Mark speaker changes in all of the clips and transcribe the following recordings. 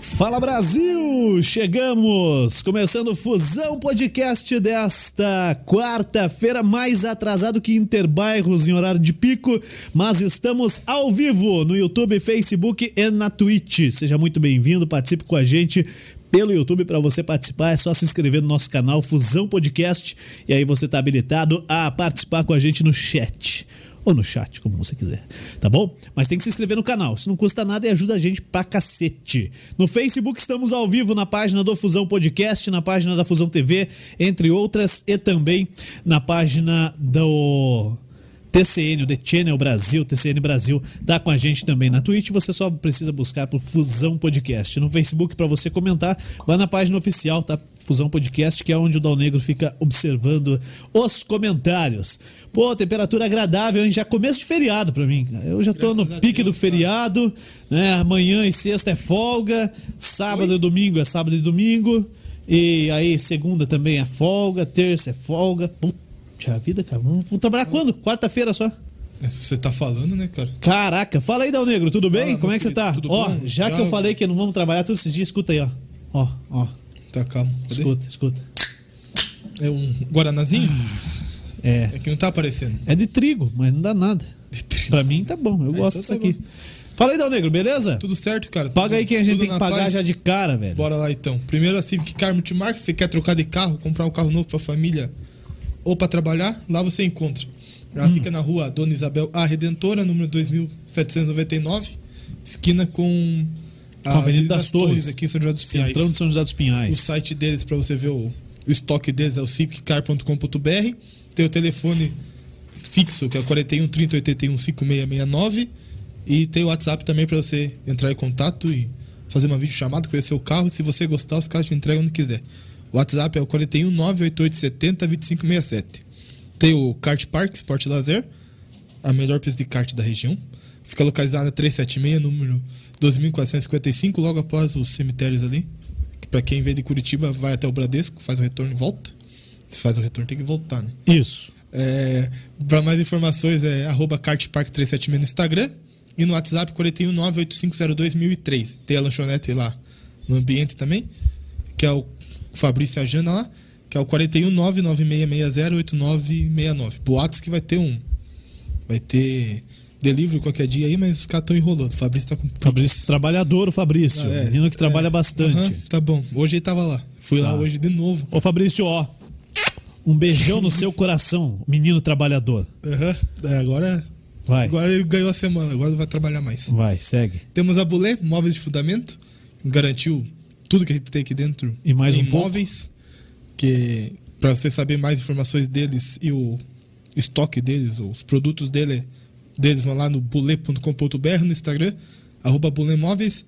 Speaker 1: Fala Brasil! Chegamos! Começando o Fusão Podcast desta quarta-feira, mais atrasado que Interbairros em horário de pico, mas estamos ao vivo no YouTube, Facebook e na Twitch. Seja muito bem-vindo, participe com a gente pelo YouTube para você participar. É só se inscrever no nosso canal Fusão Podcast e aí você está habilitado a participar com a gente no chat. Ou no chat, como você quiser, tá bom? Mas tem que se inscrever no canal, isso não custa nada e ajuda a gente pra cacete. No Facebook estamos ao vivo na página do Fusão Podcast, na página da Fusão TV, entre outras, e também na página do TCN, o The Channel Brasil, TCN Brasil, tá com a gente também na Twitch. Você só precisa buscar por Fusão Podcast. No Facebook, para você comentar, vai na página oficial, tá? Fusão Podcast, que é onde o Dal Negro fica observando os comentários. Pô, temperatura agradável, hein? Já começo de feriado pra mim. cara. Eu já tô no
Speaker 2: Graças a
Speaker 1: pique do
Speaker 2: Deus, cara.
Speaker 1: feriado, né? Amanhã e sexta é folga, sábado e domingo é sábado e domingo. E aí, segunda também é folga, terça é folga. Puta vida, cara. Vamos, vamos trabalhar
Speaker 2: Hum.
Speaker 1: quando? Quarta-feira só.
Speaker 2: É, Você tá falando, né, cara?
Speaker 1: Caraca, fala aí, Dal Negro, tudo bem?
Speaker 2: Fala,
Speaker 1: Como é que você
Speaker 2: meu
Speaker 1: tá?
Speaker 2: querido, tudo
Speaker 1: Ó,
Speaker 2: bom?
Speaker 1: já que eu
Speaker 2: Já.
Speaker 1: falei que não vamos trabalhar todos esses dias, escuta aí, ó. Ó, ó,
Speaker 2: Tá calmo. Cadê?
Speaker 1: escuta, escuta.
Speaker 2: É um guaranazinho?
Speaker 1: É,
Speaker 2: É que não tá aparecendo.
Speaker 1: é de trigo, mas não dá nada. Pra mim tá bom, eu gosto
Speaker 2: então
Speaker 1: disso
Speaker 2: tá
Speaker 1: aqui. Fala aí, Dal Negro, beleza?
Speaker 2: Tudo certo, cara?
Speaker 1: Paga aí quem a gente
Speaker 2: Tudo
Speaker 1: tem que
Speaker 2: na
Speaker 1: pagar
Speaker 2: paz?
Speaker 1: já de cara, velho.
Speaker 2: Bora lá então. Primeiro a Civic Car Multimarca, você quer trocar de carro, comprar um carro novo pra família ou pra trabalhar, lá você encontra. Ela
Speaker 1: Hum.
Speaker 2: fica na rua Dona Isabel A Redentora, número 2799, esquina com
Speaker 1: Com a Avenida das Torres,
Speaker 2: aqui em São José dos Pinhais.
Speaker 1: Centrão de São José dos
Speaker 2: o
Speaker 1: Pinhais.
Speaker 2: site deles para você ver o, o estoque deles é o cipcar.com.br. Tem o telefone fixo, que é 41 30 81 5669. E tem o WhatsApp também para você entrar em contato e fazer uma videochamada, conhecer o carro. Se você gostar, os caras te entregam onde quiser. O WhatsApp é o 41 98870 2567. Tem o Kart Park Esporte Lazer, a melhor pista de kart da região. Fica localizada na 376, número 2455, logo após os cemitérios ali. Que pra quem vem de Curitiba, vai até o Bradesco, faz o retorno e volta. Se faz o retorno, tem que voltar, né?
Speaker 1: Isso.
Speaker 2: É, para mais informações é arroba kartpark376 no Instagram e no WhatsApp 41985021003. Tem a lanchonete lá no ambiente também, que é o Fabrício e a Jana lá, que é o 41996608969. Boatos que vai ter um. Vai ter delivery qualquer dia aí, mas os caras estão enrolando. O Fabrício tá com.
Speaker 1: Fabrício, trabalhador, o Fabrício.
Speaker 2: É,
Speaker 1: menino que trabalha
Speaker 2: é,
Speaker 1: bastante. Tá.
Speaker 2: aham, tá bom. Hoje ele tava lá. Fui lá hoje de novo.
Speaker 1: Ô, Fabrício, ó. Um beijão no seu coração, menino trabalhador.
Speaker 2: Aham. É, agora.
Speaker 1: Vai,
Speaker 2: Agora ele ganhou a semana, agora não vai trabalhar mais.
Speaker 1: vai, segue.
Speaker 2: Temos a Bulé, móveis de fundamento, garantiu tudo que a gente tem aqui dentro.
Speaker 1: E mais
Speaker 2: em
Speaker 1: um pouco.
Speaker 2: móveis, que para você saber mais informações deles e o estoque deles, os produtos dele, deles vão lá no bulé.com.br no Instagram, arroba Bulé Móveis.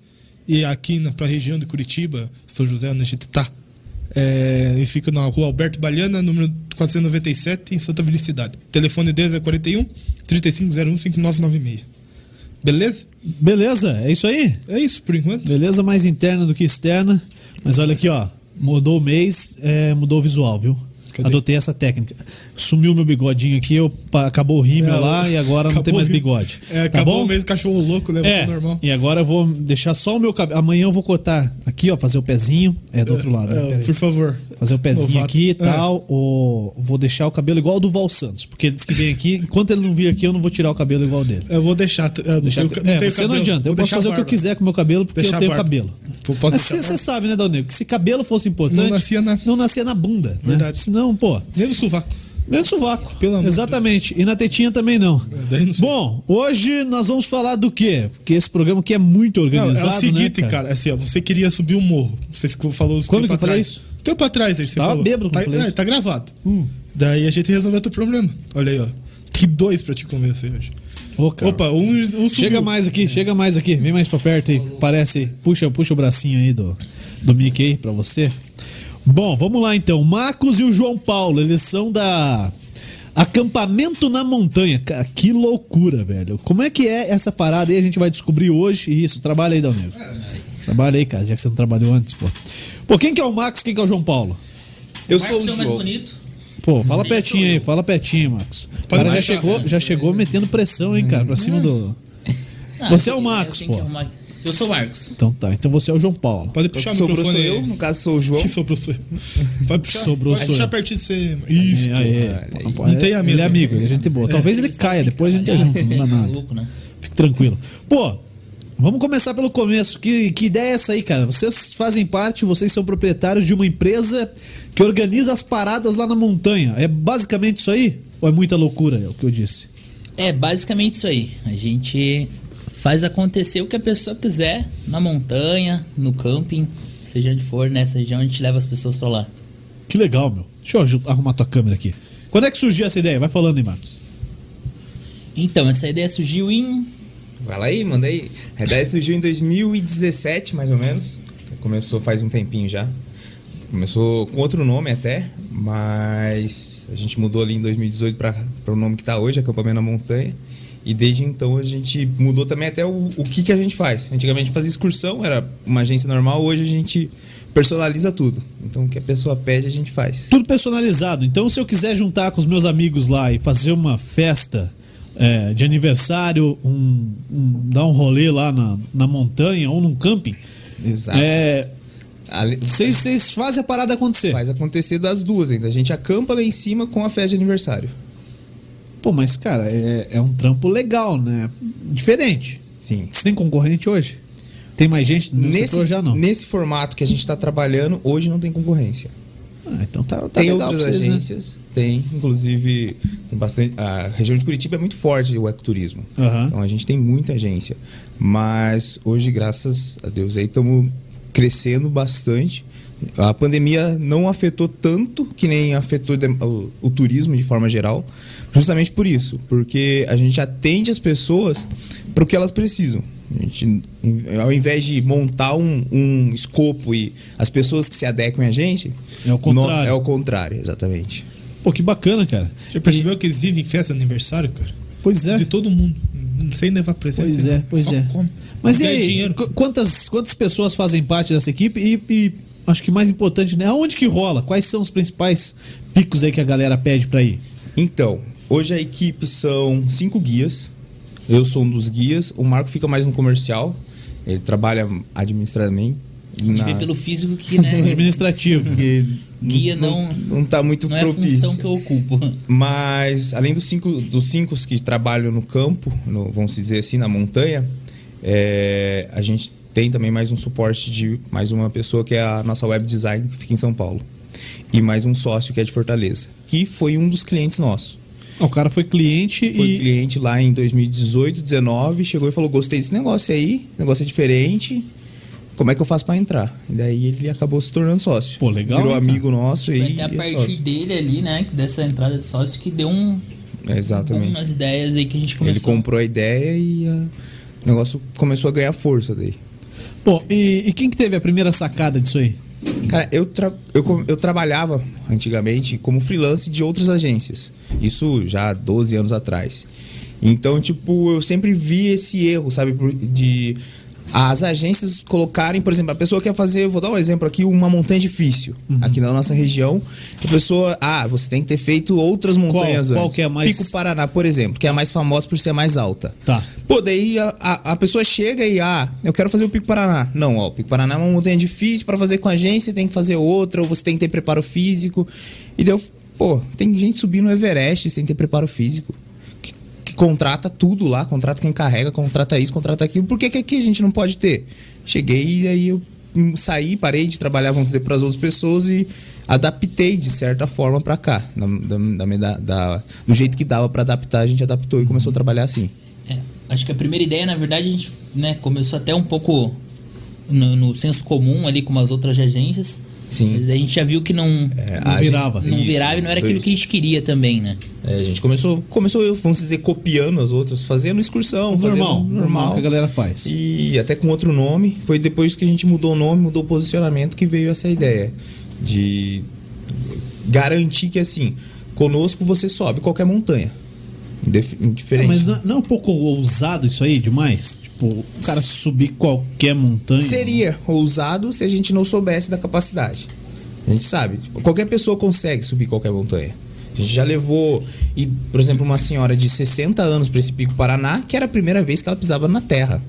Speaker 2: E aqui para a região de Curitiba, São José, onde a gente tá, é, eles ficam na rua Alberto Baliana, número 497, em Santa Felicidade. O telefone deles é 41 3501 5996. Beleza?
Speaker 1: Beleza, é isso aí?
Speaker 2: É isso por enquanto.
Speaker 1: Beleza mais interna do que externa. Mas olha aqui, ó. Mudou o mês, é, mudou o visual, viu?
Speaker 2: Cadê?
Speaker 1: Adotei essa técnica. Sumiu meu bigodinho aqui, eu, pa- acabou o rímel
Speaker 2: É,
Speaker 1: lá e agora não
Speaker 2: acabou
Speaker 1: tem mais
Speaker 2: o-
Speaker 1: bigode.
Speaker 2: É,
Speaker 1: tá
Speaker 2: acabou
Speaker 1: bom?
Speaker 2: mesmo o cachorro louco, levanta
Speaker 1: É,
Speaker 2: normal.
Speaker 1: e agora eu vou deixar só o meu cabelo. Amanhã eu vou cortar aqui, ó, fazer o pezinho. É do outro lado. né?
Speaker 2: É,
Speaker 1: Peraí.
Speaker 2: por favor.
Speaker 1: Fazer o pezinho
Speaker 2: Novato.
Speaker 1: aqui e
Speaker 2: É.
Speaker 1: tal. O, vou deixar o cabelo igual ao do Val Santos. Porque ele disse que vem aqui. Enquanto ele não vir aqui, eu não vou tirar o cabelo igual dele.
Speaker 2: É, Eu vou deixar. Eu não
Speaker 1: Deixar-
Speaker 2: tenho- não
Speaker 1: é,
Speaker 2: tenho
Speaker 1: você não
Speaker 2: cabelo.
Speaker 1: adianta. Eu
Speaker 2: Vou
Speaker 1: posso
Speaker 2: deixar
Speaker 1: fazer
Speaker 2: a
Speaker 1: o que eu
Speaker 2: barba.
Speaker 1: quiser com o meu cabelo, porque
Speaker 2: Deixar
Speaker 1: eu
Speaker 2: a
Speaker 1: tenho
Speaker 2: barba.
Speaker 1: cabelo.
Speaker 2: Eu posso
Speaker 1: Mas
Speaker 2: deixar a
Speaker 1: você
Speaker 2: barba.
Speaker 1: sabe, né, Dalnego, que se cabelo fosse importante,
Speaker 2: Não nascia na-
Speaker 1: não nascia na bunda. né?
Speaker 2: Verdade.
Speaker 1: Senão, pô,
Speaker 2: Nem no sovaco. é
Speaker 1: nem no sovaco.
Speaker 2: Pelo amor de É,
Speaker 1: Exatamente. E na tetinha também não.
Speaker 2: daí não sei.
Speaker 1: Bom, hoje nós vamos falar do quê? Porque esse programa aqui é muito
Speaker 2: Não,
Speaker 1: organizado,
Speaker 2: é o seguinte,
Speaker 1: né,
Speaker 2: cara? assim, ó, você queria subir um morro. Você ficou, falou isso
Speaker 1: Quando que eu falei
Speaker 2: atrás.
Speaker 1: isso?
Speaker 2: Tempo atrás aí, você
Speaker 1: Tava
Speaker 2: falou.
Speaker 1: bêbado quando
Speaker 2: tá,
Speaker 1: eu falei
Speaker 2: é,
Speaker 1: isso.
Speaker 2: tá gravado.
Speaker 1: Hum.
Speaker 2: Daí a gente resolveu teu problema. Olha aí, ó. Tem dois pra te convencer hoje.
Speaker 1: Ô, cara?
Speaker 2: Opa, um, um subiu.
Speaker 1: Chega mais aqui, chega mais aqui, vem mais pra perto aí, parece aí. Puxa, puxa o bracinho aí do, do Mickey aí pra você. Bom, vamos lá então. Marcos e o João Paulo, eles são da Acampamento na Montanha. Cara, que loucura, velho. Como é que é essa parada aí? A gente vai descobrir hoje. Isso, trabalha aí, Dalmiro. Trabalha aí, cara, já que você não trabalhou antes, pô. Pô, quem que é o Marcos, quem que é o João Paulo?
Speaker 3: Eu
Speaker 1: um
Speaker 4: Marcos
Speaker 3: sou
Speaker 4: é
Speaker 3: o
Speaker 4: mais
Speaker 3: João.
Speaker 4: bonito.
Speaker 1: Pô, fala
Speaker 4: Sim,
Speaker 1: pertinho
Speaker 4: sou
Speaker 1: aí,
Speaker 4: eu.
Speaker 1: fala pertinho, Marcos. O cara já
Speaker 2: baixar,
Speaker 1: chegou,
Speaker 2: né?
Speaker 1: já chegou metendo pressão, hein, cara, pra cima do...
Speaker 4: Ah,
Speaker 1: Você é o
Speaker 4: eu tenho-
Speaker 1: Marcos,
Speaker 4: eu tenho
Speaker 1: pô.
Speaker 4: que arrumar-
Speaker 3: Eu sou o Marcos.
Speaker 1: Então tá, então você é o João Paulo.
Speaker 2: Pode puxar o
Speaker 5: Sobrou
Speaker 2: microfone
Speaker 5: sou
Speaker 2: aí.
Speaker 5: eu, no caso sou o João.
Speaker 2: Que sobrou sou eu. Vai puxar.
Speaker 1: Sobrou
Speaker 2: vai
Speaker 1: sou
Speaker 2: puxar
Speaker 1: eu.
Speaker 2: pertinho de você. Isso.
Speaker 1: Aê,
Speaker 5: cara,
Speaker 1: pô,
Speaker 2: aí.
Speaker 1: é-
Speaker 2: Não tenha medo.
Speaker 1: Ele é amigo, ele é gente boa. Talvez ele caia, depois a gente é junto, não dá nada.
Speaker 3: Louco, né?
Speaker 1: Fique tranquilo. Pô, vamos começar pelo começo. Que, que ideia é essa aí, cara? Vocês fazem parte, vocês são proprietários de uma empresa que organiza as paradas lá na montanha. É basicamente isso aí? Ou é muita loucura, é o que eu disse?
Speaker 3: É, basicamente isso aí. A gente faz acontecer o que a pessoa quiser na montanha, no camping, seja onde for, nessa região a gente leva as pessoas pra lá.
Speaker 1: Que legal, meu. Deixa eu aju- arrumar tua câmera aqui. Quando é que surgiu essa ideia? Vai falando aí, Marcos.
Speaker 3: Então, essa ideia surgiu em.
Speaker 5: Fala aí, manda aí. A ideia É, surgiu em 2017, mais ou menos. Começou faz um tempinho já. Começou com outro nome até, mas a gente mudou ali em 2018 para o nome que tá hoje, Acampamento na Montanha. E desde então a gente mudou também até o, o que, que a gente faz. Antigamente a gente fazia excursão, era uma agência normal, hoje a gente personaliza tudo. Então o que a pessoa pede a gente faz.
Speaker 1: Tudo personalizado. Então, se eu quiser juntar com os meus amigos lá e fazer uma festa é, de aniversário, um, um- dar um rolê lá na, na montanha ou num camping,
Speaker 5: Exato.
Speaker 1: é,
Speaker 5: Ali-
Speaker 1: vocês- vocês fazem a parada acontecer.
Speaker 5: Faz acontecer das duas ainda. A gente acampa lá em cima com a festa de aniversário.
Speaker 1: Pô, mas cara, é, é um trampo legal, né? Diferente.
Speaker 5: Sim.
Speaker 1: Você tem concorrente hoje? Tem mais gente no setor já não?
Speaker 5: nesse formato que a gente está trabalhando, hoje não tem concorrência.
Speaker 1: Ah, então tá, tá
Speaker 5: tem
Speaker 1: legal
Speaker 5: outras
Speaker 1: pra vocês, né?
Speaker 5: agências, tem, inclusive, tem bastante. A região de Curitiba é muito forte o ecoturismo.
Speaker 1: Aham.
Speaker 5: Então a gente tem muita agência. Mas hoje, graças a Deus, aí estamos crescendo bastante. A pandemia não afetou tanto que nem afetou de- o, o turismo de forma geral, justamente por isso, porque a gente atende as pessoas para o que elas precisam. A gente, em- ao invés de montar um, um escopo e as pessoas que se adequem a gente,
Speaker 1: É o contrário.
Speaker 5: no- é o contrário, exatamente.
Speaker 1: Pô, que bacana, cara.
Speaker 2: Já percebeu que eles vivem em festa de aniversário, cara?
Speaker 1: Pois é.
Speaker 2: De todo mundo. Sem levar presente.
Speaker 1: Pois
Speaker 2: sem-
Speaker 1: é, pois
Speaker 2: só
Speaker 1: é.
Speaker 2: come.
Speaker 1: Mas e
Speaker 2: Ganha
Speaker 1: aí,
Speaker 2: dinheiro.
Speaker 1: qu- quantas, quantas pessoas fazem parte dessa equipe? E, e acho que mais importante, né? Aonde que rola? Quais são os principais picos aí que a galera pede pra ir?
Speaker 5: Então, hoje a equipe são cinco guias. Eu sou um dos guias. O Marco fica mais no comercial. Ele trabalha administrativamente.
Speaker 3: A gente vê pelo físico que, né?
Speaker 1: Administrativo.
Speaker 3: guia não-
Speaker 5: não tá muito
Speaker 3: não é a
Speaker 5: propício.
Speaker 3: função que eu ocupo.
Speaker 5: Mas além dos cinco, dos cinco que trabalham no campo, no- vamos dizer assim, na montanha, é, a gente tem também mais um suporte de mais uma pessoa que é a nossa web design que fica em São Paulo e mais um sócio que é de Fortaleza, que foi um dos clientes nossos.
Speaker 1: o cara foi cliente
Speaker 5: Foi
Speaker 1: e.
Speaker 5: cliente lá em 2018, 19, chegou e falou: "Gostei desse negócio aí, esse negócio é diferente. Como é que eu faço pra entrar?" E daí ele acabou se tornando sócio.
Speaker 1: Pô, legal,
Speaker 5: Virou
Speaker 1: hein, cara?
Speaker 5: amigo nosso
Speaker 3: Foi até
Speaker 5: e
Speaker 3: a
Speaker 5: é
Speaker 3: partir
Speaker 5: sócio.
Speaker 3: dele ali, né? Dessa entrada de sócio que deu um.
Speaker 5: É, Exatamente.
Speaker 3: Algumas ideias aí que a gente
Speaker 5: Ele
Speaker 3: começou.
Speaker 5: comprou a ideia e ah, o negócio começou a ganhar força daí.
Speaker 1: Pô, e, e quem que teve a primeira sacada disso aí?
Speaker 5: Cara, eu, tra- eu, com- eu trabalhava antigamente como freelance de outras agências. Isso já há 12 anos atrás. Então, tipo, eu sempre vi esse erro, sabe? por- De as agências colocarem, por exemplo, a pessoa quer fazer, vou dar um exemplo aqui, uma montanha difícil.
Speaker 1: Uhum.
Speaker 5: Aqui na nossa região, a pessoa, ah, você tem que ter feito outras montanhas
Speaker 1: qual
Speaker 5: antes.
Speaker 1: que é a mais-
Speaker 5: Pico Paraná, por exemplo, que é a mais famosa por ser a mais alta.
Speaker 1: Tá.
Speaker 5: Pô, daí a, a, a pessoa chega e, ah, eu quero fazer o Pico Paraná. Não, ó, o Pico Paraná é uma montanha difícil pra fazer com a gente, você tem que fazer outra, ou você tem que ter preparo físico. E deu, pô, tem gente subindo o Everest sem ter preparo físico. Que, que contrata tudo lá, contrata quem carrega, contrata isso, contrata aquilo. Por que, que aqui a gente não pode ter? Cheguei e aí eu hum, saí, parei de trabalhar, vamos dizer, para as outras pessoas e adaptei de certa forma pra cá. Da, da, da- da- da- do jeito que dava pra adaptar, a gente adaptou e começou a trabalhar assim.
Speaker 3: É, acho que a primeira ideia, na verdade, a gente né, começou até um pouco no, no senso comum ali com as outras agências.
Speaker 5: Sim.
Speaker 3: Mas a gente já viu que não,
Speaker 1: Não
Speaker 5: a
Speaker 1: virava.
Speaker 3: não
Speaker 5: isso,
Speaker 3: virava e não era aquilo que a gente queria também, né?
Speaker 5: É, a gente começou, começou eu, vamos dizer, copiando as outras, fazendo excursão, fazendo
Speaker 1: Normal, normal que a galera faz.
Speaker 5: E até com outro nome. Foi depois que a gente mudou o nome, mudou o posicionamento que veio essa ideia de garantir que assim, conosco você sobe qualquer montanha. Indif- Indiferente.
Speaker 1: Mas não, não é um pouco ousado isso aí demais? Tipo, o cara subir qualquer montanha.
Speaker 5: Seria ousado se a gente não soubesse da capacidade. A gente sabe, tipo, qualquer pessoa consegue subir qualquer montanha. A gente já levou, e, por exemplo, uma senhora de 60 anos para esse Pico Paraná, que era a primeira vez que ela pisava na terra.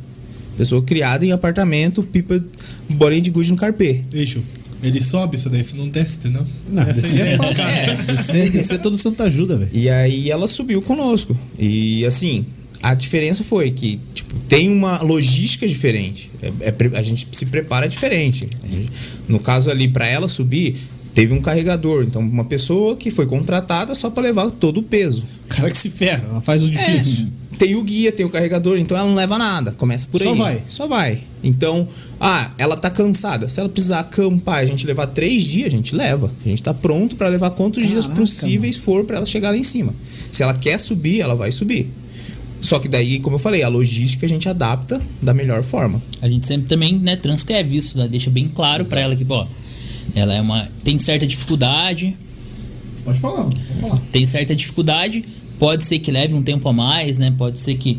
Speaker 5: Pessoa criada em apartamento, pipa, bolinha de gude no carpê.
Speaker 2: Deixa. Ele sobe isso daí, isso não desce, entendeu?
Speaker 1: Não,
Speaker 2: Essa
Speaker 1: descer
Speaker 2: ideia
Speaker 1: é
Speaker 2: do
Speaker 1: fácil.
Speaker 2: cara.
Speaker 1: Descer, descer é todo santo ajuda, velho.
Speaker 5: E aí ela subiu conosco. E assim, a diferença foi que tipo, tem uma logística diferente. É- é pre- a gente se prepara diferente. A gente- no caso ali, para ela subir, teve um carregador. Então, uma pessoa que foi contratada só para levar todo o peso.
Speaker 1: O cara É. que se ferra, ela faz o difícil.
Speaker 5: É Tem o guia, tem o carregador, então ela não leva nada. Começa por
Speaker 1: Só
Speaker 5: aí.
Speaker 1: vai.
Speaker 5: Só vai. Então, ah, ela tá cansada. Se ela precisar acampar, a gente levar três dias, a gente leva. A gente tá pronto pra levar quantos dias
Speaker 1: Caraca,
Speaker 5: possíveis for pra ela chegar lá em cima. Se ela quer subir, ela vai subir. Só que daí, como eu falei, a logística a gente adapta da melhor forma.
Speaker 3: A gente sempre também, né, transcreve isso, né? Deixa bem claro pra ela que, pô, ela é uma tem certa dificuldade,
Speaker 2: Pode falar, pode falar.
Speaker 3: tem certa dificuldade, pode ser que leve um tempo a mais, né? Pode ser que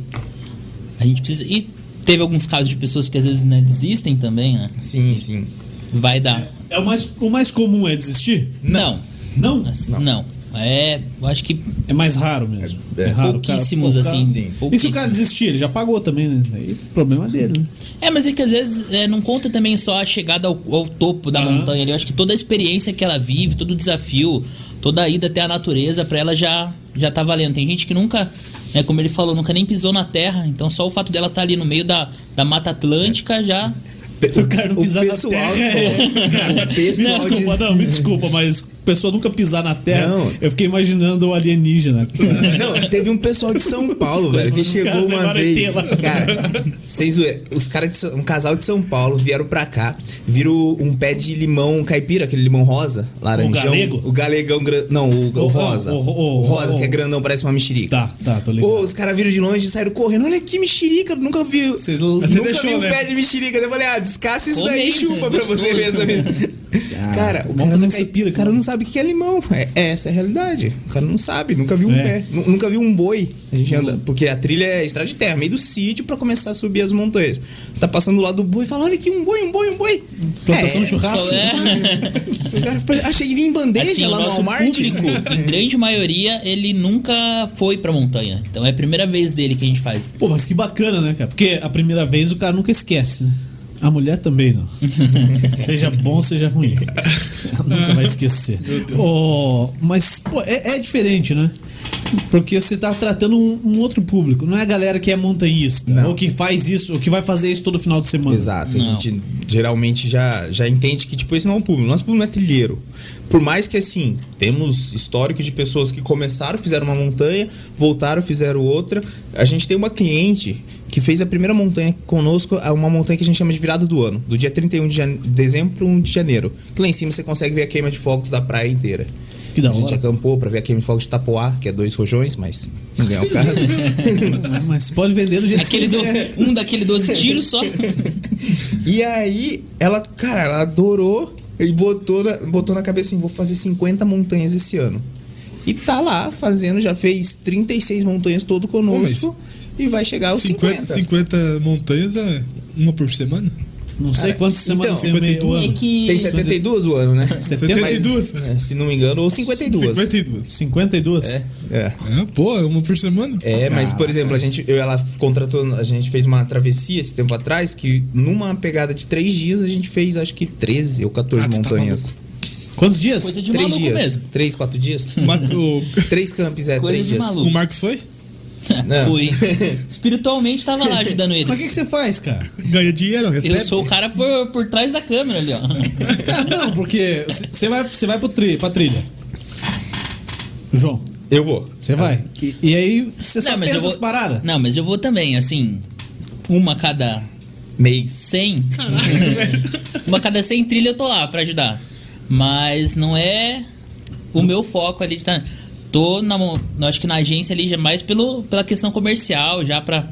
Speaker 3: a gente precisa e teve alguns casos de pessoas que às vezes né, desistem também, né?
Speaker 5: Sim, sim.
Speaker 3: Vai dar.
Speaker 1: É o mais, o mais comum é desistir?
Speaker 3: Não.
Speaker 1: Não?
Speaker 3: Assim, Não. É, eu acho que
Speaker 1: É mais raro mesmo.
Speaker 5: É, é.
Speaker 1: raro, o cara-
Speaker 3: pouquíssimos
Speaker 1: pô, o cara-
Speaker 3: assim,
Speaker 5: sim.
Speaker 1: E se o cara
Speaker 3: pouquíssimos.
Speaker 1: desistir, ele já pagou também, né? Aí, problema dele, né?
Speaker 3: É, mas é que às vezes é, não conta também só a chegada ao, ao topo da
Speaker 5: Uhum.
Speaker 1: Aham.
Speaker 3: montanha ali. Eu acho que toda a experiência que ela vive, todo o desafio, toda a ida até a natureza, pra ela já, já tá valendo. Tem gente que nunca, né, como ele falou, nunca nem pisou na terra. Então só o fato dela estar ali no meio da, da Mata Atlântica já.
Speaker 1: Se o cara não pisar na terra. é-
Speaker 5: o pessoal
Speaker 1: me desculpa,
Speaker 5: diz-
Speaker 1: não, me desculpa, mas a pessoa nunca pisar na terra.
Speaker 5: Não.
Speaker 1: Eu fiquei imaginando o alienígena.
Speaker 5: Não, teve um pessoal de São Paulo, velho, que
Speaker 1: Os caras
Speaker 5: chegou uma
Speaker 1: levaram
Speaker 5: vez.
Speaker 1: ET lá.
Speaker 5: Cara, sem zoeira. Os caras de São- um casal de São Paulo vieram pra cá, viram um pé de limão caipira, aquele limão rosa, laranjão.
Speaker 1: galego?
Speaker 5: O galegão gran- Não, o, o
Speaker 1: O-
Speaker 5: rosa.
Speaker 1: o-
Speaker 5: O,
Speaker 1: o-
Speaker 5: rosa,
Speaker 1: o-
Speaker 5: que é grandão, parece uma mexerica.
Speaker 1: tá, tá, tô ligado.
Speaker 5: Pô, os caras viram de longe e saíram correndo. Olha que mexerica, nunca vi.
Speaker 1: Vocês l-
Speaker 5: nunca
Speaker 2: você deixou,
Speaker 5: vi um
Speaker 2: né?
Speaker 5: pé de mexerica. Eu falei, ah, descasca isso
Speaker 3: Come
Speaker 5: daí
Speaker 3: aí,
Speaker 5: e
Speaker 3: né?
Speaker 5: chupa pra você ver essa vida. Cara, o
Speaker 1: vamos
Speaker 5: cara,
Speaker 1: fazer
Speaker 5: não,
Speaker 1: caipira
Speaker 5: caipira, o
Speaker 1: aqui,
Speaker 5: cara
Speaker 1: mano.
Speaker 5: não sabe o que é limão. É, é, essa é a realidade. O cara não sabe, nunca viu um
Speaker 1: É.
Speaker 5: pé, nu- nunca viu um boi. A gente anda, porque a trilha é estrada de terra, meio do sítio pra começar a subir as montanhas. Tá passando lá do boi e fala: olha aqui, um boi, um boi, um boi.
Speaker 1: Plantação
Speaker 5: é,
Speaker 1: de churrasco.
Speaker 3: só é,
Speaker 5: o cara fala, Achei que vinha em bandeja
Speaker 3: assim,
Speaker 5: lá
Speaker 3: o
Speaker 5: no
Speaker 3: nosso
Speaker 5: Walmart.
Speaker 3: público, em grande maioria, ele nunca foi pra montanha. Então é a primeira vez dele que a gente faz.
Speaker 1: Pô, mas que bacana, né, cara? Porque a primeira vez o cara nunca esquece, né? A mulher também não. seja bom, seja ruim. Ela nunca vai esquecer. Oh, mas, pô, é, é diferente, né? Porque você tá tratando um, um outro público. Não é a galera que é montanhista.
Speaker 5: Não.
Speaker 1: Ou que faz isso, ou que vai fazer isso todo final de semana.
Speaker 5: Exato,
Speaker 3: Não.
Speaker 5: a gente geralmente já, já entende que tipo, esse não é o público, nosso público não é trilheiro. Por mais que assim, temos histórico de pessoas que começaram, fizeram uma montanha, voltaram, fizeram outra. A gente tem uma cliente que fez a primeira montanha conosco, é uma montanha que a gente chama de virada do ano, do dia 31 de jane- dezembro para 1 de janeiro. Que lá em cima você consegue ver a queima de fogos da praia inteira.
Speaker 1: Que da
Speaker 5: a gente
Speaker 1: hora.
Speaker 5: acampou pra ver a queima de fogos de Tapoá, que é dois rojões, mas não é o caso.
Speaker 1: Mas pode vender do jeito
Speaker 3: Aquele
Speaker 1: que
Speaker 3: do-
Speaker 1: quiser.
Speaker 3: um daquele 12 tiros só.
Speaker 5: E aí, ela, cara, ela adorou e botou na, botou na cabeça assim: vou fazer 50 montanhas esse ano. E tá lá fazendo, já fez 36 montanhas todo conosco e vai
Speaker 1: é
Speaker 5: chegar aos 50.
Speaker 2: 50, 50 montanhas é uma por semana?
Speaker 1: Não sei
Speaker 5: Cara,
Speaker 1: quantas semanas
Speaker 5: então,
Speaker 1: tem no meio do
Speaker 3: É
Speaker 1: ano.
Speaker 3: que
Speaker 5: Tem 72 o ano, né?
Speaker 2: 72.
Speaker 5: Mas, é, se não me engano, ou 52.
Speaker 2: 52.
Speaker 1: 52?
Speaker 5: É.
Speaker 2: É, pô, é uma por semana?
Speaker 5: É, mas por exemplo, a gente, eu, ela contratou, a gente fez uma travessia esse tempo atrás que numa pegada de 3 dias a gente fez acho que 13 ou 14
Speaker 2: Ah, tu tá
Speaker 5: montanhas.
Speaker 1: Quantos dias?
Speaker 3: Coisa de
Speaker 5: 3
Speaker 3: maluco
Speaker 5: dias.
Speaker 3: mesmo.
Speaker 5: 3, 4 dias.
Speaker 2: Mas o,
Speaker 5: 3 campos, é,
Speaker 3: Coisa
Speaker 5: 3
Speaker 3: de
Speaker 5: dias.
Speaker 3: maluco.
Speaker 2: o Marcos foi?
Speaker 5: Não.
Speaker 3: Fui. Espiritualmente tava lá ajudando eles.
Speaker 1: Mas o que, que você faz, cara?
Speaker 2: Ganha dinheiro, recebe.
Speaker 3: Eu sou o cara por, por trás da câmera ali, ó.
Speaker 1: Ah, não, porque você vai, você vai pro tri, pra trilha. João,
Speaker 5: Eu vou.
Speaker 1: você vai. E, e aí você só pensa as paradas.
Speaker 3: Não, mas eu vou também, assim. Uma a cada
Speaker 5: Mês.
Speaker 3: 100. uma a cada 100 trilha eu tô lá pra ajudar. Mas não é o meu foco ali de estar. Tô na, mo- acho que na agência ali já mais pelo, pela questão comercial, já pra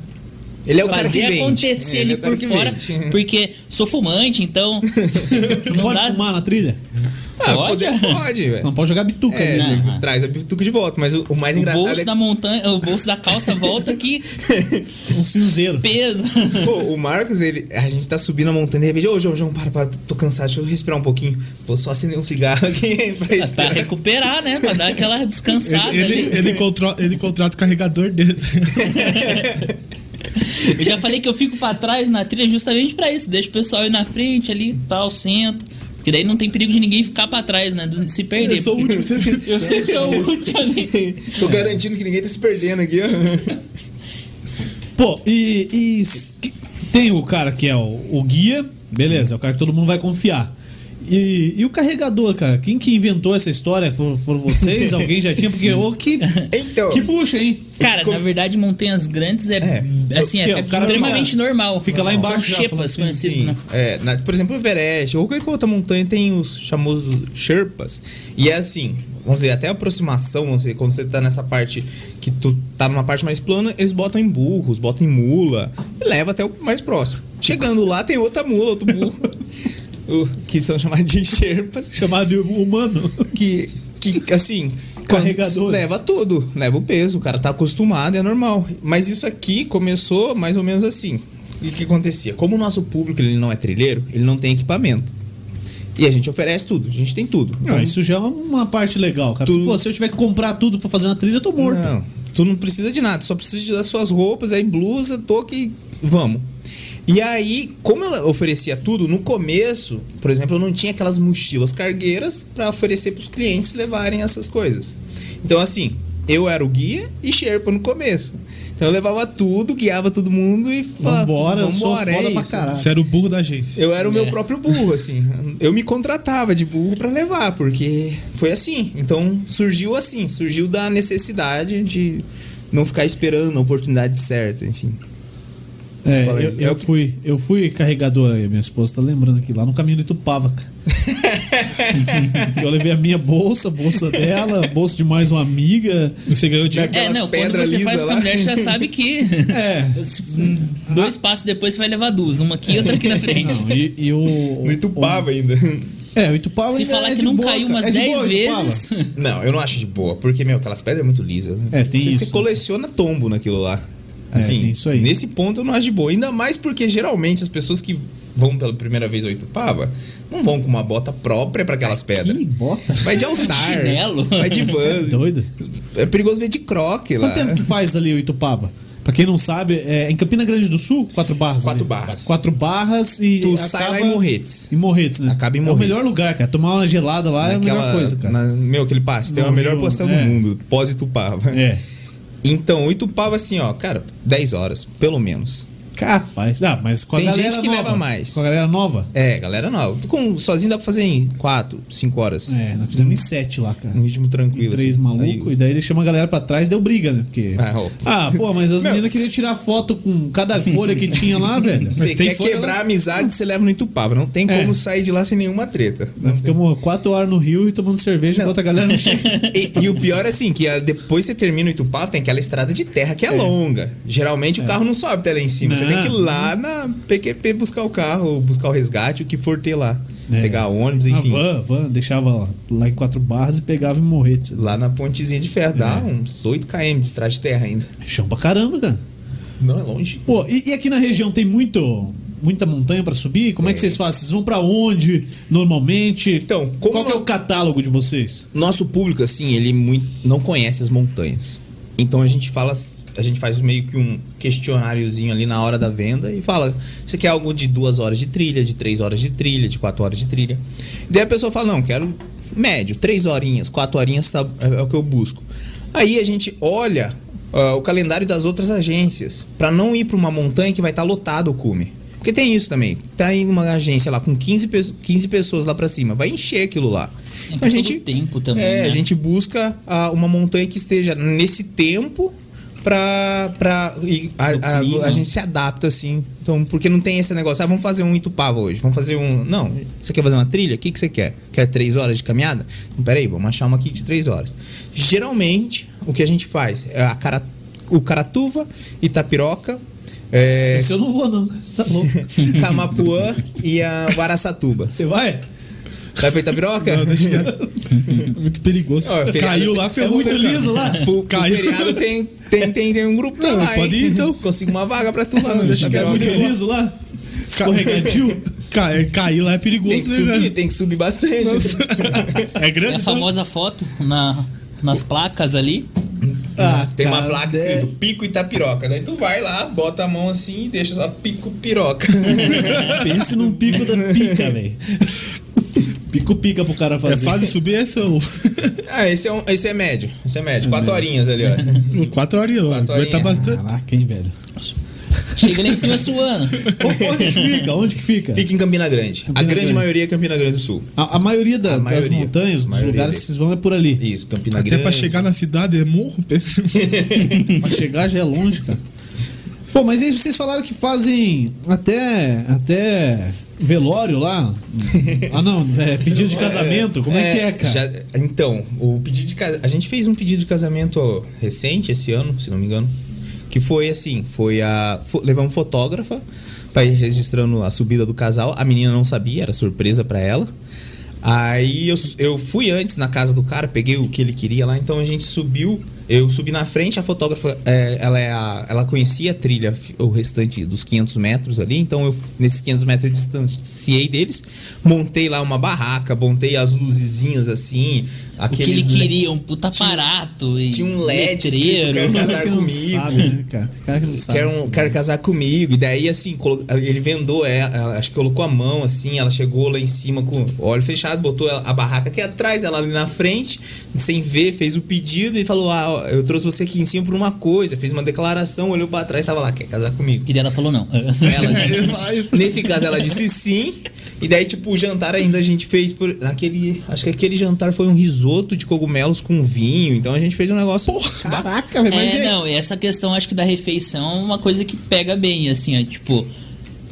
Speaker 5: Ele é o cara que
Speaker 3: fazer
Speaker 5: vende.
Speaker 3: acontecer
Speaker 5: É,
Speaker 3: ali
Speaker 5: ele é o cara
Speaker 3: por
Speaker 5: que
Speaker 3: fora.
Speaker 5: vende.
Speaker 3: Porque sou fumante, então.
Speaker 1: Não pode fumar na trilha?
Speaker 5: Ah,
Speaker 3: Pode?
Speaker 5: pode, pode,
Speaker 1: Você
Speaker 5: velho.
Speaker 1: não pode jogar bituca.
Speaker 5: É,
Speaker 1: né?
Speaker 5: você
Speaker 3: Não.
Speaker 5: traz a bituca de volta, mas o, o mais
Speaker 3: O
Speaker 5: engraçado
Speaker 3: bolso
Speaker 5: é
Speaker 3: da montanha, o bolso da calça volta que
Speaker 1: Um cinzeiro.
Speaker 3: pesa.
Speaker 5: Pô, o Marcos, ele, a gente tá subindo a montanha de repente, ô João, João, para, para, tô cansado, deixa eu respirar um pouquinho. Vou só acender um cigarro aqui pra
Speaker 3: pra
Speaker 5: respirar.
Speaker 3: recuperar, né? Pra dar aquela descansada
Speaker 2: Ele, ele,
Speaker 3: ali.
Speaker 2: ele, contro- ele contrata o carregador dele.
Speaker 3: Eu já falei que eu fico pra trás na trilha justamente pra isso. Deixa o pessoal ir na frente ali, tal, senta. Porque daí não tem perigo de ninguém ficar pra trás, né? De se perder.
Speaker 2: Eu sou o último. sempre- Eu sou
Speaker 3: Eu sou o último ali.
Speaker 5: Tô garantindo que ninguém tá se perdendo aqui, ó.
Speaker 1: Pô, e, e s- que- tem o cara que é o, o guia, beleza, é o cara que todo mundo vai confiar. E, e o carregador, cara? Quem que inventou essa história? For- Foram vocês? Alguém já tinha? Porque, ô, que,
Speaker 5: Então.
Speaker 1: que bucha, hein?
Speaker 3: Cara, na verdade, montanhas grandes é,
Speaker 5: É.
Speaker 3: assim, é,
Speaker 1: Porque o cara
Speaker 3: extremamente
Speaker 1: fica-
Speaker 3: normal.
Speaker 1: fica lá embaixo já, como
Speaker 3: São xepas
Speaker 1: assim,
Speaker 3: conhecidos,
Speaker 5: Sim.
Speaker 3: né?
Speaker 5: É, na- por exemplo, o Everest ou qualquer outra montanha tem os famosos Sherpas. E é assim, vamos dizer, até a aproximação, vamos dizer, quando você tá nessa parte que tu tá numa parte mais plana, eles botam em burros, botam em mula e leva até o mais próximo. Chegando lá tem outra mula, outro burro. o- que são chamados de Sherpas.
Speaker 1: Chamado de humano.
Speaker 5: que, que assim,
Speaker 1: Carregadores.
Speaker 5: leva tudo, leva o peso, o cara tá acostumado, é normal. Mas isso aqui começou mais ou menos assim. E o que acontecia? Como o nosso público ele não é trilheiro, ele não tem equipamento. E a gente oferece tudo, a gente tem tudo. Então,
Speaker 1: Não, isso já é uma parte legal, cara. Porque,
Speaker 5: Tu-
Speaker 1: Pô, se eu tiver que comprar tudo pra fazer uma trilha, eu tô morto.
Speaker 5: Não, tu não precisa de nada, só precisa das suas roupas, aí blusa, touca e vamos. E aí, como ela oferecia tudo, no começo, por exemplo, eu não tinha aquelas mochilas cargueiras pra oferecer pros clientes levarem essas coisas. Então, assim, eu era o guia e Sherpa no começo. Então eu levava tudo, guiava todo mundo e falava.
Speaker 1: Vambora, eu sou
Speaker 5: "Vambora, é
Speaker 1: foda pra
Speaker 5: isso."
Speaker 1: caralho.
Speaker 2: Você era o burro da gente.
Speaker 5: Eu era o meu
Speaker 3: É.
Speaker 5: próprio burro, assim. Eu me contratava de burro pra levar, porque foi assim. Então surgiu assim, surgiu da necessidade de não ficar esperando a oportunidade certa, enfim.
Speaker 1: É,
Speaker 5: Fala aí.
Speaker 1: eu, eu
Speaker 5: É o que-
Speaker 1: fui, eu fui carregador aí, minha esposa tá lembrando aqui, lá no caminho de Tupava, cara. eu levei a minha bolsa, a bolsa dela, a bolsa de mais uma amiga.
Speaker 2: Você ganhou de.
Speaker 5: Aquelas
Speaker 3: É, não, quando
Speaker 5: pedras
Speaker 3: você
Speaker 5: lisas
Speaker 3: faz com a
Speaker 5: lá.
Speaker 3: mulher, você já sabe que.
Speaker 1: É.
Speaker 3: Se- Hum, Dois passos depois você vai levar duas, uma aqui e outra aqui na frente.
Speaker 1: Não, e, e o.
Speaker 5: No Itupava ainda.
Speaker 1: o- é, o Itupava
Speaker 3: Se
Speaker 1: ainda
Speaker 3: falar
Speaker 1: é
Speaker 3: que
Speaker 1: de
Speaker 3: não
Speaker 1: boa,
Speaker 3: caiu
Speaker 1: cara.
Speaker 3: umas
Speaker 1: É de
Speaker 3: 10
Speaker 1: boa, Itupava.
Speaker 3: vezes. é
Speaker 5: Não, eu não acho de boa, porque, meu, aquelas pedras é muito lisas. né?
Speaker 1: É, tem
Speaker 5: você,
Speaker 1: isso.
Speaker 5: Você coleciona tombo naquilo lá.
Speaker 1: É,
Speaker 5: Assim,
Speaker 1: tem isso aí.
Speaker 5: nesse ponto eu não acho de boa. Ainda mais porque geralmente as pessoas que vão pela primeira vez ao Itupava não vão com uma bota própria pra aquelas pedras.
Speaker 1: Que bota.
Speaker 5: Vai de All-Star.
Speaker 3: Chinelo.
Speaker 5: Vai de
Speaker 1: Você é
Speaker 5: van.
Speaker 1: doido.
Speaker 5: É perigoso ver de croque lá.
Speaker 1: Quanto tempo que faz ali o Itupava? Pra quem não sabe, é em Campina Grande do Sul, quatro barras.
Speaker 5: Quatro
Speaker 1: ali.
Speaker 5: Barras.
Speaker 1: Quatro barras e.
Speaker 5: Tu sai lá em Morretes.
Speaker 1: Em Morretes, né?
Speaker 5: Acaba em
Speaker 1: É o
Speaker 5: Morretes.
Speaker 1: melhor lugar, cara. Tomar uma gelada lá é a melhor coisa, cara.
Speaker 5: na- meu, aquele pastel é a
Speaker 1: No
Speaker 5: melhor
Speaker 1: Rio,
Speaker 5: pastel
Speaker 1: é.
Speaker 5: do mundo. Pós-Itupava.
Speaker 1: É.
Speaker 5: Então, o Itupava, assim, ó, cara, 10 horas, pelo menos.
Speaker 1: Capaz. Ah, mas com a
Speaker 5: Tem gente
Speaker 1: galera
Speaker 5: que
Speaker 1: nova.
Speaker 5: leva mais.
Speaker 1: Com a galera nova?
Speaker 5: É, galera, não. Com, sozinho dá pra fazer em 4, 5 horas.
Speaker 1: É, nós fizemos em sete lá, cara.
Speaker 5: Um ritmo tranquilo.
Speaker 1: Três
Speaker 5: assim.
Speaker 1: malucos, e daí ele chama a galera pra trás deu briga, né? Porque.
Speaker 5: Ah, ó.
Speaker 1: Ah, pô, mas as
Speaker 5: Meu,
Speaker 1: meninas queriam tirar foto com cada folha que tinha lá, velho.
Speaker 5: Você
Speaker 2: tem
Speaker 5: quer
Speaker 2: folha
Speaker 5: quebrar
Speaker 2: lá?
Speaker 5: a amizade, você leva no Itupava. Não tem
Speaker 1: É.
Speaker 5: como sair de lá sem nenhuma treta.
Speaker 1: Nós ficamos quatro horas no Rio e tomando cerveja enquanto a galera não chega.
Speaker 5: E, e o pior é assim, que a- depois você termina o Itupava, tem aquela estrada de terra que é, longa. Geralmente o carro não sobe até lá em cima. Você
Speaker 1: É. Não.
Speaker 5: tem que ir lá na PQP buscar o carro, ou buscar o resgate, o que for ter lá.
Speaker 1: É.
Speaker 5: Pegar ônibus,
Speaker 1: A
Speaker 5: enfim.
Speaker 1: van, a van, deixava lá, lá em quatro barras e pegava em morretes.
Speaker 5: Lá na pontezinha de ferro,
Speaker 1: É.
Speaker 5: dá uns 8 km de estrada de terra ainda.
Speaker 1: Chão pra caramba, cara.
Speaker 5: Não é longe.
Speaker 1: Pô, e, e aqui na região tem muito. Muita montanha pra subir? Como é que vocês fazem? Vocês vão pra onde normalmente?
Speaker 5: Então, como
Speaker 1: qual que é
Speaker 5: não-
Speaker 1: o catálogo de vocês?
Speaker 5: Nosso público, assim, ele muito, não conhece as montanhas. Então a gente fala. A gente faz meio que um questionáriozinho ali na hora da venda e fala: você quer algo de duas horas de trilha, de três horas de trilha, de quatro horas de trilha. Daí a pessoa fala: não, quero médio, três horinhas, quatro horinhas tá- é, é o que eu busco. Aí a gente olha ah, o calendário das outras agências pra não ir pra uma montanha que vai estar lotado o cume. Porque tem isso também. Tá indo uma agência lá com 15, pe- 15 pessoas lá pra cima, vai encher aquilo lá. Então,
Speaker 3: É
Speaker 5: a gente
Speaker 3: tempo também.
Speaker 5: é,
Speaker 3: né?
Speaker 5: a gente busca ah, uma montanha que esteja nesse tempo pra. pra e a, a-
Speaker 3: Do clima.
Speaker 5: a gente se adapta, assim. Então, porque não tem esse negócio, ah, vamos fazer um Itupava hoje, vamos fazer um. Não, você quer fazer uma trilha? O que, que você quer? Quer três horas de caminhada? Então, peraí, vamos achar uma aqui de três horas. Geralmente, o que a gente faz é a cara, o Caratuva, Itapiroca. É,
Speaker 1: Esse eu não vou, não, cara. Você tá louco.
Speaker 5: Camapuã e a Guaraçatuba.
Speaker 1: Você vai?
Speaker 5: Vai pra Itapiroca?
Speaker 2: É muito perigoso.
Speaker 5: Ó, feriado-
Speaker 2: Caiu lá, ferrou.
Speaker 1: é muito
Speaker 2: né, cara?
Speaker 1: liso lá.
Speaker 5: Pro, pro
Speaker 2: Caiu.
Speaker 5: feriado tem, tem, tem, tem um grupo
Speaker 2: Não,
Speaker 5: lá, hein?
Speaker 2: pode ir, então.
Speaker 5: Consigo uma vaga pra tu lá.
Speaker 2: Não,
Speaker 5: no
Speaker 2: deixa que é
Speaker 1: É muito
Speaker 5: Itapiroca.
Speaker 1: liso lá. Escorregadio.
Speaker 2: Cai- Cair lá é
Speaker 5: Tem que
Speaker 2: perigoso, né,
Speaker 5: subir,
Speaker 2: velho?
Speaker 5: tem que subir bastante.
Speaker 2: É
Speaker 3: É
Speaker 2: grande.
Speaker 3: a
Speaker 1: É tá
Speaker 2: então.
Speaker 3: famosa foto na, nas placas ali.
Speaker 1: Ah,
Speaker 5: Tem uma
Speaker 1: cara,
Speaker 5: placa
Speaker 1: é-
Speaker 5: escrito Pico Itapiroca. Daí tu vai lá, bota a mão assim e deixa só Pico Piroca.
Speaker 1: É Pense num pico da pica, velho. Pico pica pro cara fazer.
Speaker 2: É fácil subir essa ou...
Speaker 5: ah, esse é, um, esse é médio. Esse é médio. Quatro horinhas ali, ó.
Speaker 2: Quatro horas, ó. Aguenta
Speaker 5: Quatro horinhas.
Speaker 2: bastante.
Speaker 1: Caraca, hein, velho.
Speaker 3: Chega lá em cima suando.
Speaker 1: Onde que fica? Onde que fica?
Speaker 5: Fica em Campina Grande. a grande
Speaker 1: Grande.
Speaker 5: maioria é Campina Grande do Sul.
Speaker 1: A, a maioria da-
Speaker 5: A
Speaker 1: das
Speaker 5: maioria.
Speaker 1: montanhas,
Speaker 5: A
Speaker 1: dos
Speaker 5: maioria
Speaker 1: lugares que
Speaker 5: deles.
Speaker 1: vocês vão é por ali.
Speaker 5: Isso, Campina
Speaker 2: Até
Speaker 5: Grande.
Speaker 2: pra chegar na cidade é morro, pensa.
Speaker 1: Pra chegar já é longe, cara. Pô, mas aí vocês falaram que fazem até. até. velório lá? Ah, não, é pedido de casamento. Como é, que é, cara?
Speaker 5: já- então, o pedido de casa, a gente fez um pedido de casamento recente esse ano, se não me engano, que foi assim, foi a fo- levamos fotógrafa pra ir registrando a subida do casal. A menina não sabia, era surpresa pra ela. Aí eu, s- eu fui antes na casa do cara, peguei o que ele queria lá, então a gente subiu. Eu subi na frente, a fotógrafa, é, ela, é a- ela conhecia a trilha, f- o restante dos 500 metros ali, então eu, nesses 500 metros eu distanciei deles, montei lá uma barraca, montei as luzezinhas assim,
Speaker 3: O que ele
Speaker 5: aqueles... le-
Speaker 3: queria, um puta aparato. e
Speaker 5: tinha um LED escrito,
Speaker 3: letreiro.
Speaker 5: cara.
Speaker 1: Cara que não
Speaker 5: comigo.
Speaker 1: sabe, né, cara? Esse cara que não sabe.
Speaker 5: Quer, um- quer casar comigo. E daí, assim, colo- ele vendou ela, ela- acho que colocou a mão, assim, ela chegou lá em cima com o olho fechado, botou a a barraca aqui atrás, ela ali na frente, sem ver, fez o pedido e falou: Ah, ó, eu trouxe você aqui em cima por uma coisa. Fez uma declaração, olhou pra trás, tava lá, quer casar comigo.
Speaker 3: E daí ela falou não.
Speaker 5: Ela,
Speaker 2: Vai.
Speaker 5: nesse caso, ela disse sim. E daí, tipo, o jantar ainda a gente fez por. Naquele, acho que aquele jantar foi um risoto de cogumelos com vinho. Então a gente fez um negócio.
Speaker 1: Caraca, velho, mas
Speaker 3: é,
Speaker 1: é,
Speaker 3: não, essa questão acho que da refeição é uma coisa que pega bem, assim, ó, tipo...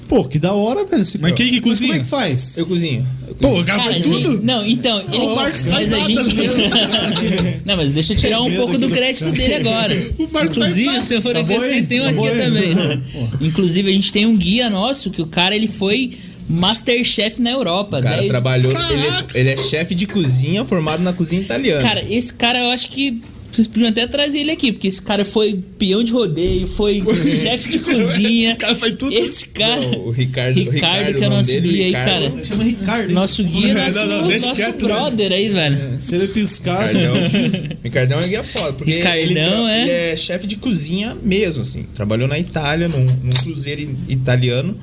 Speaker 1: Pô, que da hora, velho. esse-
Speaker 2: Mas quem que
Speaker 1: Como é
Speaker 2: cozinha?
Speaker 1: que faz?
Speaker 5: Eu cozinho. Eu
Speaker 2: Pô, o cara
Speaker 3: Cara,
Speaker 2: Ah, faz
Speaker 3: gente,
Speaker 2: tudo?
Speaker 3: Não, então, ele...
Speaker 2: o Marcos
Speaker 3: mas
Speaker 2: faz
Speaker 3: a
Speaker 2: nada, né?
Speaker 3: gente... não, mas deixa eu tirar um
Speaker 1: Medo
Speaker 3: pouco
Speaker 1: aqui
Speaker 3: do
Speaker 1: do
Speaker 3: crédito dele agora.
Speaker 2: O Marcos faz
Speaker 3: Inclusive,
Speaker 2: nada.
Speaker 3: se eu for
Speaker 1: Acabou,
Speaker 3: acrescentar,
Speaker 1: hein?
Speaker 3: tem um
Speaker 1: Acabou,
Speaker 3: aqui
Speaker 1: hein?
Speaker 3: também. Inclusive, a gente tem um guia nosso que o cara, ele foi... Masterchef na Europa. né?
Speaker 5: O cara
Speaker 3: daí-
Speaker 5: trabalhou. Ele, é- ele é chefe de cozinha formado na cozinha italiana.
Speaker 3: Cara, esse cara eu acho que. Vocês podiam até trazer ele aqui, porque esse cara foi peão de rodeio, foi chefe de cozinha.
Speaker 2: O cara faz tudo.
Speaker 3: Esse cara.
Speaker 5: Não, o Ricardo- o Ricardo,
Speaker 3: que é
Speaker 5: o nome
Speaker 3: nosso
Speaker 5: dele,
Speaker 3: guia aí,
Speaker 5: Ricardo.
Speaker 3: cara.
Speaker 1: Chama Ricardo. hein?
Speaker 3: Nosso guia é
Speaker 2: Não,
Speaker 3: nosso,
Speaker 2: não, deixa
Speaker 3: nosso
Speaker 2: quieto, né?
Speaker 3: brother aí, velho.
Speaker 1: Se ele piscar. né?
Speaker 5: Ricardão, Ricardão é guia foda, porque
Speaker 3: Ricardão
Speaker 5: ele, tra-
Speaker 3: é-
Speaker 5: ele é chefe de cozinha mesmo, assim. Trabalhou na Itália, num, num cruzeiro i- italiano.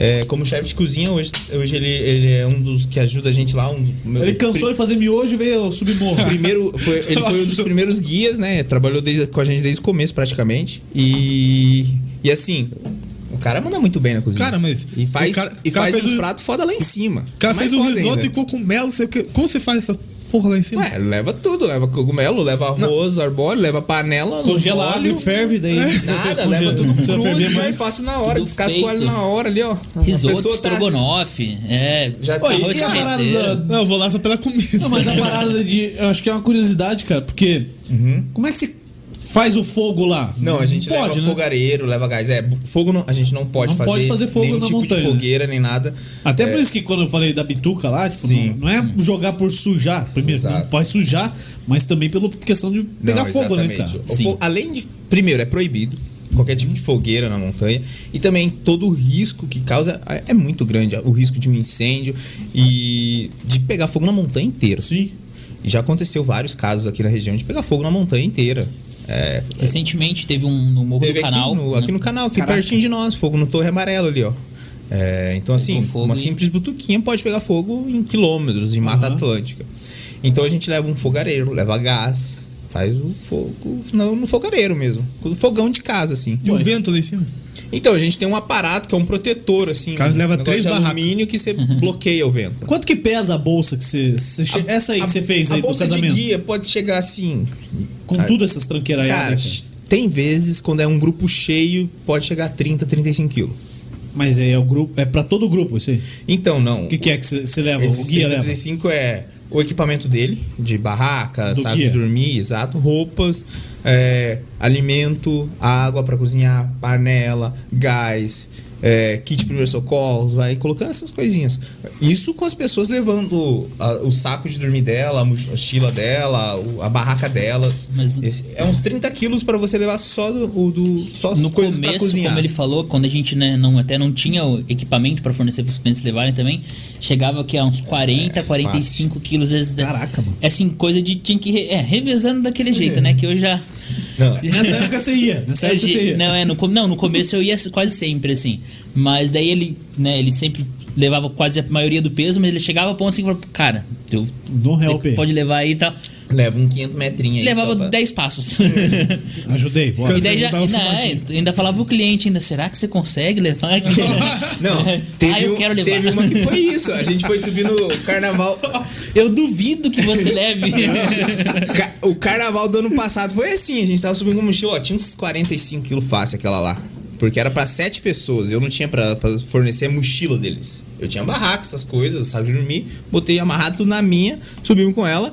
Speaker 5: é, como chefe de cozinha, hoje, hoje ele, ele é um dos que ajuda a gente lá. Um, dos meus-
Speaker 1: Ele cansou de fazer miojo e veio subir morro.
Speaker 5: primeiro foi- ele foi um dos primeiros guias, né? Trabalhou desde- com a gente desde o começo, praticamente. E, e assim, o cara manda muito bem na cozinha.
Speaker 2: Cara, mas
Speaker 5: E faz,
Speaker 2: o cara-
Speaker 5: e
Speaker 2: o cara
Speaker 5: faz
Speaker 2: fez
Speaker 5: uns
Speaker 2: o-
Speaker 5: pratos foda lá em cima.
Speaker 2: O cara fez um risoto de
Speaker 5: e
Speaker 2: cogumelo, sei o que. Como você faz essa porra lá em cima?
Speaker 5: Ué, leva tudo, leva cogumelo, leva arroz, arbóreo, leva panela,
Speaker 1: Congela
Speaker 5: óleo,
Speaker 1: e ferve, daí. precisa
Speaker 5: nada,
Speaker 1: congelar.
Speaker 5: leva tudo
Speaker 1: Precisa ferver
Speaker 5: cru, vai
Speaker 1: mais.
Speaker 5: passa na hora,
Speaker 3: Tudo
Speaker 5: descasca o alho
Speaker 3: feito.
Speaker 5: na hora ali, ó. A
Speaker 3: Risoto,
Speaker 5: pessoa tá-
Speaker 3: estrogonofe, é.
Speaker 5: Já tá-
Speaker 1: Oi,
Speaker 3: arroz
Speaker 1: e a parada da-
Speaker 3: carreteiro.
Speaker 2: Não, eu vou lá só pela comida.
Speaker 1: Não, mas a parada de. Eu acho que é uma curiosidade, cara, porque. Como é que você faz o fogo lá?
Speaker 5: Uhum. Não, a gente
Speaker 1: pode,
Speaker 5: leva
Speaker 1: né?
Speaker 5: fogareiro, leva gás. É, fogo não, a gente não pode
Speaker 1: Não
Speaker 5: fazer.
Speaker 1: pode fazer fogo
Speaker 5: nenhum
Speaker 1: na
Speaker 5: tipo
Speaker 1: montanha,
Speaker 5: de
Speaker 1: né?
Speaker 5: fogueira, nem nada.
Speaker 1: Até
Speaker 5: É,
Speaker 1: por isso que quando eu falei da bituca lá, tipo,
Speaker 5: Sim.
Speaker 1: Não, não é jogar por sujar, primeiro,
Speaker 5: Exato.
Speaker 1: não pode sujar, mas também pela questão de pegar
Speaker 5: Não,
Speaker 1: fogo, né,
Speaker 5: exatamente.
Speaker 1: cara?
Speaker 5: O fogo- além de. Primeiro, é proibido. Qualquer tipo de fogueira na montanha. E também todo o risco que causa é- é muito grande. O risco de um incêndio e de pegar fogo na montanha inteira.
Speaker 1: Sim.
Speaker 5: E já aconteceu vários casos aqui na região de pegar fogo na montanha inteira. É,
Speaker 3: Recentemente teve um no Morro
Speaker 5: teve
Speaker 3: do Canal.
Speaker 5: aqui, no, aqui no canal, aqui pertinho de nós, fogo no Torre Amarelo ali, ó. É, então, assim,
Speaker 3: Pegou fogo
Speaker 5: uma
Speaker 3: e-
Speaker 5: simples butuquinha pode pegar fogo em quilômetros de Mata
Speaker 1: Aham.
Speaker 5: Atlântica. Então a gente leva um fogareiro, leva gás, faz o fogo no, no fogareiro mesmo, com o fogão de casa, assim.
Speaker 2: E o vento lá em cima?
Speaker 5: Então a gente tem um aparato que é um protetor, assim.
Speaker 2: Cara,
Speaker 5: um
Speaker 2: leva
Speaker 5: negócio
Speaker 2: três
Speaker 5: de
Speaker 2: barracas.
Speaker 5: alumínio que você bloqueia o vento.
Speaker 1: Quanto que pesa a bolsa que você. você che- é essa aí
Speaker 5: A-
Speaker 1: que você fez
Speaker 5: a
Speaker 1: aí do
Speaker 5: bolsa de
Speaker 1: casamento?
Speaker 5: guia pode chegar assim.
Speaker 1: Com
Speaker 5: a-
Speaker 1: tudo essas
Speaker 5: Cara,
Speaker 1: tranqueiraiadas. cara.
Speaker 5: tem vezes quando é um grupo cheio, pode chegar a 30, 35 quilos.
Speaker 1: Mas aí é o grupo. É pra todo o grupo isso aí.
Speaker 5: Então, não.
Speaker 1: O que, que é que você você leva?
Speaker 5: Esses
Speaker 1: o guia
Speaker 5: 30,
Speaker 1: leva.
Speaker 5: 35 é o equipamento dele, de barraca,
Speaker 1: Do
Speaker 5: sabe,
Speaker 1: guia.
Speaker 5: de dormir, exato, roupas, é, alimento, água pra cozinhar, panela, gás, é, kit primeiros socorros, vai colocando essas coisinhas. Isso com as pessoas levando a- o saco de dormir dela, a mochila dela, o- a barraca delas.
Speaker 3: Mas-
Speaker 5: Esse- é uns 30 quilos pra você levar só do, o do só as
Speaker 3: no
Speaker 5: coisas
Speaker 3: começo,
Speaker 5: pra cozinhar.
Speaker 3: como ele falou, quando a gente né, não, até não tinha o equipamento para fornecer para os clientes levarem também, chegava aqui a
Speaker 5: É,
Speaker 3: uns 40, 45 quilos. Às vezes,
Speaker 1: Caraca, mano.
Speaker 5: É.
Speaker 3: É assim, coisa de tinha que. re- É, revezando daquele jeito, né? Que eu já.
Speaker 5: Não,
Speaker 1: Nessa época você ia. Nessa
Speaker 3: É,
Speaker 1: época
Speaker 3: ge-
Speaker 1: você ia.
Speaker 3: não, é, no, com- não, no começo eu ia quase sempre, assim. Mas daí ele, né, ele sempre levava quase a maioria do peso, mas ele chegava ao ponto assim, e falava, cara, eu,
Speaker 1: Don't help
Speaker 3: você
Speaker 1: it."
Speaker 3: pode levar aí e tal.
Speaker 5: leva um 500 metrinho aí.
Speaker 3: Levava
Speaker 5: só pra-
Speaker 3: 10 passos.
Speaker 1: Ajudei. Bora.
Speaker 3: E daí
Speaker 2: Você
Speaker 3: já,
Speaker 2: não tava
Speaker 3: não, é,
Speaker 2: filmadinho.
Speaker 3: ainda falava o cliente ainda, será que você consegue levar aqui?
Speaker 5: Não, teve,
Speaker 3: ah, eu
Speaker 5: um-
Speaker 3: quero levar.
Speaker 5: teve uma que foi isso. A gente foi subir no carnaval.
Speaker 3: Eu duvido que você leve.
Speaker 5: Ca- O carnaval do ano passado foi assim, a gente tava subindo com mochila, ó, tinha uns 45 quilos fácil aquela lá. Porque era pra sete pessoas, eu não tinha pra, pra fornecer a mochila deles. Eu tinha barraca, essas coisas, saco de dormir, botei amarrado tudo na minha, subimos com ela.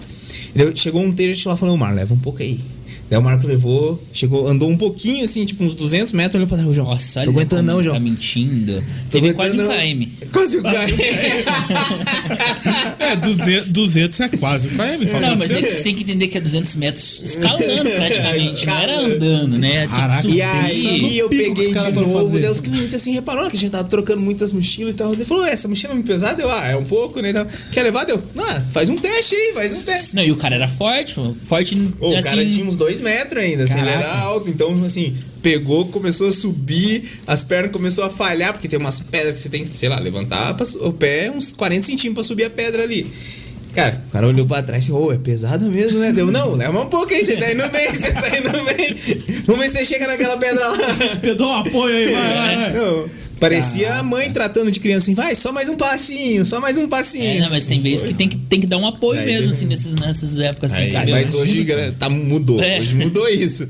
Speaker 5: Daí chegou um trecho lá falando, Marco, leva um pouco aí. Daí o Marco levou, chegou, andou um pouquinho assim, tipo uns 200 metros, olhou pra trás, "Ô, João.
Speaker 3: Nossa, olha
Speaker 5: tô aguentando
Speaker 3: como
Speaker 5: não, João.
Speaker 3: Tá mentindo.
Speaker 5: Tô
Speaker 3: Teve
Speaker 1: é
Speaker 5: aguentando
Speaker 3: quase um
Speaker 5: não."
Speaker 3: KM.
Speaker 5: Quase um KM.
Speaker 2: É,
Speaker 1: tá-
Speaker 2: 200, 200 é quase o KM. Fala
Speaker 3: Não, mas é que
Speaker 2: você.
Speaker 3: vocês têm que entender que é 200 metros escalando praticamente, não era andando, né? Tinha que
Speaker 1: Caraca,
Speaker 3: subir.
Speaker 5: E
Speaker 1: Pensando no
Speaker 5: aí eu
Speaker 1: pico que os
Speaker 5: peguei
Speaker 1: caras
Speaker 5: de
Speaker 1: foram
Speaker 5: novo,
Speaker 1: fazer.
Speaker 5: daí os clientes assim repararam que a gente tava trocando muitas mochilas e tal. Ele falou, "Ué, essa mochila é muito pesada? Eu, ah, é um pouco, né? Então, Quer levar? Deu, ah, faz um teste aí, faz um teste.
Speaker 3: Não, e o cara era forte, forte
Speaker 5: Ô, o
Speaker 3: assim,
Speaker 5: cara tinha uns dois metros ainda, assim, ele era alto, então assim, pegou, começou a subir, as pernas começou a falhar, porque tem umas pedras que você tem que, sei lá, levantar pra su- o pé uns 40 centímetros pra subir a pedra ali. Cara, o cara olhou pra trás e disse, ô, é pesado mesmo, né? Deu, não, leva um pouco aí, você tá indo bem, você tá indo bem. Vamos ver se você chega naquela pedra lá.
Speaker 1: Te dou um apoio aí, vai, vai,
Speaker 3: É.
Speaker 1: vai.
Speaker 5: Não, parecia a mãe tratando de criança assim, vai, só mais um passinho, só mais um passinho.
Speaker 3: É, não, mas tem vezes que tem que, tem que dar um apoio
Speaker 5: Aí,
Speaker 3: mesmo,
Speaker 5: né?
Speaker 3: assim, nesses, nessas épocas, assim,
Speaker 5: Aí,
Speaker 3: cara.
Speaker 5: mas
Speaker 3: Eu-
Speaker 5: hoje gra- tá, mudou.
Speaker 3: É.
Speaker 5: Hoje mudou isso.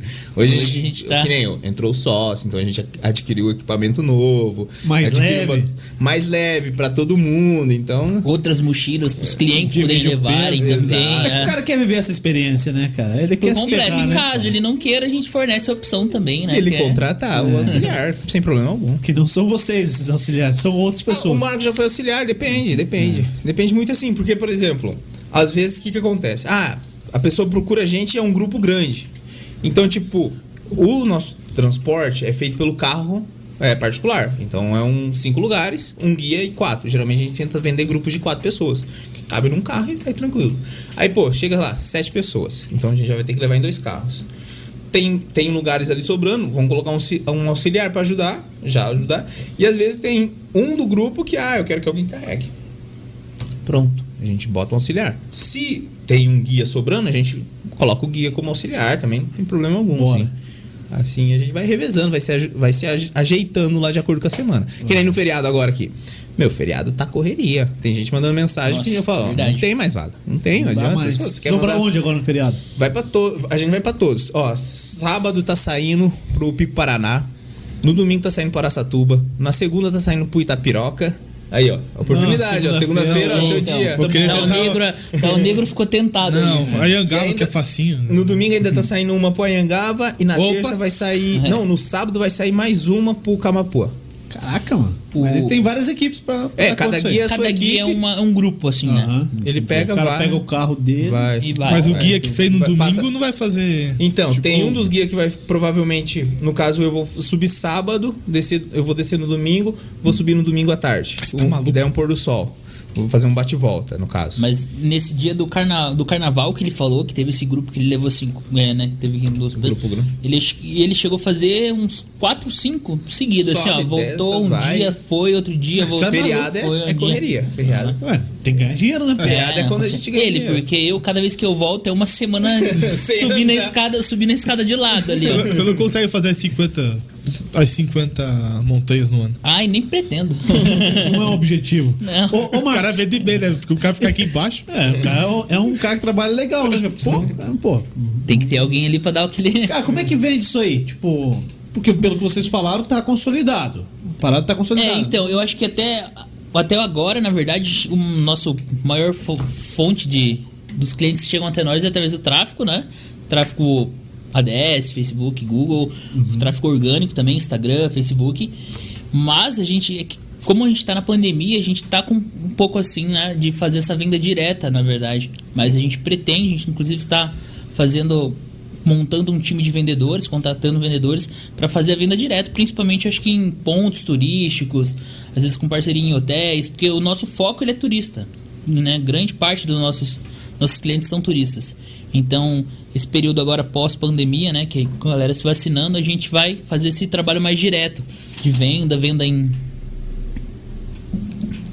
Speaker 3: Hoje
Speaker 5: Hoje, a
Speaker 3: a
Speaker 5: gente,
Speaker 3: gente tá-
Speaker 5: Que nem eu, entrou o sócio, então a gente adquiriu equipamento novo.
Speaker 1: Mais
Speaker 5: adquiriu
Speaker 1: leve.
Speaker 5: ba- Mais leve pra todo mundo, então.
Speaker 3: Outras mochilas pros clientes
Speaker 1: Divide
Speaker 3: poderem
Speaker 1: o
Speaker 3: levarem
Speaker 1: peso,
Speaker 3: também.
Speaker 1: É que
Speaker 3: é.
Speaker 1: O cara quer viver essa experiência, né, cara? Ele quer se
Speaker 3: Completa,
Speaker 1: ferrar,
Speaker 3: em
Speaker 1: né?
Speaker 3: caso ele não queira, a gente fornece a opção também, né?
Speaker 5: ele
Speaker 3: que é-
Speaker 5: contratar o auxiliar, sem problema algum.
Speaker 1: Que não são vocês esses auxiliares, são outras
Speaker 5: Ah, o
Speaker 1: pessoas.
Speaker 5: Marco já foi auxiliar, depende, depende. Depende muito assim, porque, por exemplo, às vezes o que, que acontece? Ah, a pessoa procura a gente e é um grupo grande. Então, tipo, o nosso transporte é feito pelo carro é, particular. Então é um cinco lugares, um guia e quatro. Geralmente a gente tenta vender grupos de quatro pessoas. que Cabe num carro e vai tranquilo. Aí, pô, chega lá, sete pessoas. Então a gente já vai ter que levar em dois carros tem, tem lugares ali sobrando, vão colocar um, ci- um auxiliar pra ajudar, já ajudar. E às vezes tem um do grupo que, ah, eu quero que alguém carregue. Pronto, a gente bota um auxiliar. Se tem um guia sobrando, a gente coloca o guia como auxiliar também, não tem problema algum.
Speaker 1: Bora.
Speaker 5: Assim. assim a gente vai revezando, vai se, aju- vai se aje- ajeitando lá de acordo com a semana. Que nem no feriado agora aqui. Meu, feriado tá correria. Tem gente mandando mensagem
Speaker 3: Nossa,
Speaker 5: que eu falo, ó,
Speaker 3: verdade.
Speaker 5: não tem mais vaga. Não tem, não,
Speaker 1: Dá
Speaker 5: adianta.
Speaker 1: mais.
Speaker 5: Se você quer
Speaker 1: São pra
Speaker 5: mandar-
Speaker 1: onde agora no feriado?
Speaker 5: Vai para todos. A gente vai pra todos. Ó, sábado tá saindo pro Pico Paraná. No domingo tá saindo pro Araçatuba. Na segunda tá saindo pro Itapiroca. Aí, ó. Oportunidade, ó. Segunda-feira,
Speaker 1: segunda-feira,
Speaker 5: ó, seu
Speaker 3: Então,
Speaker 5: dia.
Speaker 2: Eu queria
Speaker 3: tá, o
Speaker 2: tentar-
Speaker 3: negro, tá, o negro ficou tentado. né?
Speaker 2: Não, a
Speaker 3: aí.
Speaker 2: Yangava
Speaker 5: E ainda-
Speaker 2: que é facinho.
Speaker 5: No domingo ainda tá saindo uma pro Anhangava e na
Speaker 2: Opa.
Speaker 5: terça vai sair.
Speaker 3: É.
Speaker 5: Não, no sábado vai sair mais uma pro Camapuã.
Speaker 1: Caraca, mano. Mas ele tem várias equipes pra. pra
Speaker 5: É, cada
Speaker 1: acontecer.
Speaker 5: guia é a sua
Speaker 3: Cada
Speaker 5: equipe.
Speaker 3: guia é uma- é um grupo, assim, né?
Speaker 1: Aham.
Speaker 5: Ele
Speaker 1: Quer dizer,
Speaker 5: pega,
Speaker 1: é O cara
Speaker 5: vai.
Speaker 1: pega o carro dele.
Speaker 5: Vai.
Speaker 3: um E vai.
Speaker 2: Mas o
Speaker 3: vai.
Speaker 2: guia que fez no
Speaker 5: Ah, é, Vai-
Speaker 2: domingo
Speaker 5: passa-
Speaker 2: não vai fazer.
Speaker 5: Então,
Speaker 2: tipo,
Speaker 5: tem um dos guias que vai provavelmente, no caso eu vou subir sábado, descer, eu vou descer no domingo,
Speaker 1: Hum.
Speaker 5: vou subir no domingo à tarde.
Speaker 2: Você tá
Speaker 5: Um-
Speaker 2: maluco?
Speaker 5: Daí é um pôr do sol. Vou fazer um bate-volta, no caso.
Speaker 3: Mas nesse dia do, carna do carnaval que ele falou, que teve esse grupo que ele levou cinco. É, né? que Teve que duas
Speaker 5: Grupo grande.
Speaker 3: ele, che- e ele chegou a fazer uns quatro, cinco seguidos, assim,
Speaker 5: Sobe,
Speaker 3: ó. Voltou
Speaker 5: desce,
Speaker 3: um
Speaker 5: vai.
Speaker 3: dia, foi, outro dia, voltou.
Speaker 5: feriado
Speaker 3: foi,
Speaker 5: é,
Speaker 3: um
Speaker 5: é
Speaker 3: dia.
Speaker 5: correria. Feriado.
Speaker 1: Ué, tem que ganhar dinheiro, né?
Speaker 5: É. feriado quando
Speaker 3: com
Speaker 5: a gente
Speaker 3: certeza.
Speaker 5: ganha
Speaker 3: Ele,
Speaker 5: dinheiro.
Speaker 3: porque eu, cada vez que eu volto, é uma semana
Speaker 5: Sem
Speaker 3: subindo a
Speaker 5: andar.
Speaker 3: escada, subindo a escada de lado ali, ó.
Speaker 2: Você não consegue fazer as 50, as 50 montanhas no ano.
Speaker 3: Ai, nem pretendo.
Speaker 1: Não é um objetivo.
Speaker 3: Não.
Speaker 1: Ô, ô,
Speaker 2: O cara
Speaker 1: Marcos.
Speaker 2: vende bem, né? Porque o cara fica aqui embaixo.
Speaker 1: É, o cara é um- é um cara que trabalha legal, né? cara? Porque senão, cara, Pô,
Speaker 3: Tem que ter alguém ali pra dar aquele.
Speaker 1: Cara, como é que vende isso aí? Tipo, porque pelo que vocês falaram, tá consolidado. A parada tá
Speaker 3: É,
Speaker 1: consolidada.
Speaker 3: então, eu acho que até, até agora, na verdade, o nosso maior fo- fonte de, dos clientes que chegam até nós é através do tráfego, né? Tráfego ADS, Facebook, Google, tráfego orgânico também, Instagram, Facebook. Mas a gente, é que- como a gente tá na pandemia, a gente tá com um pouco assim, né? De fazer essa venda direta, na verdade. Mas a gente pretende, a gente inclusive tá fazendo montando um time de vendedores, contratando vendedores para fazer a venda direto, principalmente acho que em pontos turísticos, às vezes com parceria em hotéis, porque o nosso foco ele é turista, né? Grande parte dos nossos nossos clientes são turistas. Então, esse período agora pós-pandemia, né, que com a galera se vacinando, a gente vai fazer esse trabalho mais direto de venda, venda em.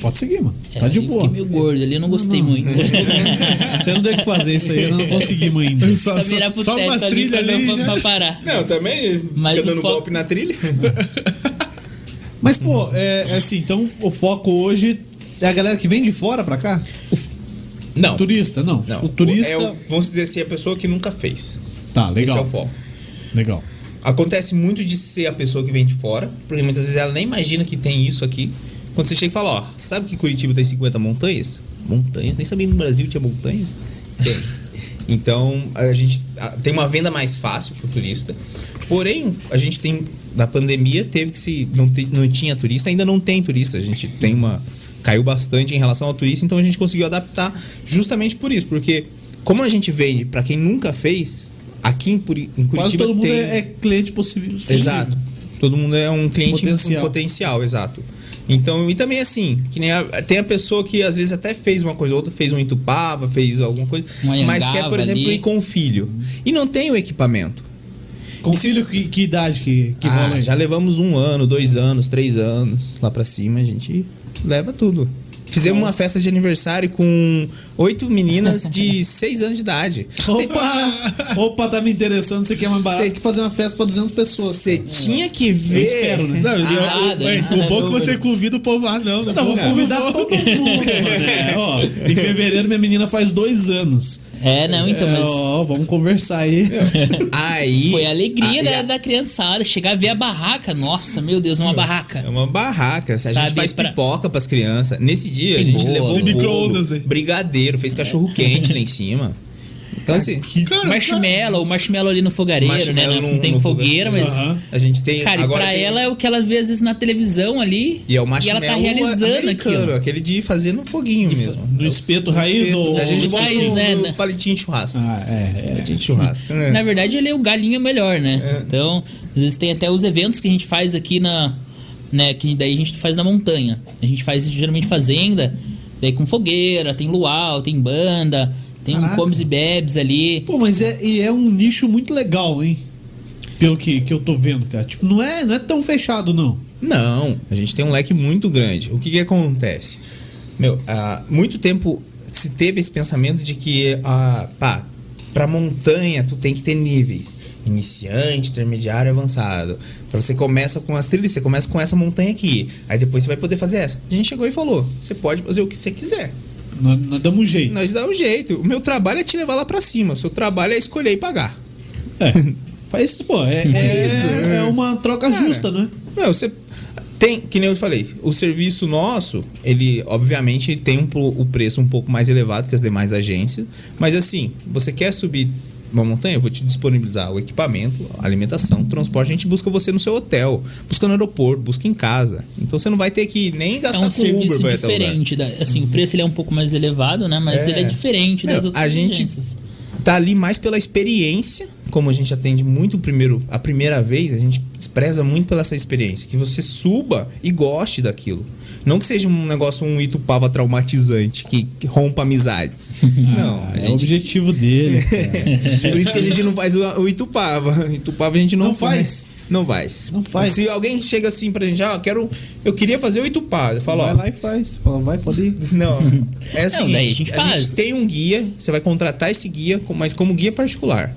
Speaker 1: Pode seguir, mano.
Speaker 3: É,
Speaker 1: tá de
Speaker 3: eu
Speaker 1: boa.
Speaker 3: Fiquei meio gordo ali, eu não gostei muito.
Speaker 1: Você não tem o que fazer isso aí, eu não conseguimos ainda.
Speaker 2: Só,
Speaker 3: Só virar pro
Speaker 2: só
Speaker 3: teto
Speaker 2: umas
Speaker 3: ali pra,
Speaker 2: trilhas ali.
Speaker 3: pra-
Speaker 2: já-
Speaker 3: pra parar.
Speaker 5: Não, também
Speaker 3: Mas
Speaker 5: fica
Speaker 3: o
Speaker 5: dando
Speaker 3: foco-
Speaker 5: golpe na trilha.
Speaker 1: Mas, pô, é, é assim, então o foco hoje é a galera que vem de fora pra cá?
Speaker 5: Não.
Speaker 1: Turista, não.
Speaker 5: não.
Speaker 1: O turista.
Speaker 5: É o- vamos dizer assim, a pessoa que nunca fez.
Speaker 1: Tá, legal.
Speaker 5: Esse é o foco.
Speaker 1: Legal.
Speaker 5: Acontece muito de ser a pessoa que vem de fora, porque muitas vezes ela nem imagina que tem isso aqui. Quando você chega e fala, ó, sabe que Curitiba tem 50 montanhas? Montanhas? Nem sabia que no Brasil tinha montanhas. Tem. Então, a gente a- tem uma venda mais fácil pro turista. Porém, a gente tem, na pandemia, teve que se. Não, te- não tinha turista, ainda não tem turista. A gente tem uma. Caiu bastante em relação ao turista, então a gente conseguiu adaptar justamente por isso, porque como a gente vende pra quem nunca fez, aqui em, Puri- em Curitiba
Speaker 1: Quase todo mundo
Speaker 5: tem-
Speaker 1: é, é cliente possível.
Speaker 5: Exato. Todo mundo é um cliente
Speaker 1: Potencial.
Speaker 5: potencial. potencial, exato. Então, e também assim, que nem a- tem a pessoa que às vezes até fez uma coisa ou outra, fez um entupava, fez alguma coisa,
Speaker 3: Um
Speaker 5: mas
Speaker 3: Anhangava
Speaker 5: quer, por exemplo,
Speaker 3: ali.
Speaker 5: ir com o filho. E não tem o equipamento.
Speaker 1: Com filho, que, que idade que, que
Speaker 5: ah,
Speaker 1: rola aí?
Speaker 5: já levamos um ano, dois anos, três anos lá pra cima, a gente leva tudo. Fizemos uma festa de aniversário com oito meninas de seis anos de idade.
Speaker 1: Opa! Opa, tá me interessando, você quer mais barato
Speaker 5: Cê-
Speaker 1: que fazer uma festa pra 200 pessoas.
Speaker 5: Você tinha que ver.
Speaker 1: Eu espero, né?
Speaker 2: Não, e
Speaker 3: Ah,
Speaker 2: o-
Speaker 3: nada,
Speaker 2: bem,
Speaker 3: nada,
Speaker 2: o bom é que
Speaker 3: não,
Speaker 2: você
Speaker 3: não.
Speaker 2: convida o povo. Ah, não, não,
Speaker 1: Não, vou
Speaker 2: vou,
Speaker 1: convidar
Speaker 2: não vou.
Speaker 1: todo mundo, mano. É, ó, em fevereiro minha menina faz dois anos.
Speaker 3: É, não, então,
Speaker 1: É,
Speaker 3: mas.
Speaker 1: ó, vamos conversar aí.
Speaker 5: Aí.
Speaker 3: Foi a alegria né,
Speaker 5: Ah, e
Speaker 3: da,
Speaker 5: a-
Speaker 3: da criançada chegar a ver a barraca. Nossa, meu Deus, uma barraca.
Speaker 5: É uma barraca. A
Speaker 3: Sabe,
Speaker 5: gente faz
Speaker 3: pra-
Speaker 5: pipoca pras crianças. Nesse dia, a
Speaker 3: Tem
Speaker 5: gente
Speaker 3: bolo. É.
Speaker 5: levou
Speaker 3: Tem
Speaker 5: bolo,
Speaker 2: micro-ondas, né?
Speaker 5: brigadeiro, fez cachorro quente lá em cima. Então, assim,
Speaker 2: Cara,
Speaker 3: Um Marshmallow, o marshmallow ali no fogareiro, né?
Speaker 5: marshmallow
Speaker 3: Não,
Speaker 5: no-
Speaker 3: tem
Speaker 5: no
Speaker 3: fogueira,
Speaker 5: fogareiro.
Speaker 3: mas.
Speaker 1: Aham.
Speaker 5: a gente tem.
Speaker 3: Cara, e
Speaker 5: agora
Speaker 3: pra
Speaker 5: tem- um
Speaker 3: ela é o que ela vê às vezes na televisão ali.
Speaker 5: E é o marshmallow
Speaker 3: ela tá realizando
Speaker 5: americano,
Speaker 3: aquilo.
Speaker 5: aquele de fazer no foguinho mesmo.
Speaker 1: no
Speaker 5: É o-
Speaker 1: espeto
Speaker 5: no
Speaker 1: raiz ou-
Speaker 5: A gente
Speaker 3: ou
Speaker 5: bota
Speaker 3: raiz,
Speaker 5: no,
Speaker 3: né?
Speaker 5: no palitinho de churrasco.
Speaker 1: Ah, é,
Speaker 5: Palitinho de churrasco, né? É.
Speaker 3: Na verdade, ele é o galinho melhor, né? Então, às vezes tem até os eventos que a gente faz aqui na. Né, que daí a gente faz na montanha. A gente faz geralmente fazenda, daí com fogueira, tem luau, tem banda, tem um
Speaker 1: Caraca.
Speaker 3: comes e bebes ali.
Speaker 1: Pô, mas é, e é um nicho muito legal, hein? Pelo que, que eu tô vendo, cara. Tipo, não é, não é tão fechado, não.
Speaker 5: Não, a gente tem um leque muito grande. O que, que acontece? Meu, há muito tempo se teve esse pensamento de que ah, pá, pra montanha tu tem que ter níveis. Iniciante, intermediário, avançado. Pra você começa com as trilhas, você começa com essa montanha aqui. Aí depois você vai poder fazer essa. A gente chegou e falou: você pode fazer o que você quiser.
Speaker 1: Nós, nós damos um jeito.
Speaker 5: Nós dá um jeito. O meu trabalho é te levar lá pra cima. O seu trabalho é escolher e pagar.
Speaker 1: É. Faz, pô, é, é,
Speaker 5: Isso.
Speaker 1: é uma troca
Speaker 5: Cara,
Speaker 1: justa, né?
Speaker 5: Não, você. Tem, que nem eu te falei, o serviço nosso, ele obviamente tem um, po- o preço um pouco mais elevado que as demais agências, mas assim, você quer subir uma montanha, eu vou te disponibilizar o equipamento, a alimentação, o transporte, a gente busca você no seu hotel, busca no aeroporto, busca em casa. Então você não vai ter que
Speaker 3: É
Speaker 5: nem
Speaker 1: tá
Speaker 5: gastar
Speaker 3: um
Speaker 5: com
Speaker 3: serviço
Speaker 5: Uber pra ir até o lugar.
Speaker 3: diferente.
Speaker 1: né?
Speaker 3: Da, assim, o preço ele é um pouco mais elevado, né? Mas
Speaker 5: Uhum. É.
Speaker 3: ele é diferente das
Speaker 5: Meu,
Speaker 3: outras
Speaker 5: a gente-
Speaker 3: agências.
Speaker 5: tá ali mais pela experiência, como a gente atende muito o primeiro, a primeira vez, a gente preza muito pela essa experiência, que você suba e goste daquilo. Não que seja um negócio um Itupava traumatizante que, que rompa amizades. Não, a
Speaker 1: É o
Speaker 5: gente,
Speaker 1: objetivo dele. cara.
Speaker 5: por isso que a gente não faz o, o Itupava. Itupava a gente não,
Speaker 1: Não faz.
Speaker 5: Não faz.
Speaker 1: Não faz.
Speaker 5: Se alguém chega assim pra gente, ah, eu quero, eu queria fazer o Itupava, eu falo,
Speaker 1: vai
Speaker 5: ó,
Speaker 1: lá e faz. Fala, vai, pode ir.
Speaker 5: não. É o seguinte,
Speaker 3: daí a gente faz.
Speaker 5: tem um guia, você vai contratar esse guia, com- mas como guia particular.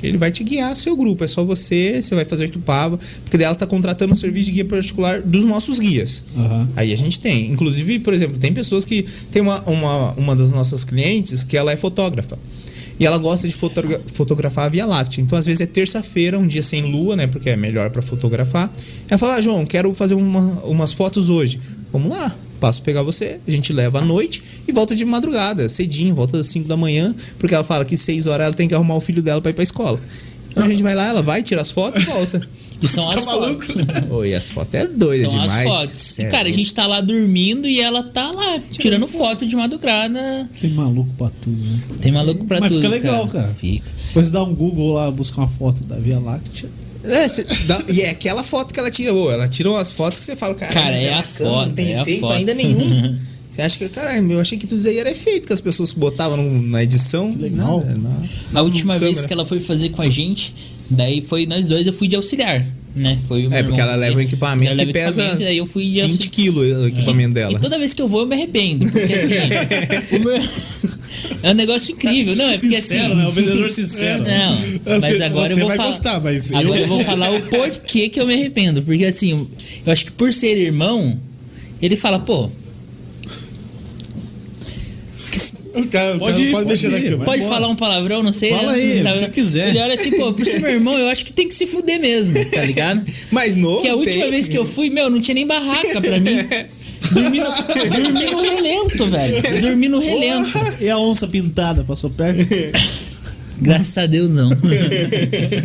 Speaker 5: Ele vai te guiar seu grupo, é só você, você vai fazer Itupava, porque daí ela tá contratando um serviço de guia particular dos nossos guias.
Speaker 1: Aham.
Speaker 5: Aí a gente tem. Inclusive, por exemplo, tem pessoas que. Tem uma, uma, uma das nossas clientes que ela é fotógrafa. E ela gosta de fotogra- fotografar a Via Láctea. Então, às vezes, é terça-feira, um dia sem lua, né? Porque é melhor pra fotografar. Ela fala, ah, João, quero fazer uma- umas fotos hoje. Vamos lá. Passo a pegar você, a gente leva à noite e volta de madrugada, cedinho, volta às 5 da manhã, porque ela fala que 6 horas ela tem que arrumar o filho dela pra ir pra escola. Então a gente vai lá, ela vai, tira as fotos e volta.
Speaker 3: E são as
Speaker 2: maluco?
Speaker 3: fotos.
Speaker 5: Oi, as fotos é doida
Speaker 3: São
Speaker 5: Tá demais.
Speaker 3: as fotos.
Speaker 5: Cê
Speaker 3: E,
Speaker 5: é
Speaker 3: cara, a
Speaker 5: louco.
Speaker 3: gente tá lá dormindo e ela tá lá tirando foto de madrugada.
Speaker 1: Tem maluco pra tudo, né?
Speaker 3: Tem maluco pra
Speaker 1: Mas
Speaker 3: tudo.
Speaker 1: fica legal, cara.
Speaker 3: Fica.
Speaker 1: Depois dá um Google lá, buscar uma foto da Via Láctea.
Speaker 5: É, cê dá- e é aquela foto que ela tira, ô, ela tira umas fotos que você fala, cara,
Speaker 3: Cara,
Speaker 5: mas
Speaker 3: é a
Speaker 5: bacana,
Speaker 3: foto,
Speaker 5: não tem
Speaker 3: é a
Speaker 5: efeito
Speaker 3: foto."
Speaker 5: ainda nenhum. Você Você acha que, caralho, meu, eu achei que tudo isso aí era efeito que as pessoas botavam no- na edição.
Speaker 1: legal.
Speaker 5: Não, não.
Speaker 3: A última vez
Speaker 5: câmera.
Speaker 3: que ela foi fazer com a gente, daí foi nós dois, eu fui de auxiliar, né? Foi o meu
Speaker 5: É, porque
Speaker 3: irmão.
Speaker 5: ela leva o equipamento
Speaker 3: Ela leva
Speaker 5: que pesa
Speaker 3: equipamento, daí eu fui de
Speaker 5: 20
Speaker 3: auxiliar.
Speaker 5: quilos é o equipamento dela.
Speaker 3: E toda vez que eu vou, eu me arrependo. Porque assim, o meu... é um negócio incrível, não? É porque
Speaker 1: Sincero,
Speaker 3: assim.
Speaker 1: né? O vendedor sincero.
Speaker 3: Não, mas
Speaker 2: Você-
Speaker 3: agora
Speaker 2: você
Speaker 3: eu vou
Speaker 2: vai
Speaker 3: falar.
Speaker 2: gostar, mas eu-
Speaker 3: agora eu... vou falar o porquê que eu me arrependo. Porque assim, eu acho que por ser irmão, ele fala, pô,
Speaker 2: O
Speaker 1: Pode ir,
Speaker 2: cara- o cara pode
Speaker 1: pode
Speaker 2: mexer na
Speaker 1: ir,
Speaker 2: câmera.
Speaker 1: vai.
Speaker 3: Pode
Speaker 1: embora.
Speaker 3: falar um palavrão, não sei.
Speaker 1: Fala
Speaker 3: né?
Speaker 1: aí,
Speaker 3: Tá-
Speaker 1: o que você quiser.
Speaker 3: Ele olha assim, pô, por ser meu irmão, eu acho que tem que se fuder mesmo, tá ligado?
Speaker 5: Mas novo.
Speaker 3: Porque a última
Speaker 5: tem.
Speaker 3: vez que eu fui, meu, não tinha nem barraca pra mim. Dormi no, dormi no relento, velho. Dormi no relento.
Speaker 1: E a onça pintada passou perto?
Speaker 3: Graças a Deus, não.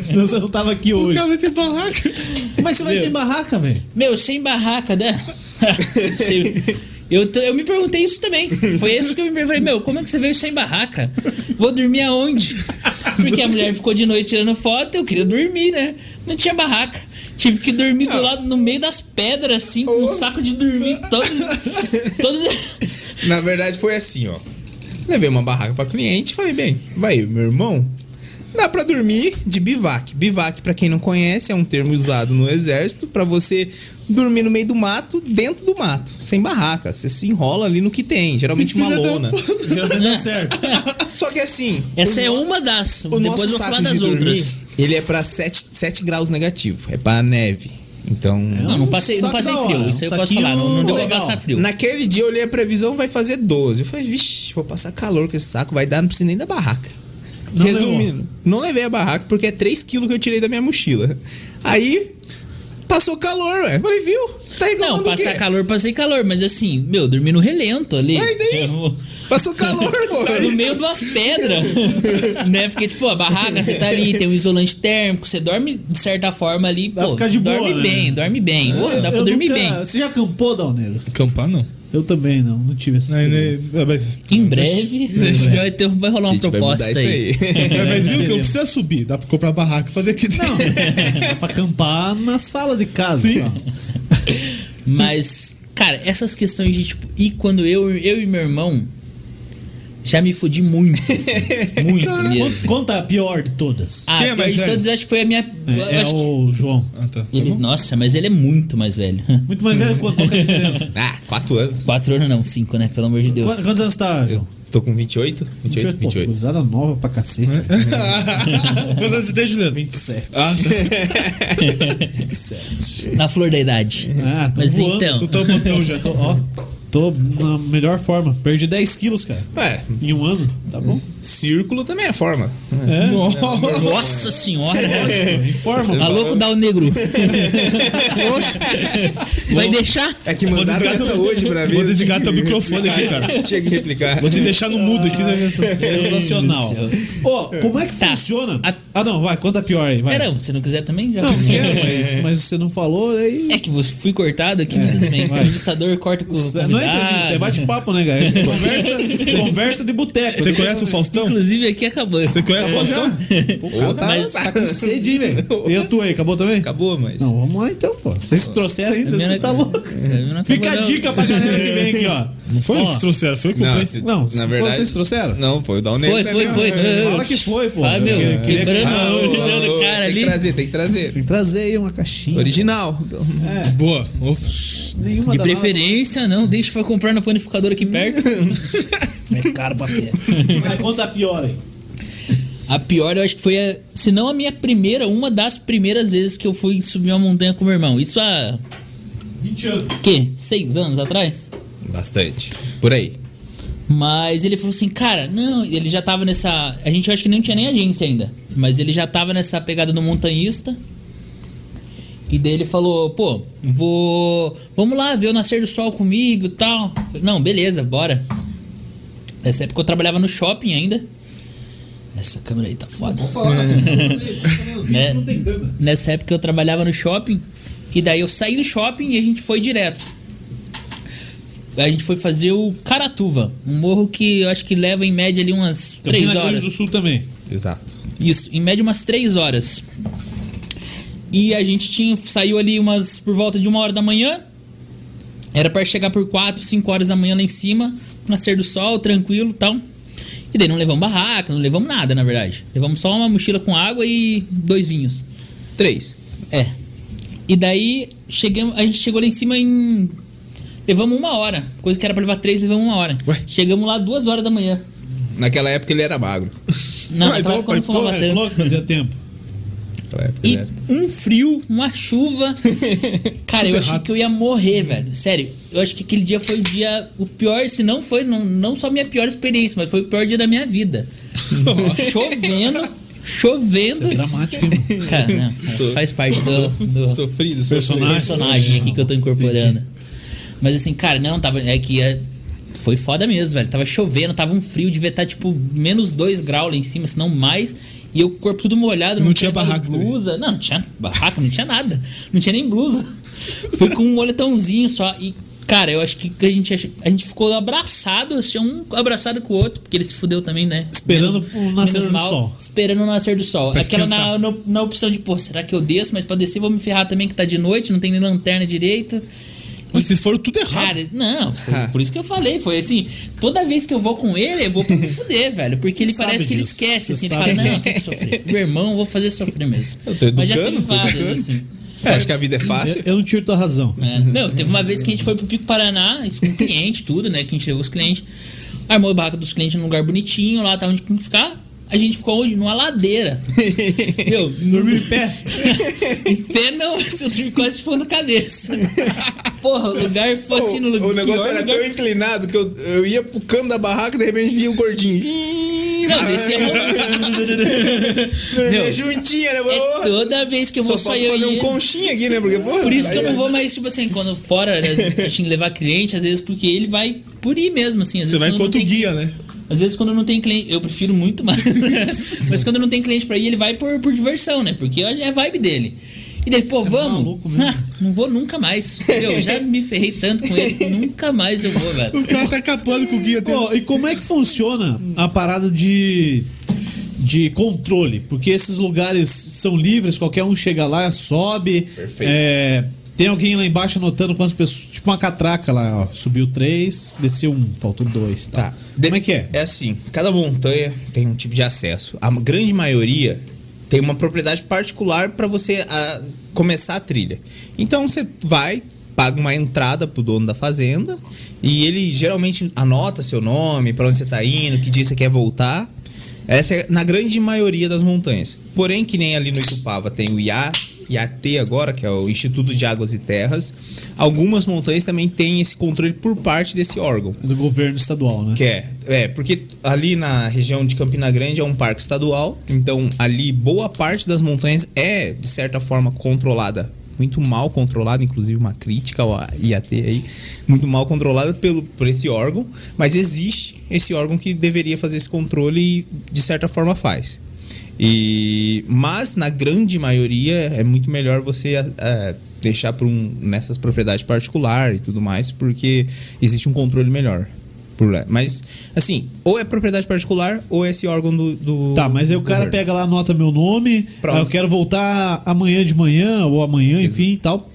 Speaker 1: Senão você não tava aqui
Speaker 2: O
Speaker 1: hoje.
Speaker 2: cara vai ser barraca.
Speaker 1: Como é que você vai sem barraca, velho?
Speaker 3: Meu, sem barraca, né? Eu, tô- eu me perguntei isso também. Foi isso que eu me perguntei. Meu, como é que você veio sem barraca? Vou dormir aonde? Porque a mulher ficou de noite tirando foto, eu queria dormir, né? Não tinha barraca. Tive que dormir
Speaker 5: Ah.
Speaker 3: do lado, no meio das pedras, assim,
Speaker 5: Oh.
Speaker 3: com um saco de dormir todo. todo...
Speaker 5: Na verdade foi assim, ó. Levei uma barraca pra cliente, falei, bem, vai, meu irmão, dá pra dormir de bivac. Bivac, pra quem não conhece, é um termo usado no exército pra você dormir no meio do mato, dentro do mato, sem barraca. Você se enrola ali no que tem, geralmente uma
Speaker 2: Filha da
Speaker 5: lona.
Speaker 2: puta.
Speaker 1: Geralmente dá certo.
Speaker 5: Só que assim,
Speaker 3: Essa é uma das.
Speaker 5: o
Speaker 3: Depois eu
Speaker 5: nosso
Speaker 3: vou falar
Speaker 5: saco
Speaker 3: das
Speaker 5: de dormir,
Speaker 3: outras.
Speaker 5: ele é pra 7, graus negativo, é pra neve. Então,
Speaker 3: É, Não, não passei, não
Speaker 1: Saco
Speaker 3: passei
Speaker 1: da hora,
Speaker 3: frio. Isso
Speaker 1: um
Speaker 3: eu posso
Speaker 1: saquinho
Speaker 3: falar. Não, não deu pra
Speaker 1: legal.
Speaker 3: passar Tá frio.
Speaker 5: naquele dia eu olhei a previsão, vai fazer 12. Eu falei, vixe, vou passar calor com esse saco, vai dar, não precisa nem da barraca.
Speaker 1: Não
Speaker 5: Resumindo, não levei a barraca porque é 3kg que eu tirei da minha mochila. Aí, passou calor, ué. Falei, viu? Tá
Speaker 3: Não,
Speaker 5: reclamando do
Speaker 3: passar
Speaker 5: quê?
Speaker 3: calor, passei calor, mas assim, meu, dormi no relento ali.
Speaker 5: Mas daí?
Speaker 3: Eu- Tá
Speaker 5: Passou calor,
Speaker 3: no
Speaker 5: pô.
Speaker 3: meio das pedras. né? Porque, tipo, a barraca, você tá ali, tem um isolante térmico, você dorme de certa forma ali,
Speaker 1: Dá pra
Speaker 3: pô.
Speaker 1: ficar de boa,
Speaker 3: dorme
Speaker 1: né? É,
Speaker 3: bem, dorme bem. Ô, dá pra
Speaker 1: Eu
Speaker 3: dormir
Speaker 1: nunca-
Speaker 3: bem.
Speaker 1: Você já acampou, Dal Negro?
Speaker 2: Acampar não.
Speaker 1: Eu também não, não tive essa
Speaker 2: Aí,
Speaker 1: experiência.
Speaker 2: né, mas,
Speaker 3: Em breve,
Speaker 1: né?
Speaker 3: vai, ter- um, vai rolar uma
Speaker 5: Gente, vai mudar
Speaker 3: proposta
Speaker 5: isso
Speaker 3: aí.
Speaker 2: mas, mas viu que não precisa subir. Dá pra comprar barraca e fazer aqui dentro.
Speaker 3: é-
Speaker 1: Dá pra acampar na sala de casa.
Speaker 2: Sim.
Speaker 1: só.
Speaker 3: Mas, cara, essas questões de, tipo, e quando eu, eu e meu irmão já me fudi muito, assim, muito mesmo.
Speaker 1: Con- Conta a pior de todas.
Speaker 3: Ah,
Speaker 2: Quem é
Speaker 3: pior
Speaker 2: mais
Speaker 3: de
Speaker 2: velho?
Speaker 3: todos, eu acho que foi a minha. eu
Speaker 1: é é
Speaker 3: acho que-
Speaker 1: o João.
Speaker 2: Ah, tá. tá
Speaker 3: ele-
Speaker 2: bom.
Speaker 3: nossa, mas ele é muito mais velho.
Speaker 1: Muito mais velho, qual qual que é a diferença?
Speaker 5: Ah, 4 anos.
Speaker 3: Quatro anos não, cinco, né? Pelo amor de Deus.
Speaker 1: Quantos, quantos anos tá, João?
Speaker 5: Tô com 28? 28,
Speaker 1: Pô,
Speaker 5: 28.
Speaker 1: cruzada nova pra cacete. né?
Speaker 2: Quantos anos você tem, Juliano?
Speaker 1: 27.
Speaker 2: Ah, tá.
Speaker 1: 27.
Speaker 3: Na flor da idade.
Speaker 1: Ah, tô
Speaker 3: Mas
Speaker 1: voando,
Speaker 3: então-
Speaker 1: sou-
Speaker 2: Soltou o botão já.
Speaker 1: Tô, ó, tô na melhor forma. Perdi 10 quilos, cara.
Speaker 5: Ué,
Speaker 1: Em um ano, tá bom?
Speaker 5: É, círculo também é forma.
Speaker 1: É,
Speaker 2: Nossa.
Speaker 3: Nossa senhora!
Speaker 1: em forma.
Speaker 3: Alô, com o Dal Negro. Oxe. Vai deixar?
Speaker 5: É que
Speaker 2: Vou
Speaker 5: mandaram
Speaker 2: desligar
Speaker 5: essa
Speaker 2: teu-
Speaker 5: hoje pra mim.
Speaker 2: Vou
Speaker 5: eu
Speaker 2: desligar
Speaker 5: tinha
Speaker 2: teu
Speaker 5: que
Speaker 2: microfone aqui,
Speaker 5: replicar.
Speaker 2: cara.
Speaker 5: Tinha que replicar.
Speaker 2: Vou te deixar no mudo aqui. Né?
Speaker 1: Sensacional.
Speaker 3: Meu Deus
Speaker 1: Ô, como é que
Speaker 3: Tá.
Speaker 1: funciona?
Speaker 3: A-
Speaker 1: Ah, não, vai, conta a pior aí, vai.
Speaker 3: É, não, se não quiser também, já.
Speaker 1: Não, quero, mas, mas você não falou, aí.
Speaker 3: É que você fui cortado aqui, mas tudo bem. O
Speaker 1: vai.
Speaker 3: entrevistador corta com o
Speaker 1: Isso É, Não é entrevista, é
Speaker 3: convidado.
Speaker 1: bate-papo, né, cara? Conversa, conversa de boteco.
Speaker 2: Você conhece o Faustão?
Speaker 3: Inclusive, aqui acabou.
Speaker 2: Você conhece o
Speaker 1: Acabou já?
Speaker 2: Faustão?
Speaker 1: O cara tá,
Speaker 3: Mas-
Speaker 1: tá com sede, hein, velho? E a tua aí, acabou também?
Speaker 5: Acabou, mas.
Speaker 1: Não, vamos lá então, pô. Vocês trouxeram
Speaker 3: É
Speaker 1: ainda, você tá louco. Fica a dica pra galera que vem aqui, ó.
Speaker 2: Não foi
Speaker 1: Ó,
Speaker 2: eles que trouxeram, foi eu que comprei.
Speaker 5: se-
Speaker 1: Não, se for, vocês trouxeram?
Speaker 5: Não, pô, eu dá um
Speaker 3: Foi, foi, foi.
Speaker 1: né, Fala que foi, pô.
Speaker 3: Fala, meu,
Speaker 1: Eu queria-
Speaker 3: quebrando
Speaker 5: Ah,
Speaker 3: a orelha do cara
Speaker 5: tem
Speaker 3: ali.
Speaker 5: que trazer, tem que trazer.
Speaker 1: Tem que trazer aí uma caixinha.
Speaker 5: Original.
Speaker 1: É,
Speaker 2: Boa. Ô,
Speaker 1: nenhuma
Speaker 3: De
Speaker 1: da
Speaker 3: preferência, não, deixa pra comprar no panificador aqui perto.
Speaker 1: É caro pra ter. Mas conta a pior aí.
Speaker 3: A pior, eu acho que foi, a, se não a minha primeira, uma das primeiras vezes que eu fui subir uma montanha com meu irmão. Isso há,
Speaker 1: 20 anos.
Speaker 3: quê? Seis anos atrás?
Speaker 5: Bastante. Por aí.
Speaker 3: Mas ele falou assim, cara, não, ele já tava nessa. A gente eu acho que não tinha nem agência ainda. Mas ele já tava nessa pegada do montanhista. E daí ele falou, pô, vou. Vamos lá ver o nascer do sol comigo e tal. Falei, Não, beleza, bora. Nessa época eu trabalhava no shopping ainda. Essa câmera aí tá foda. Né?
Speaker 1: Não tem câmera.
Speaker 3: Nessa época eu trabalhava no shopping. E daí eu saí do shopping e a gente foi direto. A gente foi fazer o Caratuva, um morro que eu acho que leva em média ali umas
Speaker 1: Campina
Speaker 3: 3
Speaker 1: Grande
Speaker 3: horas.
Speaker 1: do Sul também.
Speaker 5: Exato.
Speaker 3: Isso, em média umas 3 horas. E a gente tinha saiu ali umas por volta de uma hora da manhã. Era para chegar por 4, 5 horas da manhã lá em cima, nascer do sol, tranquilo e tal. E daí não levamos barraca, não levamos nada, na verdade. Levamos só uma mochila com água e dois vinhos.
Speaker 5: Três.
Speaker 3: É. E daí chegamos, a gente chegou lá em cima em. Levamos uma hora. Coisa que era pra levar três, levamos uma hora.
Speaker 2: Ué.
Speaker 3: Chegamos lá duas horas da manhã.
Speaker 5: Naquela época ele era magro.
Speaker 3: Não,
Speaker 2: Ah, então,
Speaker 3: naquela época eu não
Speaker 2: pai,
Speaker 3: fumava
Speaker 1: Porra,
Speaker 3: tanto.
Speaker 1: falou que fazia tempo.
Speaker 5: Naquela época
Speaker 3: E
Speaker 5: ele era.
Speaker 3: um frio, uma chuva. Cara, eu achei
Speaker 2: errado.
Speaker 3: que eu ia morrer, velho. Sério, eu acho que aquele dia foi o dia. O pior, se não foi, não, não só a minha pior experiência, mas foi o pior dia da minha vida. chovendo,
Speaker 1: Isso é
Speaker 3: chovendo.
Speaker 1: dramático, hein, mano?
Speaker 3: Cara, não, cara,
Speaker 5: Sou-
Speaker 3: faz parte do, do
Speaker 5: Sofrido, sofrido.
Speaker 1: Personagem.
Speaker 3: personagem aqui que eu tô incorporando. Mas assim, cara, não, tava. É que é, foi foda mesmo, velho. Tava chovendo, tava um frio, devia estar tipo menos 2 graus lá em cima, se não mais. E eu, com o corpo tudo molhado, não,
Speaker 2: Não tinha
Speaker 3: levado
Speaker 2: barraca também.
Speaker 3: blusa. Não, não tinha barraca, não tinha nada. Não tinha nem blusa. Fui com um moletãozinho só. E, cara, eu acho que a gente, ach- a gente ficou abraçado, assim, um abraçado com o outro, porque ele se fudeu também, né?
Speaker 1: Esperando o nascer do sol.
Speaker 3: Esperando o nascer do sol.
Speaker 2: Pra
Speaker 3: Aquela na,
Speaker 2: esquentar.
Speaker 3: na, na opção de, pô, será que eu desço? Mas pra descer eu vou me ferrar também, que tá de noite, não tem nem lanterna direito.
Speaker 2: Mas vocês foram tudo errado.
Speaker 3: Cara, não, foi
Speaker 5: Ah.
Speaker 3: por isso que eu falei, foi assim, toda vez que eu vou com ele, eu vou pra me fuder, velho. Porque ele
Speaker 1: Sabe
Speaker 3: parece que ele
Speaker 1: disso,
Speaker 3: esquece,
Speaker 1: você
Speaker 3: assim, ele
Speaker 1: sabe
Speaker 3: fala, não,
Speaker 1: disso.
Speaker 3: tem que sofrer. Meu irmão, eu vou fazer sofrer mesmo.
Speaker 5: Eu tô
Speaker 3: Mas já
Speaker 5: educando,
Speaker 3: teve
Speaker 5: tô
Speaker 3: várias,
Speaker 5: educando.
Speaker 3: assim.
Speaker 5: Você acha que a vida é fácil?
Speaker 1: Eu, eu não tiro tua razão.
Speaker 3: É. Não, teve uma vez que a gente foi pro Pico Paraná, isso com um cliente, tudo, né? Que a gente levou os clientes. Armou a barraca dos clientes num lugar bonitinho, lá tava onde tinha que ficar. A gente ficou onde? Numa ladeira. Meu,
Speaker 1: Dormir em pé.
Speaker 3: em pé não, se eu dormi quase de ponta cabeça. Porra, o lugar foi assim no lugar.
Speaker 5: o negócio
Speaker 3: pior
Speaker 5: era
Speaker 3: lugar
Speaker 5: tão inclinado que eu, eu ia pro canto da barraca e de repente vinha o gordinho. Ih,
Speaker 3: Não, é descia
Speaker 5: dormia
Speaker 3: Meu,
Speaker 5: juntinho, né?
Speaker 3: é toda vez que eu
Speaker 5: Só
Speaker 3: vou só
Speaker 5: pode
Speaker 3: eu
Speaker 5: fazer um
Speaker 3: ia.
Speaker 5: conchinha aqui, né? Porque, porra,
Speaker 3: Por isso que eu
Speaker 5: aí-
Speaker 3: não vou mais, tipo assim, quando fora, né, a gente levar cliente, às vezes porque ele vai por ir mesmo, assim. Às
Speaker 2: Você
Speaker 3: vezes
Speaker 2: vai
Speaker 3: quando não
Speaker 2: contra o
Speaker 3: tem-
Speaker 2: guia, né?
Speaker 3: Às vezes quando não tem cliente, eu prefiro muito mais. né? Mas quando não tem cliente pra ir, ele vai por, por diversão, né? Porque é a vibe dele. E daí, pô,
Speaker 1: Você é
Speaker 3: vamos.
Speaker 1: maluco mesmo.
Speaker 3: Ah, não vou nunca mais. Eu já me ferrei tanto com ele que nunca mais eu vou, velho.
Speaker 2: O cara tá acabando com o guia dele.
Speaker 1: Pô, e como é que funciona a parada de, de controle? Porque esses lugares são livres, qualquer um chega lá, sobe.
Speaker 5: Perfeito.
Speaker 1: é, tem alguém lá embaixo anotando quantas pessoas. Tipo uma catraca lá, ó. Subiu três, desceu um, faltou dois. Tá.
Speaker 5: Tá.
Speaker 1: Como é que é?
Speaker 5: É assim, cada montanha tem um tipo de acesso. A grande maioria tem uma propriedade particular para você ah, começar a trilha. Então você vai, paga uma entrada pro dono da fazenda e ele geralmente anota seu nome, para onde você tá indo, que dia você quer voltar. Essa é na grande maioria das montanhas. Porém, que nem ali no Itupava tem o IA, IAT agora, que é o Instituto de Águas e Terras. Algumas montanhas também têm esse controle por parte desse órgão.
Speaker 1: Do governo estadual, né?
Speaker 5: Que é, é, porque ali na região de Campina Grande é um parque estadual, então ali boa parte das montanhas é, de certa forma, controlada. Muito mal controlada, inclusive uma crítica ao IAT aí, muito mal controlada pelo, por esse órgão, mas existe esse órgão que deveria fazer esse controle e, de certa forma, faz. E, mas, na grande maioria, é muito melhor você eh, deixar por um, nessas propriedades particulares e tudo mais, porque existe um controle melhor. Por lá. Mas, assim, ou é propriedade particular ou é esse órgão do. do-
Speaker 1: Tá, mas aí o
Speaker 5: do
Speaker 1: cara
Speaker 5: governo.
Speaker 1: pega lá, anota meu nome,
Speaker 5: Pronto.
Speaker 1: ah, eu quero voltar amanhã de manhã ou amanhã, enfim e tal.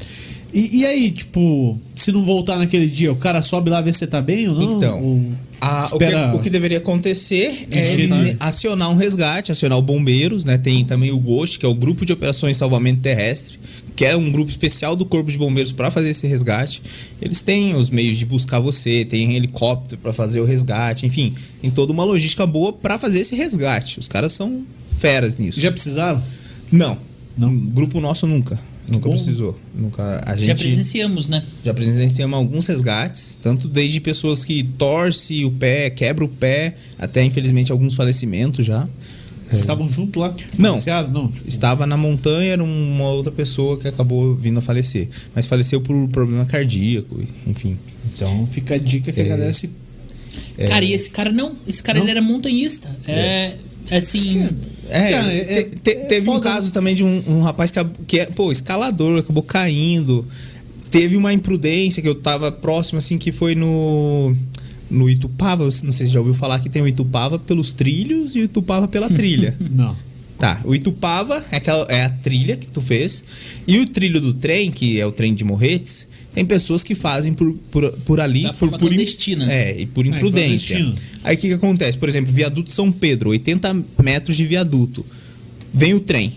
Speaker 1: E, e aí, tipo, se não voltar naquele dia, o cara sobe lá ver se você tá bem ou não?
Speaker 5: Então,
Speaker 1: Ou
Speaker 5: a- o,
Speaker 1: espera-
Speaker 5: que, o que deveria acontecer é
Speaker 1: Entendi.
Speaker 5: eles acionar um resgate, acionar o bombeiros, né? Tem também o GOST, que é o Grupo de Operações de Salvamento Terrestre, que é um grupo especial do Corpo de Bombeiros para fazer esse resgate. Eles têm os meios de buscar você, tem helicóptero para fazer o resgate, enfim, tem toda uma logística boa para fazer esse resgate. Os caras são feras nisso.
Speaker 1: Já precisaram?
Speaker 5: Não,
Speaker 1: Não?
Speaker 5: Um grupo nosso nunca, nunca
Speaker 1: Bom.
Speaker 5: precisou, nunca a gente
Speaker 3: Já presenciamos, né?
Speaker 5: já presenciamos alguns resgates, tanto desde pessoas que torce o pé, quebra o pé, até infelizmente alguns falecimentos já.
Speaker 1: Vocês estavam junto lá?
Speaker 5: É. Não.
Speaker 1: Passearam? Não. tipo,
Speaker 5: Estava na montanha, era uma outra pessoa que acabou vindo a falecer, mas faleceu por problema cardíaco, enfim.
Speaker 1: Então fica a dica que a
Speaker 5: É.
Speaker 1: galera se.
Speaker 3: Cara, e esse cara não. Esse cara
Speaker 1: Não?
Speaker 3: ele era montanhista. É. assim.
Speaker 5: É,
Speaker 1: Cara, é-
Speaker 5: te- te-
Speaker 1: é
Speaker 5: teve um
Speaker 1: foda,
Speaker 5: caso também de um, um rapaz que, ab- que é, pô, escalador, acabou caindo. Teve uma imprudência que eu tava próximo, assim, que foi no. No Itupava, não sei se você já ouviu falar que tem o Itupava pelos trilhos e o Itupava pela trilha.
Speaker 1: Não.
Speaker 5: Tá, o Itupava é, aquela, é a trilha que tu fez. E o trilho do trem, que é o trem de Morretes, tem pessoas que fazem por, por, por ali
Speaker 3: Da
Speaker 5: por,
Speaker 3: forma
Speaker 5: por im-
Speaker 3: clandestina.
Speaker 5: É, e por imprudência.
Speaker 1: clandestina.
Speaker 5: Aí o que, que acontece? Por exemplo, viaduto São Pedro, 80 metros de viaduto. Vem o trem.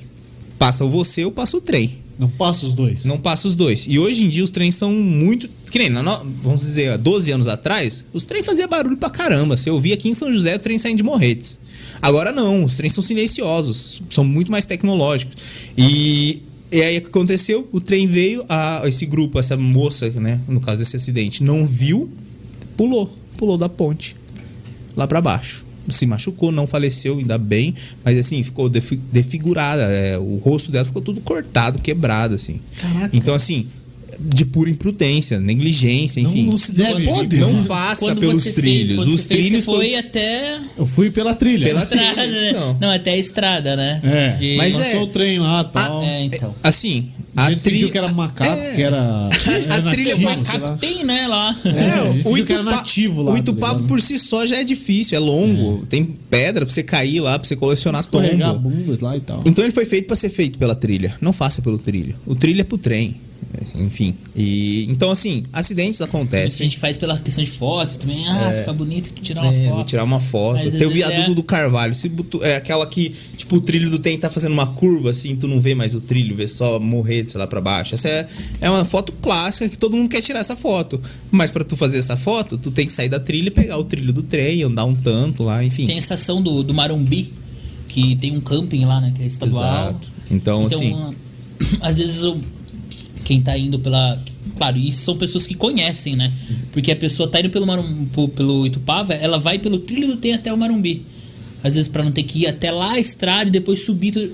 Speaker 5: Passa o você ou passa o trem.
Speaker 1: Não passa os dois.
Speaker 5: Não passa os dois. E hoje em dia os trens são muito. Que nem, na no- vamos dizer, há 12 anos atrás, os trens faziam barulho pra caramba. Você ouvia aqui em São José o trem saindo de morretes. Agora não, os trens são silenciosos, são muito mais tecnológicos. E, e aí o que aconteceu? O trem veio, a, esse grupo, essa moça, né, no caso desse acidente, não viu, pulou, pulou da ponte lá pra baixo. Se machucou, não faleceu, ainda bem, mas assim, ficou defi- defigurada. é, o rosto dela ficou tudo cortado, quebrado, assim.
Speaker 1: Caraca.
Speaker 5: Então, assim, de pura imprudência, negligência,
Speaker 1: Não-
Speaker 5: enfim. É,
Speaker 1: não se deve.
Speaker 3: Não
Speaker 1: pode.
Speaker 5: Não
Speaker 1: né?
Speaker 5: faça
Speaker 3: Quando
Speaker 5: pelos
Speaker 3: você fez-
Speaker 5: trilhos.
Speaker 3: quando
Speaker 5: Os
Speaker 3: você fez,
Speaker 5: trilhos
Speaker 3: você foi até
Speaker 1: Eu fui pela trilha.
Speaker 5: Pela-
Speaker 3: estrada,
Speaker 5: trilha,
Speaker 3: né?
Speaker 5: então.
Speaker 3: Não, até a estrada, né?
Speaker 1: É.
Speaker 3: De-
Speaker 1: Mas
Speaker 5: Mas
Speaker 1: passou
Speaker 5: é-
Speaker 1: o trem lá e tal.
Speaker 3: É, então.
Speaker 5: Assim,
Speaker 1: A
Speaker 5: a
Speaker 1: gente fingiu que
Speaker 5: trilha. É.
Speaker 1: era um macaco, que era. era
Speaker 5: A trilha é
Speaker 1: nativo,
Speaker 5: macaco,
Speaker 1: sei lá.
Speaker 3: Macaco tem, né, lá.
Speaker 1: É, a gente
Speaker 5: o
Speaker 1: fingiu que era
Speaker 5: Itupa-
Speaker 1: nativo lá,
Speaker 5: o
Speaker 1: tá
Speaker 5: Itupava
Speaker 1: ligado?
Speaker 5: por si só já é difícil, é longo. Tem pedra pra você cair lá, pra você colecionar
Speaker 1: Escorregar a
Speaker 5: tombo.
Speaker 1: bunda lá e tal.
Speaker 5: Então ele foi feito pra ser feito pela trilha. Não faça pelo trilho. O trilho é pro trem. Enfim. E então assim, acidentes
Speaker 3: Tem
Speaker 5: acontecem.
Speaker 3: gente que faz pela questão de fotos também. Ah, fica bonito que tirar uma
Speaker 5: É, vou
Speaker 3: foto.
Speaker 5: tirar uma foto.
Speaker 3: Mas às
Speaker 5: Tem o
Speaker 3: vezes
Speaker 5: viaduto
Speaker 3: é-
Speaker 5: do Carvalho. Se botu- é aquela que, tipo, o trilho do trem tá fazendo uma curva assim, tu não vê mais o trilho, vê só morrer, sei lá, pra baixo. Essa é, é uma foto clássica que todo mundo quer tirar essa foto. Mas pra tu fazer essa foto, tu tem que sair da trilha, pegar o trilho do trem, andar um tanto lá, enfim.
Speaker 3: Tem a estação do, do Marumbi, que tem um camping lá, né? Que é estadual.
Speaker 5: Exato. Então, assim.
Speaker 3: a- às vezes o, quem tá indo pela. Claro, e são pessoas que conhecem, né? Porque a pessoa tá indo pelo, Marum, po- pelo Itupava, ela vai pelo trilho do trem até o Marumbi. Às vezes, pra não ter que ir até lá a estrada e depois subir, tu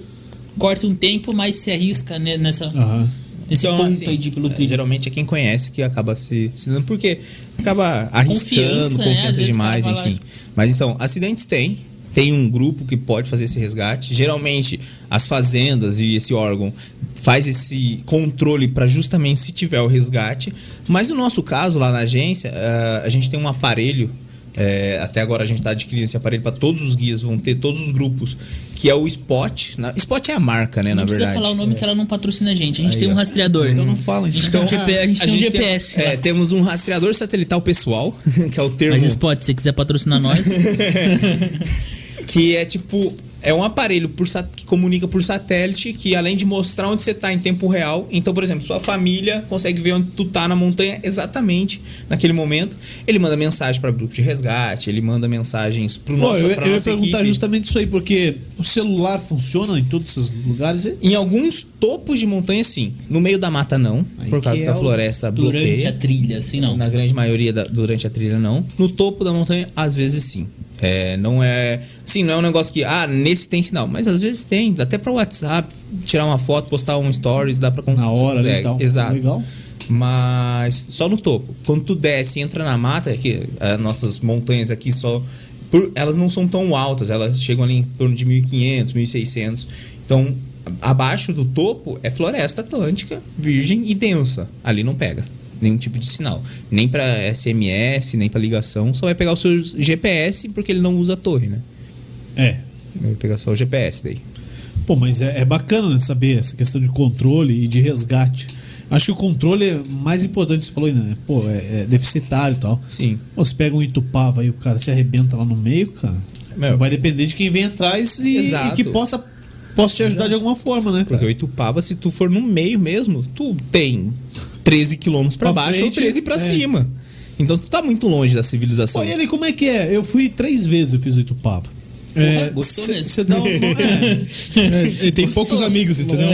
Speaker 3: corta um tempo, mas se arrisca ne- nessa,
Speaker 1: Aham.
Speaker 3: nesse
Speaker 5: Ah. Então,
Speaker 3: ponto
Speaker 5: assim,
Speaker 3: aí de ir pelo
Speaker 5: é,
Speaker 3: trilho.
Speaker 5: geralmente é quem conhece que acaba se, se dando, porque acaba arriscando,
Speaker 3: Confiança,
Speaker 5: confiança,
Speaker 3: né? Às vezes o
Speaker 5: demais,
Speaker 3: cara vai lá-
Speaker 5: enfim. Mas então, acidentes tem. Tem um grupo que pode fazer esse resgate. Geralmente, as fazendas e esse órgão faz esse controle para justamente se tiver o resgate. Mas no nosso caso, lá na agência, eh, a gente tem um aparelho. eh, até agora a gente está adquirindo esse aparelho para todos os guias, vão ter todos os grupos, que é o Spot. Na- Spot é a marca, né?
Speaker 3: Não
Speaker 5: na
Speaker 3: precisa
Speaker 5: verdade.
Speaker 3: falar o nome que ela não patrocina a gente. A gente
Speaker 5: Aí,
Speaker 3: tem um
Speaker 5: ó.
Speaker 3: rastreador. Então não
Speaker 1: fala,
Speaker 3: a gente tem um GPS. A gente tem um GPS.
Speaker 5: tem-
Speaker 3: lá.
Speaker 5: é, temos um rastreador satelital pessoal, que é o termo.
Speaker 3: Mas Spot, se você quiser patrocinar nós,
Speaker 5: que é tipo. É um aparelho por sat- que comunica por satélite, que além de mostrar onde você tá em tempo real, então, por exemplo, sua família consegue ver onde tu tá na montanha exatamente naquele momento. Ele manda mensagem para grupo de resgate, ele manda mensagens pro
Speaker 1: Pô,
Speaker 5: nosso
Speaker 1: eu,
Speaker 5: pra
Speaker 1: eu ia
Speaker 5: nossa
Speaker 1: perguntar
Speaker 5: equipe.
Speaker 1: justamente isso aí, porque o celular funciona em todos esses lugares. e-
Speaker 5: Em alguns topos de montanha, sim. No meio da mata, não.
Speaker 1: Aí
Speaker 5: por causa
Speaker 1: que
Speaker 5: que a
Speaker 1: é o-
Speaker 5: floresta
Speaker 3: durante
Speaker 5: bloqueia.
Speaker 3: a trilha, assim não.
Speaker 5: Na grande maioria da- durante a trilha, não. No topo da montanha, às vezes sim. É, não é. Sim, não é um negócio que, ah, nesse tem sinal. Mas às vezes tem. Até pra WhatsApp, tirar uma foto, postar um stories, dá pra con-
Speaker 1: Na hora ali
Speaker 5: é,
Speaker 1: e tal.
Speaker 5: Exato.
Speaker 1: Legal.
Speaker 5: Mas só no topo. Quando tu desce e entra na mata, é que as nossas montanhas aqui só. por- elas não são tão altas, elas chegam ali em torno de 1500, 1600. Então, a- abaixo do topo é floresta atlântica, virgem e densa. Ali não pega nenhum tipo de sinal. Nem pra SMS, nem pra ligação. Só vai pegar o seu GPS porque ele não usa a torre, né?
Speaker 1: É.
Speaker 5: Vai pegar só o GPS daí.
Speaker 1: Pô, mas é, é bacana né, saber essa questão de controle e de resgate. Acho que o controle é mais importante, você falou ainda, né? Pô, é, é deficitário e tal.
Speaker 5: Sim.
Speaker 1: Pô, Você pega um Itupava e o cara se arrebenta lá no meio, cara.
Speaker 5: Meu.
Speaker 1: Vai depender de quem vem atrás e,
Speaker 5: Exato.
Speaker 1: e que possa, possa te ajudar de alguma forma, né?
Speaker 5: Porque
Speaker 1: cara?
Speaker 5: o Itupava, se tu for no meio mesmo, tu tem 13 quilômetros pra
Speaker 1: Pra
Speaker 5: baixo
Speaker 1: frente,
Speaker 5: ou 13 pra
Speaker 1: é.
Speaker 5: cima. Então tu tá muito longe da civilização.
Speaker 1: Pô, e ali, como é que é? Eu fui três vezes, eu fiz o Itupava. É,
Speaker 3: gostou
Speaker 1: cê-
Speaker 3: mesmo?
Speaker 1: cê dá um- é,
Speaker 2: É, ele tem poucos amigos, entendeu?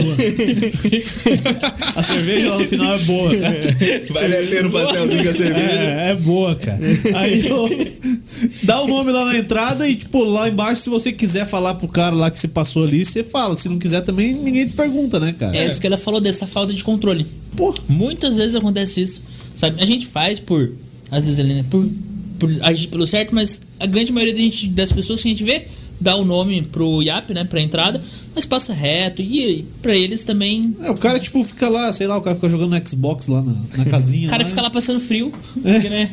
Speaker 1: a cerveja lá no final é boa, cara.
Speaker 5: Vale a pena o pastelzinho com a
Speaker 1: É, é boa, cara. Aí eu... dá o nome lá na entrada e, tipo, lá embaixo, se você quiser falar pro cara lá que você passou ali, você fala. Se não quiser também, ninguém te pergunta, né, cara?
Speaker 3: É isso que ela falou dessa falta de controle.
Speaker 1: Pô,
Speaker 3: Muitas vezes acontece isso, sabe? A gente faz por, às vezes, ali, né? Por, por agir pelo certo, mas a grande maioria da gente- das pessoas que a gente vê dá o nome pro IAP, né? Pra entrada, mas passa reto e, e pra eles também.
Speaker 1: é, o cara, tipo, fica lá, sei lá, o cara fica jogando no Xbox lá na, na casinha.
Speaker 3: O cara fica lá passando frio, porque, né?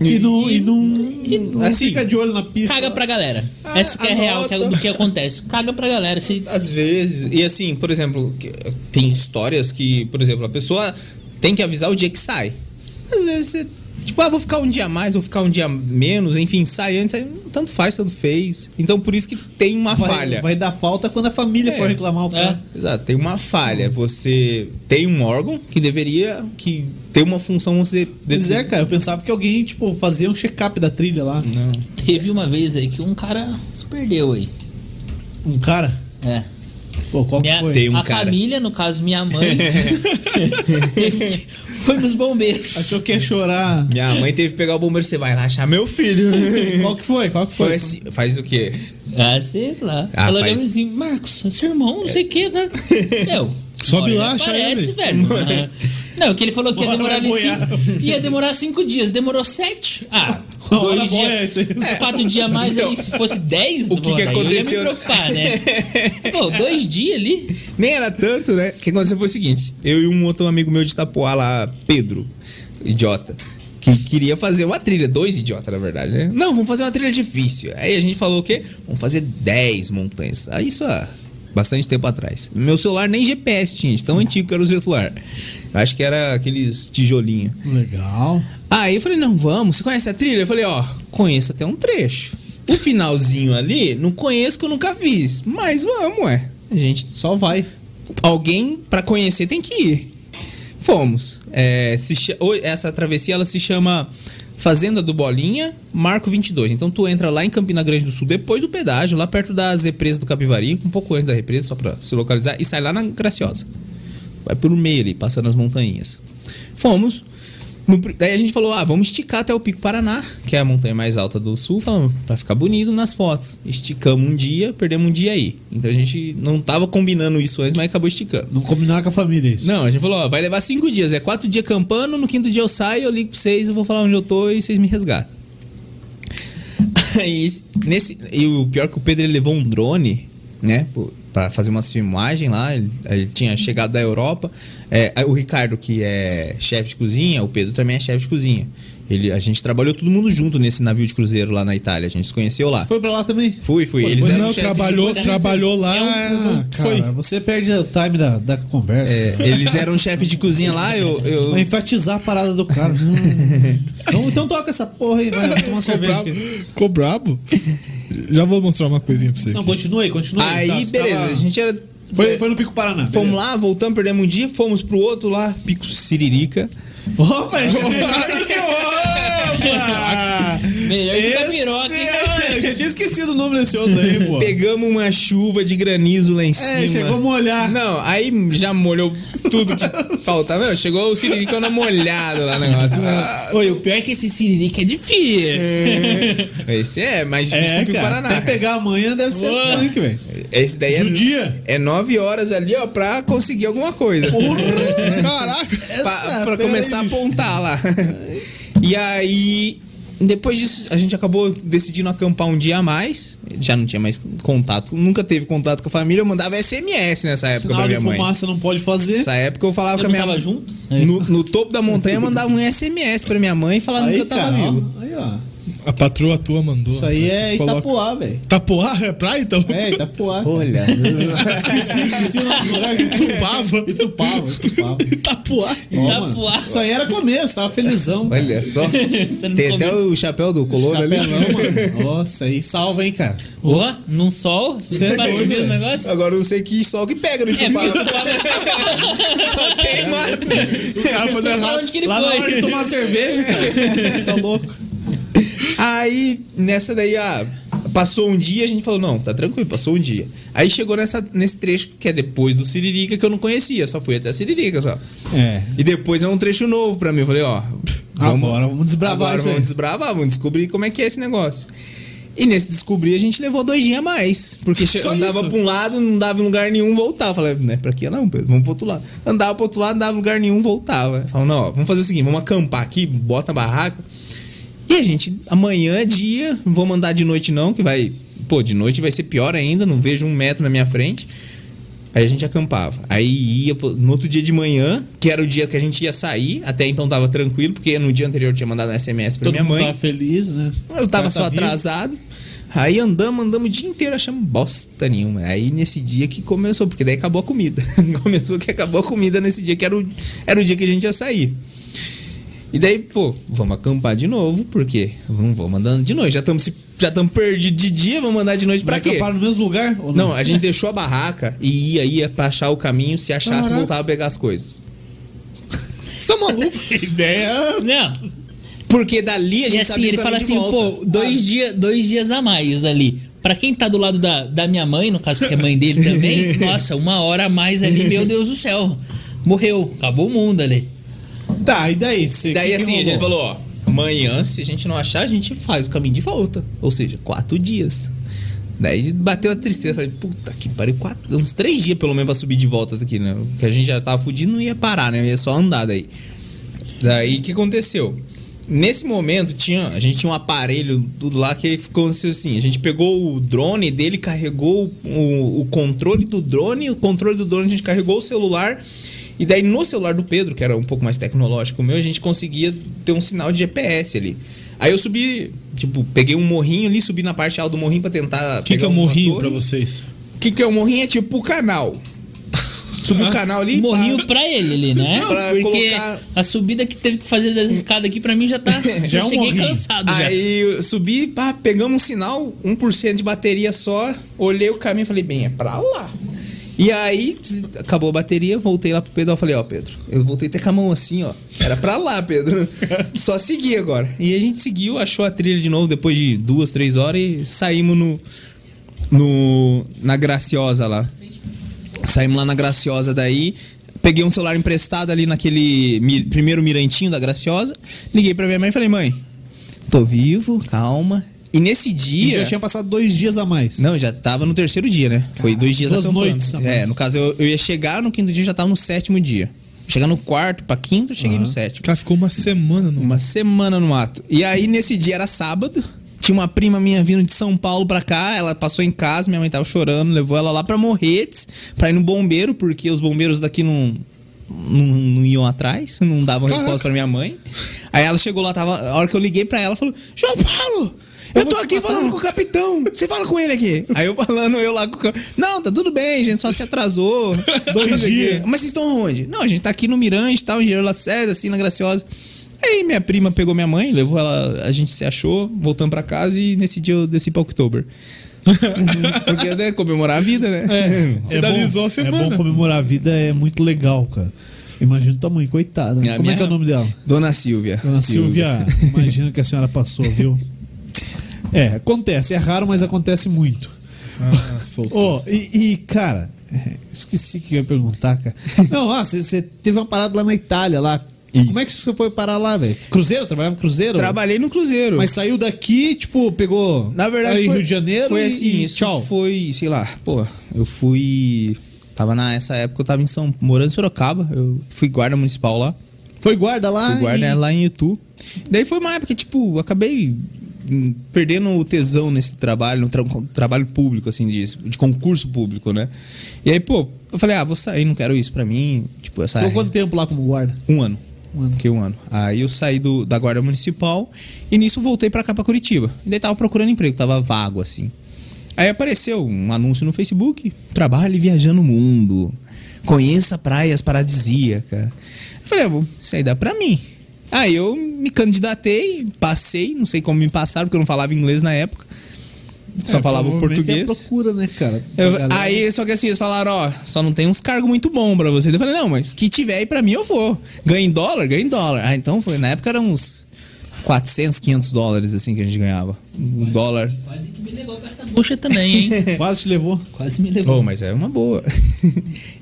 Speaker 1: E não, e não, não
Speaker 5: assim,
Speaker 1: fica de olho na pista.
Speaker 3: Caga pra galera. Essa que é real que é do que acontece. Caga pra galera. Se,
Speaker 5: Às vezes. E assim, por exemplo, que- tem histórias que, por exemplo, a pessoa tem que avisar o dia que sai. Às vezes você. Tipo, ah, vou ficar um dia a mais, vou ficar um dia a menos, enfim, sai antes, aí, tanto faz, tanto fez. Então por isso que tem uma
Speaker 1: Vai,
Speaker 5: falha.
Speaker 1: vai dar falta quando a família
Speaker 5: É.
Speaker 1: for reclamar o cara.
Speaker 5: Exato, tem uma falha. Você tem um órgão que deveria. que tem uma função você deve
Speaker 1: Pois é,
Speaker 5: ser.
Speaker 1: cara, eu pensava que alguém, tipo, fazia um check-up da trilha lá.
Speaker 3: teve uma vez aí que um cara se perdeu aí.
Speaker 1: Um cara.
Speaker 3: É.
Speaker 1: Pô, qual
Speaker 3: Minha-
Speaker 1: que foi?
Speaker 5: Tem um
Speaker 3: É, a
Speaker 5: cara.
Speaker 3: família, no caso minha mãe, teve que- foi nos bombeiros.
Speaker 1: Achou que ia chorar.
Speaker 5: Minha mãe teve que pegar o bombeiro, você vai lá achar meu filho.
Speaker 1: qual que foi? Qual que foi?
Speaker 5: Foi assim, faz o quê?
Speaker 3: Ah, sei lá.
Speaker 5: Ah,
Speaker 3: Ela olhou
Speaker 5: faz-
Speaker 3: assim, Marcos, seu irmão, não sei o que, velho. Meu.
Speaker 2: Sobe lá, acha
Speaker 3: aparece,
Speaker 2: ele.
Speaker 3: velho. Não, que ele falou que ia
Speaker 1: é? Bora,
Speaker 3: demorar ali
Speaker 1: vai boiar.
Speaker 3: cinco, ia demorar cinco dias, demorou sete. Ah,
Speaker 1: Uma hora
Speaker 3: dois
Speaker 1: boia,
Speaker 3: dias,
Speaker 1: isso aí. É.
Speaker 3: uns quatro dias a mais ali, se fosse dez,
Speaker 5: O que
Speaker 3: pô,
Speaker 5: que
Speaker 3: daí
Speaker 5: aconteceu?
Speaker 3: Eu ia me preocupar, né? Pô, dois dias ali.
Speaker 5: Nem era tanto, né? O que aconteceu foi o seguinte: eu e um outro amigo meu de Itapuá lá, Pedro, idiota, que queria fazer uma trilha, dois idiotas na verdade, né? Não, vamos fazer uma trilha difícil. Aí a gente falou o quê? Vamos fazer 10 montanhas. Aí isso há bastante tempo atrás. Meu celular nem GPS tinha, de tão antigo que era o celular. Eu acho que era aqueles tijolinhos.
Speaker 1: Legal.
Speaker 5: Aí eu falei, não, vamos, você conhece a trilha? Eu falei, ó, conheço até um trecho. O finalzinho ali, não conheço que eu nunca fiz. Mas vamos, ué. A gente
Speaker 1: Só vai.
Speaker 5: alguém pra conhecer tem que ir. Fomos. É, se cha- ho- essa travessia ela se chama Fazenda do Bolinha, Marco 22. Então tu entra lá em Campina Grande do Sul, depois do pedágio, lá perto das represas do Capivari, um pouco antes da represa, só pra se localizar, e sai lá na Graciosa. Vai pelo meio ali, passando as montanhas. Fomos. No pri- daí a gente falou, ah, vamos esticar até o Pico Paraná, que é a montanha mais alta do sul, falando, pra ficar bonito nas fotos. Esticamos um dia, perdemos um dia aí. Então a gente não tava combinando isso antes, mas acabou esticando.
Speaker 1: Não combinaram com a família isso.
Speaker 5: Não, a gente falou, ó, vai levar cinco dias. É quatro dias campando, no quinto dia eu saio, eu ligo pra vocês, eu vou falar onde eu tô e vocês me resgatam. Aí, nesse, e o pior que o Pedro ele levou um drone, né? pô, Pra fazer umas filmagens lá. Ele, ele tinha chegado da Europa. É, aí o Ricardo, que é chefe de cozinha, o Pedro também é chefe de cozinha. Ele, a gente trabalhou todo mundo junto nesse navio de cruzeiro lá na Itália. A gente se conheceu lá.
Speaker 1: Você foi pra lá também?
Speaker 5: Fui, fui. Eles
Speaker 2: Pois
Speaker 5: eram
Speaker 2: não,
Speaker 5: chefes de
Speaker 2: trabalhou,
Speaker 5: cozinha.
Speaker 2: trabalhou lá.
Speaker 5: É um
Speaker 1: Ah,
Speaker 2: foi.
Speaker 5: né?
Speaker 1: cara, você perde o time da, da conversa.
Speaker 5: É, eles eram chefe de cozinha lá, eu- eu,
Speaker 1: Vai enfatizar a parada do cara. Hum. então, então toca essa porra aí, vai vai tomar uma
Speaker 2: Ficou
Speaker 1: cerveja.
Speaker 2: brabo.
Speaker 1: aqui.
Speaker 2: Ficou brabo. Já vou mostrar uma coisinha pra você.
Speaker 1: Não, continue, continue.
Speaker 5: Aí,
Speaker 1: Tá, você
Speaker 5: beleza,
Speaker 1: tava-
Speaker 5: a gente era. é,
Speaker 1: Foi, foi no Pico Paraná.
Speaker 5: Fomos lá, voltamos, perdemos um dia, fomos pro outro lá, Pico Siririca.
Speaker 1: Opa, esse Opa!
Speaker 3: Melhor que Capiroca, hein?
Speaker 5: é
Speaker 1: Esse- tá Eu já tinha esquecido o nome desse outro aí, pô.
Speaker 5: Pegamos uma chuva de granizo lá em cima.
Speaker 1: É, chegou a molhar.
Speaker 5: Não, aí já molhou tudo que faltava. Meu, chegou o Siririca na molhado lá no negócio. né?
Speaker 3: Olha, o pior é que esse Siririca é difícil.
Speaker 5: Esse é mais difícil que
Speaker 1: É,
Speaker 5: o Pico
Speaker 1: cara.
Speaker 5: Paraná.
Speaker 1: Até pegar amanhã deve ser
Speaker 3: Boa.
Speaker 1: punk, velho.
Speaker 5: Esse daí é,
Speaker 1: Judia.
Speaker 5: é nove horas ali, ó, pra conseguir alguma coisa.
Speaker 1: Caraca.
Speaker 3: é
Speaker 5: pra, pra começar a apontar lá. E aí, depois disso, a gente acabou decidindo acampar um dia a mais. Já não tinha mais contato, nunca teve contato com a família. Eu mandava SMS nessa época
Speaker 1: Sinal
Speaker 5: pra
Speaker 1: de
Speaker 5: minha mãe.
Speaker 1: fumaça não pode fazer.
Speaker 5: Nessa época eu falava
Speaker 3: Eu
Speaker 5: com a
Speaker 3: não
Speaker 5: minha
Speaker 3: tava junto? né?
Speaker 5: No, no topo da montanha eu mandava um SMS pra minha mãe falando que
Speaker 1: Aí,
Speaker 5: eu tava
Speaker 1: cara, ó.
Speaker 5: vivo.
Speaker 1: aí, ó.
Speaker 2: A patroa tua mandou.
Speaker 1: Isso aí
Speaker 2: rapaz.
Speaker 1: é
Speaker 2: Coloca-
Speaker 1: Itapuá, velho.
Speaker 2: Itapuá? É praia então?
Speaker 1: É, Itapuá.
Speaker 5: Olha,
Speaker 1: Esqueci, esqueci o nome do lugar.
Speaker 2: Itupava.
Speaker 1: Itupava, Itupava.
Speaker 2: Itapuá.
Speaker 1: Ó,
Speaker 3: Itapuá.
Speaker 1: mano, Isso aí era começo, tava felizão. cara.
Speaker 5: olha só.
Speaker 3: Você não
Speaker 5: Tem até
Speaker 3: começa.
Speaker 5: o chapéu do colono ali.
Speaker 1: Chapelão, mano. Nossa, aí salva, hein, cara.
Speaker 3: Ó, num sol,
Speaker 1: Cê é
Speaker 3: você vai
Speaker 1: doido,
Speaker 3: subir o
Speaker 1: velho.
Speaker 3: negócio.
Speaker 5: Agora eu não sei que sol que pega no
Speaker 3: É, porque
Speaker 5: Itupava.
Speaker 3: tu fala
Speaker 5: Só tem mato.
Speaker 2: Tava
Speaker 3: sei pra
Speaker 2: errado.
Speaker 3: onde que ele
Speaker 1: Lá na hora de
Speaker 3: foi.
Speaker 1: tomar cerveja, cara. Tá louco.
Speaker 5: Aí, nessa daí, ah, passou um dia, a gente falou, não, tá tranquilo, passou um dia. Aí chegou nessa, nesse trecho que é depois do Siririca, que eu não conhecia, só fui até a Siririca só.
Speaker 1: É.
Speaker 5: E depois é um trecho novo pra mim. Eu falei, ó,
Speaker 1: Agora vamos desbravar
Speaker 5: agora
Speaker 1: isso aí.
Speaker 5: vamos desbravar, vamos descobrir como é que é esse negócio. E nesse descobrir a gente levou dois dias a mais. Porque che-
Speaker 2: Só
Speaker 5: andava
Speaker 2: isso?
Speaker 5: pra um lado, não dava em lugar nenhum, voltava. Falei, não é pra aqui não, Pedro, vamos pro outro lado. Andava pro outro lado, não dava em lugar nenhum, voltava. Falei, não, ó, vamos fazer o seguinte, vamos acampar aqui, bota a barraca. E a gente, amanhã é dia, não vou mandar de noite não, que vai... Pô, de noite vai ser pior ainda, não vejo um metro na minha frente. Aí a gente acampava. Aí ia pro- no outro dia de manhã, que era o dia que a gente ia sair. Até então tava tranquilo, porque no dia anterior eu tinha mandado um SMS pra
Speaker 2: Todo
Speaker 5: minha
Speaker 2: mundo
Speaker 5: mãe.
Speaker 1: tá
Speaker 2: tava feliz, né?
Speaker 5: Eu
Speaker 2: Cara,
Speaker 5: tava só
Speaker 2: vivo.
Speaker 5: atrasado. Aí andamos, andamos o dia inteiro, achamos bosta nenhuma. Aí nesse dia que começou, porque daí acabou a comida. começou que acabou a comida nesse dia, que era o, era o dia que a gente ia sair. E daí, pô, vamos acampar de novo, porque não vamos andando de noite. Já estamos já estamos perdidos de dia, vamos andar de noite pra
Speaker 1: Vai
Speaker 5: quê?
Speaker 1: acampar no mesmo lugar? Ou não?
Speaker 5: Não, a gente deixou a barraca e ia, ia pra achar o caminho, se achasse,
Speaker 2: Caraca.
Speaker 5: voltava a pegar as coisas.
Speaker 2: Você tá maluco? Ideia.
Speaker 3: Não.
Speaker 5: Porque dali a gente
Speaker 3: E assim,
Speaker 5: sabia o
Speaker 3: ele fala
Speaker 5: caminho de
Speaker 3: assim,
Speaker 5: volta. Ah,
Speaker 3: pô, dois, dia, dois dias a mais ali. Pra quem tá do lado da, da minha mãe, no caso que é mãe dele também, nossa, uma hora a mais ali, meu Deus do céu. Morreu, acabou o mundo ali.
Speaker 1: Tá, e daí? Cê,
Speaker 5: Daí
Speaker 1: que que
Speaker 5: assim, a
Speaker 1: rolou?
Speaker 5: gente falou, ó, amanhã, se a gente não achar, a gente faz o caminho de volta. Ou seja, quatro dias. Daí bateu a tristeza, falei, puta que pariu, quatro, uns três dias pelo menos pra subir de volta daqui, né? Porque a gente já tava fudido, não ia parar, né? Ia só andar daí. Daí o que aconteceu? Nesse momento, tinha, a gente tinha um aparelho tudo lá que ficou assim: a gente pegou o drone dele, carregou o, o controle do drone, o controle do drone a gente carregou o celular. E daí no celular do Pedro, que era um pouco mais tecnológico que o meu, a gente conseguia ter um sinal de GPS ali. Aí eu subi, tipo, peguei um morrinho ali, subi na parte alta do morrinho pra tentar.
Speaker 2: O que, que é um morrinho pra
Speaker 5: pra você?
Speaker 2: vocês?
Speaker 5: O que, que é um morrinho? É tipo o canal.
Speaker 2: Ah,
Speaker 5: Subi o canal
Speaker 2: um
Speaker 5: ali.
Speaker 3: Morrinho pra ele ali, né?
Speaker 5: Não, pra
Speaker 3: Porque
Speaker 5: colocar-
Speaker 3: a subida que teve que fazer das escadas aqui, pra mim já tá.
Speaker 1: Já
Speaker 3: Já,
Speaker 1: é um
Speaker 3: cheguei
Speaker 1: morrinho.
Speaker 3: cansado já.
Speaker 5: Aí eu subi, pá, pegamos um sinal, 1% de bateria só, olhei o caminho e falei, bem, é pra lá. E aí, des- acabou a bateria, voltei lá pro Pedro, eu falei, ó, Pedro, eu voltei até com a mão assim, ó. Era pra lá, Pedro. Só seguir agora. E a gente seguiu, achou a trilha de novo depois de duas, três horas e saímos no. no na Graciosa lá. Saímos lá na Graciosa daí. Peguei um celular emprestado ali naquele mi- primeiro mirantinho da Graciosa. Liguei pra minha mãe e falei, mãe, tô vivo, calma. E nesse
Speaker 1: E
Speaker 5: dia.
Speaker 1: já tinha passado dois dias a mais.
Speaker 5: Não, já tava no terceiro dia, né? Foi dois dias
Speaker 1: duas
Speaker 5: acampando.
Speaker 1: noites a
Speaker 5: É,
Speaker 1: mais.
Speaker 5: no caso, eu, eu ia chegar no quinto dia, já tava no sétimo dia. Chegar no quarto pra quinto, cheguei no sétimo.
Speaker 2: Cara, ficou uma semana no.
Speaker 5: Uma semana no mato. E aí, nesse dia era sábado. Tinha uma prima minha vindo de São Paulo pra cá. Ela passou em casa, minha mãe tava chorando, levou ela lá pra Morretes, pra ir no bombeiro, porque os bombeiros daqui não. Não, não iam atrás, não davam
Speaker 2: Caraca.
Speaker 5: resposta pra minha mãe. Aí ela chegou lá, tava. A hora que eu liguei pra ela, falou: João Paulo! Eu tô aqui falando com o capitão. Você fala com ele aqui. Aí eu falando, eu lá com o capitão. Não, tá tudo bem, gente. Só se atrasou.
Speaker 1: Dois
Speaker 5: Não sei o quê.
Speaker 1: dias.
Speaker 5: Mas vocês estão onde? Não, a gente tá aqui no Mirante, tal, Engenheiro Lacerda, assim, na Graciosa. Aí minha prima pegou minha mãe, levou ela, a gente se achou, voltamos pra casa e nesse dia eu desci pra Oktober. Porque, né, comemorar a vida, né?
Speaker 1: É
Speaker 2: Finalizou
Speaker 1: bom,
Speaker 2: a semana.
Speaker 1: É bom comemorar a vida, é muito legal, cara. Imagina tua mãe, coitada.
Speaker 5: Minha-
Speaker 1: Como é
Speaker 5: minha-
Speaker 1: que é o nome dela?
Speaker 5: Dona Silvia.
Speaker 1: Dona Silvia, imagina que a senhora passou, viu? É, acontece. É raro, mas acontece muito.
Speaker 2: Ah, soltou.
Speaker 1: Ó, e, e, cara, é, esqueci que eu ia perguntar, cara. Não, ah, você- você teve uma parada lá na Itália, lá. Como é que você foi parar lá, velho? Cruzeiro? Trabalhava no Cruzeiro?
Speaker 5: Trabalhei no Cruzeiro.
Speaker 1: Mas saiu daqui, tipo, pegou.
Speaker 5: Na verdade,
Speaker 1: aí
Speaker 5: foi,
Speaker 1: Rio de Janeiro
Speaker 5: foi
Speaker 1: e-
Speaker 5: assim,
Speaker 1: e
Speaker 5: isso
Speaker 1: tchau.
Speaker 5: foi, sei lá, pô, eu fui... Tava nessa época, eu tava em São... Morando em Sorocaba, eu fui guarda municipal lá.
Speaker 1: Foi guarda lá?
Speaker 5: Fui guarda
Speaker 1: e-
Speaker 5: é lá em Itu. Daí foi uma época, tipo, eu acabei hum, perdendo o tesão nesse trabalho, no tra- trabalho público, assim, de, de concurso público, né? E aí, pô, eu falei, ah, vou sair, não quero isso pra mim. Tipo, essa.
Speaker 1: Ficou quanto tempo lá como guarda?
Speaker 5: Um ano.
Speaker 1: Um ano.
Speaker 5: Fiquei um ano. Aí eu saí do, da guarda municipal e nisso voltei pra cá, pra Curitiba. E daí tava procurando emprego, tava vago, assim. Aí apareceu um anúncio no Facebook. Trabalhe viajando o mundo. Conheça praias paradisíacas. Eu falei, ah, bom, isso aí dá pra mim. Aí eu me candidatei, passei, não sei como me passaram, porque eu não falava inglês na época. Só falava
Speaker 1: Provavelmente
Speaker 5: português.
Speaker 1: É a procura, né, cara?
Speaker 5: Eu-
Speaker 1: Da galera.
Speaker 5: aí, só que assim, eles falaram, ó, só não tem uns cargos muito bons pra você. Eu falei, não, mas que tiver aí pra mim eu vou. Ganha em dólar, ganha em dólar. Ah, então foi. Na época era uns 400, 500 dólares, assim, que a gente ganhava. Um dólar.
Speaker 3: Quase que me levou pra essa bucha também, hein?
Speaker 1: Quase te levou.
Speaker 3: Quase me levou.
Speaker 5: Bom, mas é uma boa.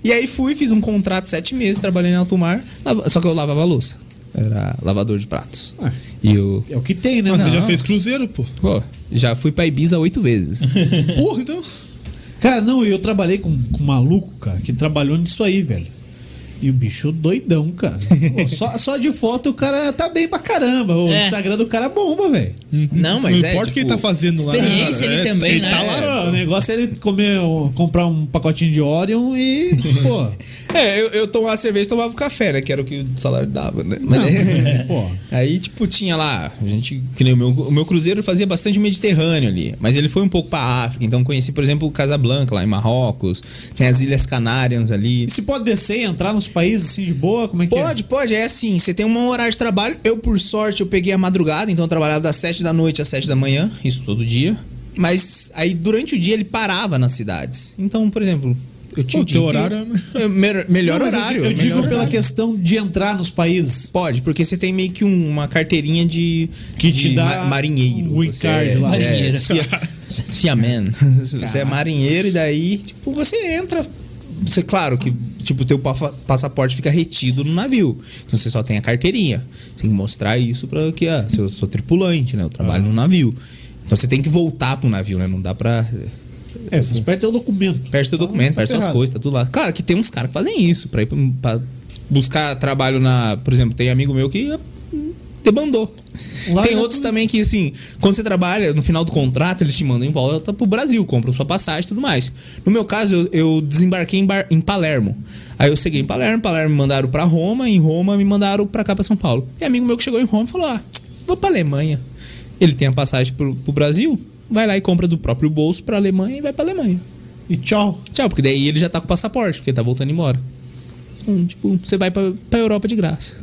Speaker 5: e aí fui, fiz um contrato de sete meses, trabalhei em alto mar. lava- Só que eu lavava a louça. Era lavador de pratos.
Speaker 2: Ah.
Speaker 5: e eu...
Speaker 1: É o que tem, né?
Speaker 2: Mas Ah, você
Speaker 1: Não.
Speaker 2: já fez cruzeiro, pô.
Speaker 5: Pô, já fui pra Ibiza oito vezes.
Speaker 2: Porra, então.
Speaker 1: Cara, não, eu trabalhei com, com um maluco, cara, que trabalhou nisso aí, velho. E o bicho doidão, cara. Pô, só, só de foto o cara tá bem pra caramba. O
Speaker 3: É.
Speaker 1: Instagram do cara bomba, velho.
Speaker 5: Não, mas
Speaker 2: não
Speaker 5: é,
Speaker 2: importa o que ele tá
Speaker 5: tipo,
Speaker 2: fazendo lá. né,
Speaker 3: experiência
Speaker 2: cara?
Speaker 3: ele também,
Speaker 2: ele
Speaker 3: né?
Speaker 2: Tá
Speaker 3: É.
Speaker 2: lá,
Speaker 1: Ah, o negócio é ele comer, um- comprar um pacotinho de Orion e. Pô.
Speaker 5: É, eu, eu tomava cerveja e tomava café, né? Que era o que o salário dava, né? Mas, né?
Speaker 1: pô.
Speaker 5: Aí, tipo, tinha lá, a gente, que nem o meu, o meu cruzeiro fazia bastante Mediterrâneo ali, mas ele foi um pouco pra África, então conheci, por exemplo, Casablanca lá em Marrocos, tem as Ilhas Canárias ali.
Speaker 1: E se pode descer e entrar nos países assim de boa? Como é que é?
Speaker 5: Pode, pode, é assim, você tem um horário de trabalho, eu por sorte eu peguei a madrugada, então eu trabalhava das 7 da noite às 7 da manhã, isso todo dia, mas aí durante o dia ele parava nas cidades, então, por exemplo, eu tinha
Speaker 2: Pô,
Speaker 5: o dia
Speaker 2: teu horário
Speaker 5: inteiro- é me- melhor
Speaker 1: Não, mas eu
Speaker 5: horário.
Speaker 1: digo-
Speaker 5: é
Speaker 1: Eu, digo
Speaker 5: melhor
Speaker 1: pela
Speaker 5: horário.
Speaker 1: questão de entrar nos países.
Speaker 5: Pode, porque você tem meio que um- uma carteirinha de,
Speaker 1: Que
Speaker 5: de
Speaker 1: te dá
Speaker 5: marinheiro.
Speaker 1: um green
Speaker 5: Você
Speaker 1: card
Speaker 5: é,
Speaker 1: lá.
Speaker 5: É,
Speaker 3: Marinheiro.
Speaker 5: cia, Siaman. Você é marinheiro e daí, tipo, você entra. Você, claro que, tipo, teu pafa- passaporte fica retido no navio. Então você só tem a carteirinha. Você tem que mostrar isso pra que, ah, eu sou tripulante, né? Eu trabalho no navio. Então você tem que voltar pro navio, né? Não dá pra.
Speaker 1: É, se esperto é o documento.
Speaker 5: Perde teu documento, perde suas
Speaker 1: ferrado.
Speaker 5: coisas, tá tudo lá. Claro que tem uns caras que fazem isso pra ir pra- pra buscar trabalho na. Por exemplo, tem amigo meu que hum, debandou.
Speaker 1: Lá
Speaker 5: tem
Speaker 1: na-
Speaker 5: outros também que, assim, quando você trabalha, no final do contrato, eles te mandam em volta pro Brasil, compram sua passagem e tudo mais. No meu caso, eu, eu desembarquei em, Bar- em Palermo. Aí eu cheguei em Palermo, Palermo me mandaram pra Roma, em Roma me mandaram pra cá, pra São Paulo. E amigo meu que chegou em Roma falou: ah, vou pra Alemanha. Ele tem a passagem pro, pro Brasil, vai lá e compra do próprio bolso pra Alemanha e vai pra Alemanha.
Speaker 1: E tchau.
Speaker 5: Tchau, porque daí ele já tá com o passaporte, porque ele tá voltando embora. Então, tipo, você vai pra, pra Europa de graça.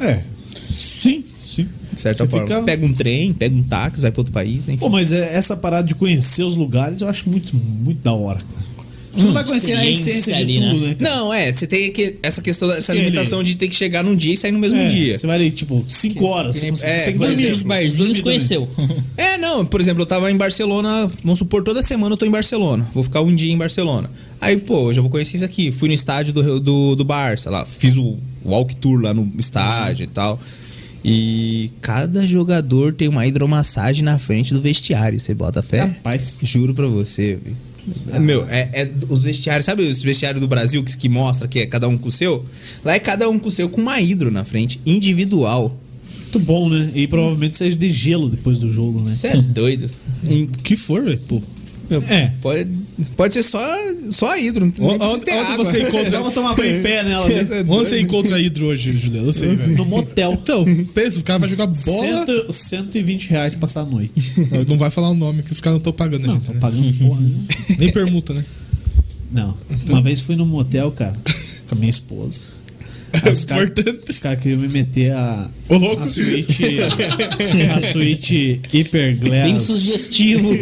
Speaker 1: É. Sim, sim.
Speaker 5: De certa
Speaker 1: Você
Speaker 5: forma.
Speaker 1: fica-
Speaker 5: Pega um trem, pega um táxi, vai pra outro país, né?
Speaker 1: Pô, mas é, essa parada de conhecer os lugares eu acho muito, muito da hora. cara. Você
Speaker 5: Hum,
Speaker 1: não vai conhecer a
Speaker 3: experiência
Speaker 1: essência
Speaker 3: ali,
Speaker 1: de tudo, né?
Speaker 3: né?
Speaker 1: cara?
Speaker 5: Não, é, você tem que- essa questão, essa
Speaker 1: Que
Speaker 5: limitação de ter que chegar num dia e sair no mesmo
Speaker 1: É,
Speaker 5: dia.
Speaker 1: Você vai ali, tipo, 5 horas.
Speaker 5: que nem-
Speaker 1: você
Speaker 5: é,
Speaker 1: tem que
Speaker 5: por
Speaker 1: dormir.
Speaker 5: exemplo,
Speaker 3: Os barzinhos
Speaker 1: Dormir também.
Speaker 3: conheceu.
Speaker 5: É, não, por exemplo, eu tava em Barcelona, vamos supor, toda semana eu tô em Barcelona. Vou ficar um dia em Barcelona. Aí, pô, hoje eu vou conhecer isso aqui. Fui no estádio do, do, do Barça lá, fiz o walk tour lá no estádio e tal. E cada jogador tem uma hidromassagem na frente do vestiário, você bota fé?
Speaker 1: Rapaz.
Speaker 5: Juro pra você, velho. É, Meu, é, é os vestiários, sabe os vestiários do Brasil que, que mostra que é cada um com o seu? Lá é cada um com o seu, com uma hidro na frente, individual.
Speaker 1: Muito bom, né? E provavelmente seja de gelo depois do jogo, né?
Speaker 5: Você é doido. Em-
Speaker 2: O que for, velho? Pô.
Speaker 1: É.
Speaker 5: Pode, pode ser só, só a hidro. Não tem
Speaker 2: Onde-
Speaker 5: nem precisa ter
Speaker 2: onde
Speaker 5: água.
Speaker 2: você encontra-
Speaker 1: Já vou tomar banho em pé nela, né?
Speaker 2: Onde você encontra hidro hoje, Juliano? Eu sei, velho.
Speaker 1: No motel.
Speaker 2: Então, pensa, o cara vai jogar bola.
Speaker 1: Cento, 120 reais passar a noite.
Speaker 2: Não vai falar o nome, que os caras não estão pagando a
Speaker 1: Não,
Speaker 2: gente,
Speaker 1: tô
Speaker 2: né?
Speaker 1: pagando porra. né?
Speaker 2: Nem permuta, né?
Speaker 1: Não. Uma vez fui num motel, cara, com a minha esposa. Aí os caras
Speaker 2: Importante.
Speaker 1: cara queriam me meter a,
Speaker 2: Ô, louco.
Speaker 1: a suíte. A suíte Hyper
Speaker 3: Bem
Speaker 1: Glass.
Speaker 3: sugestivo.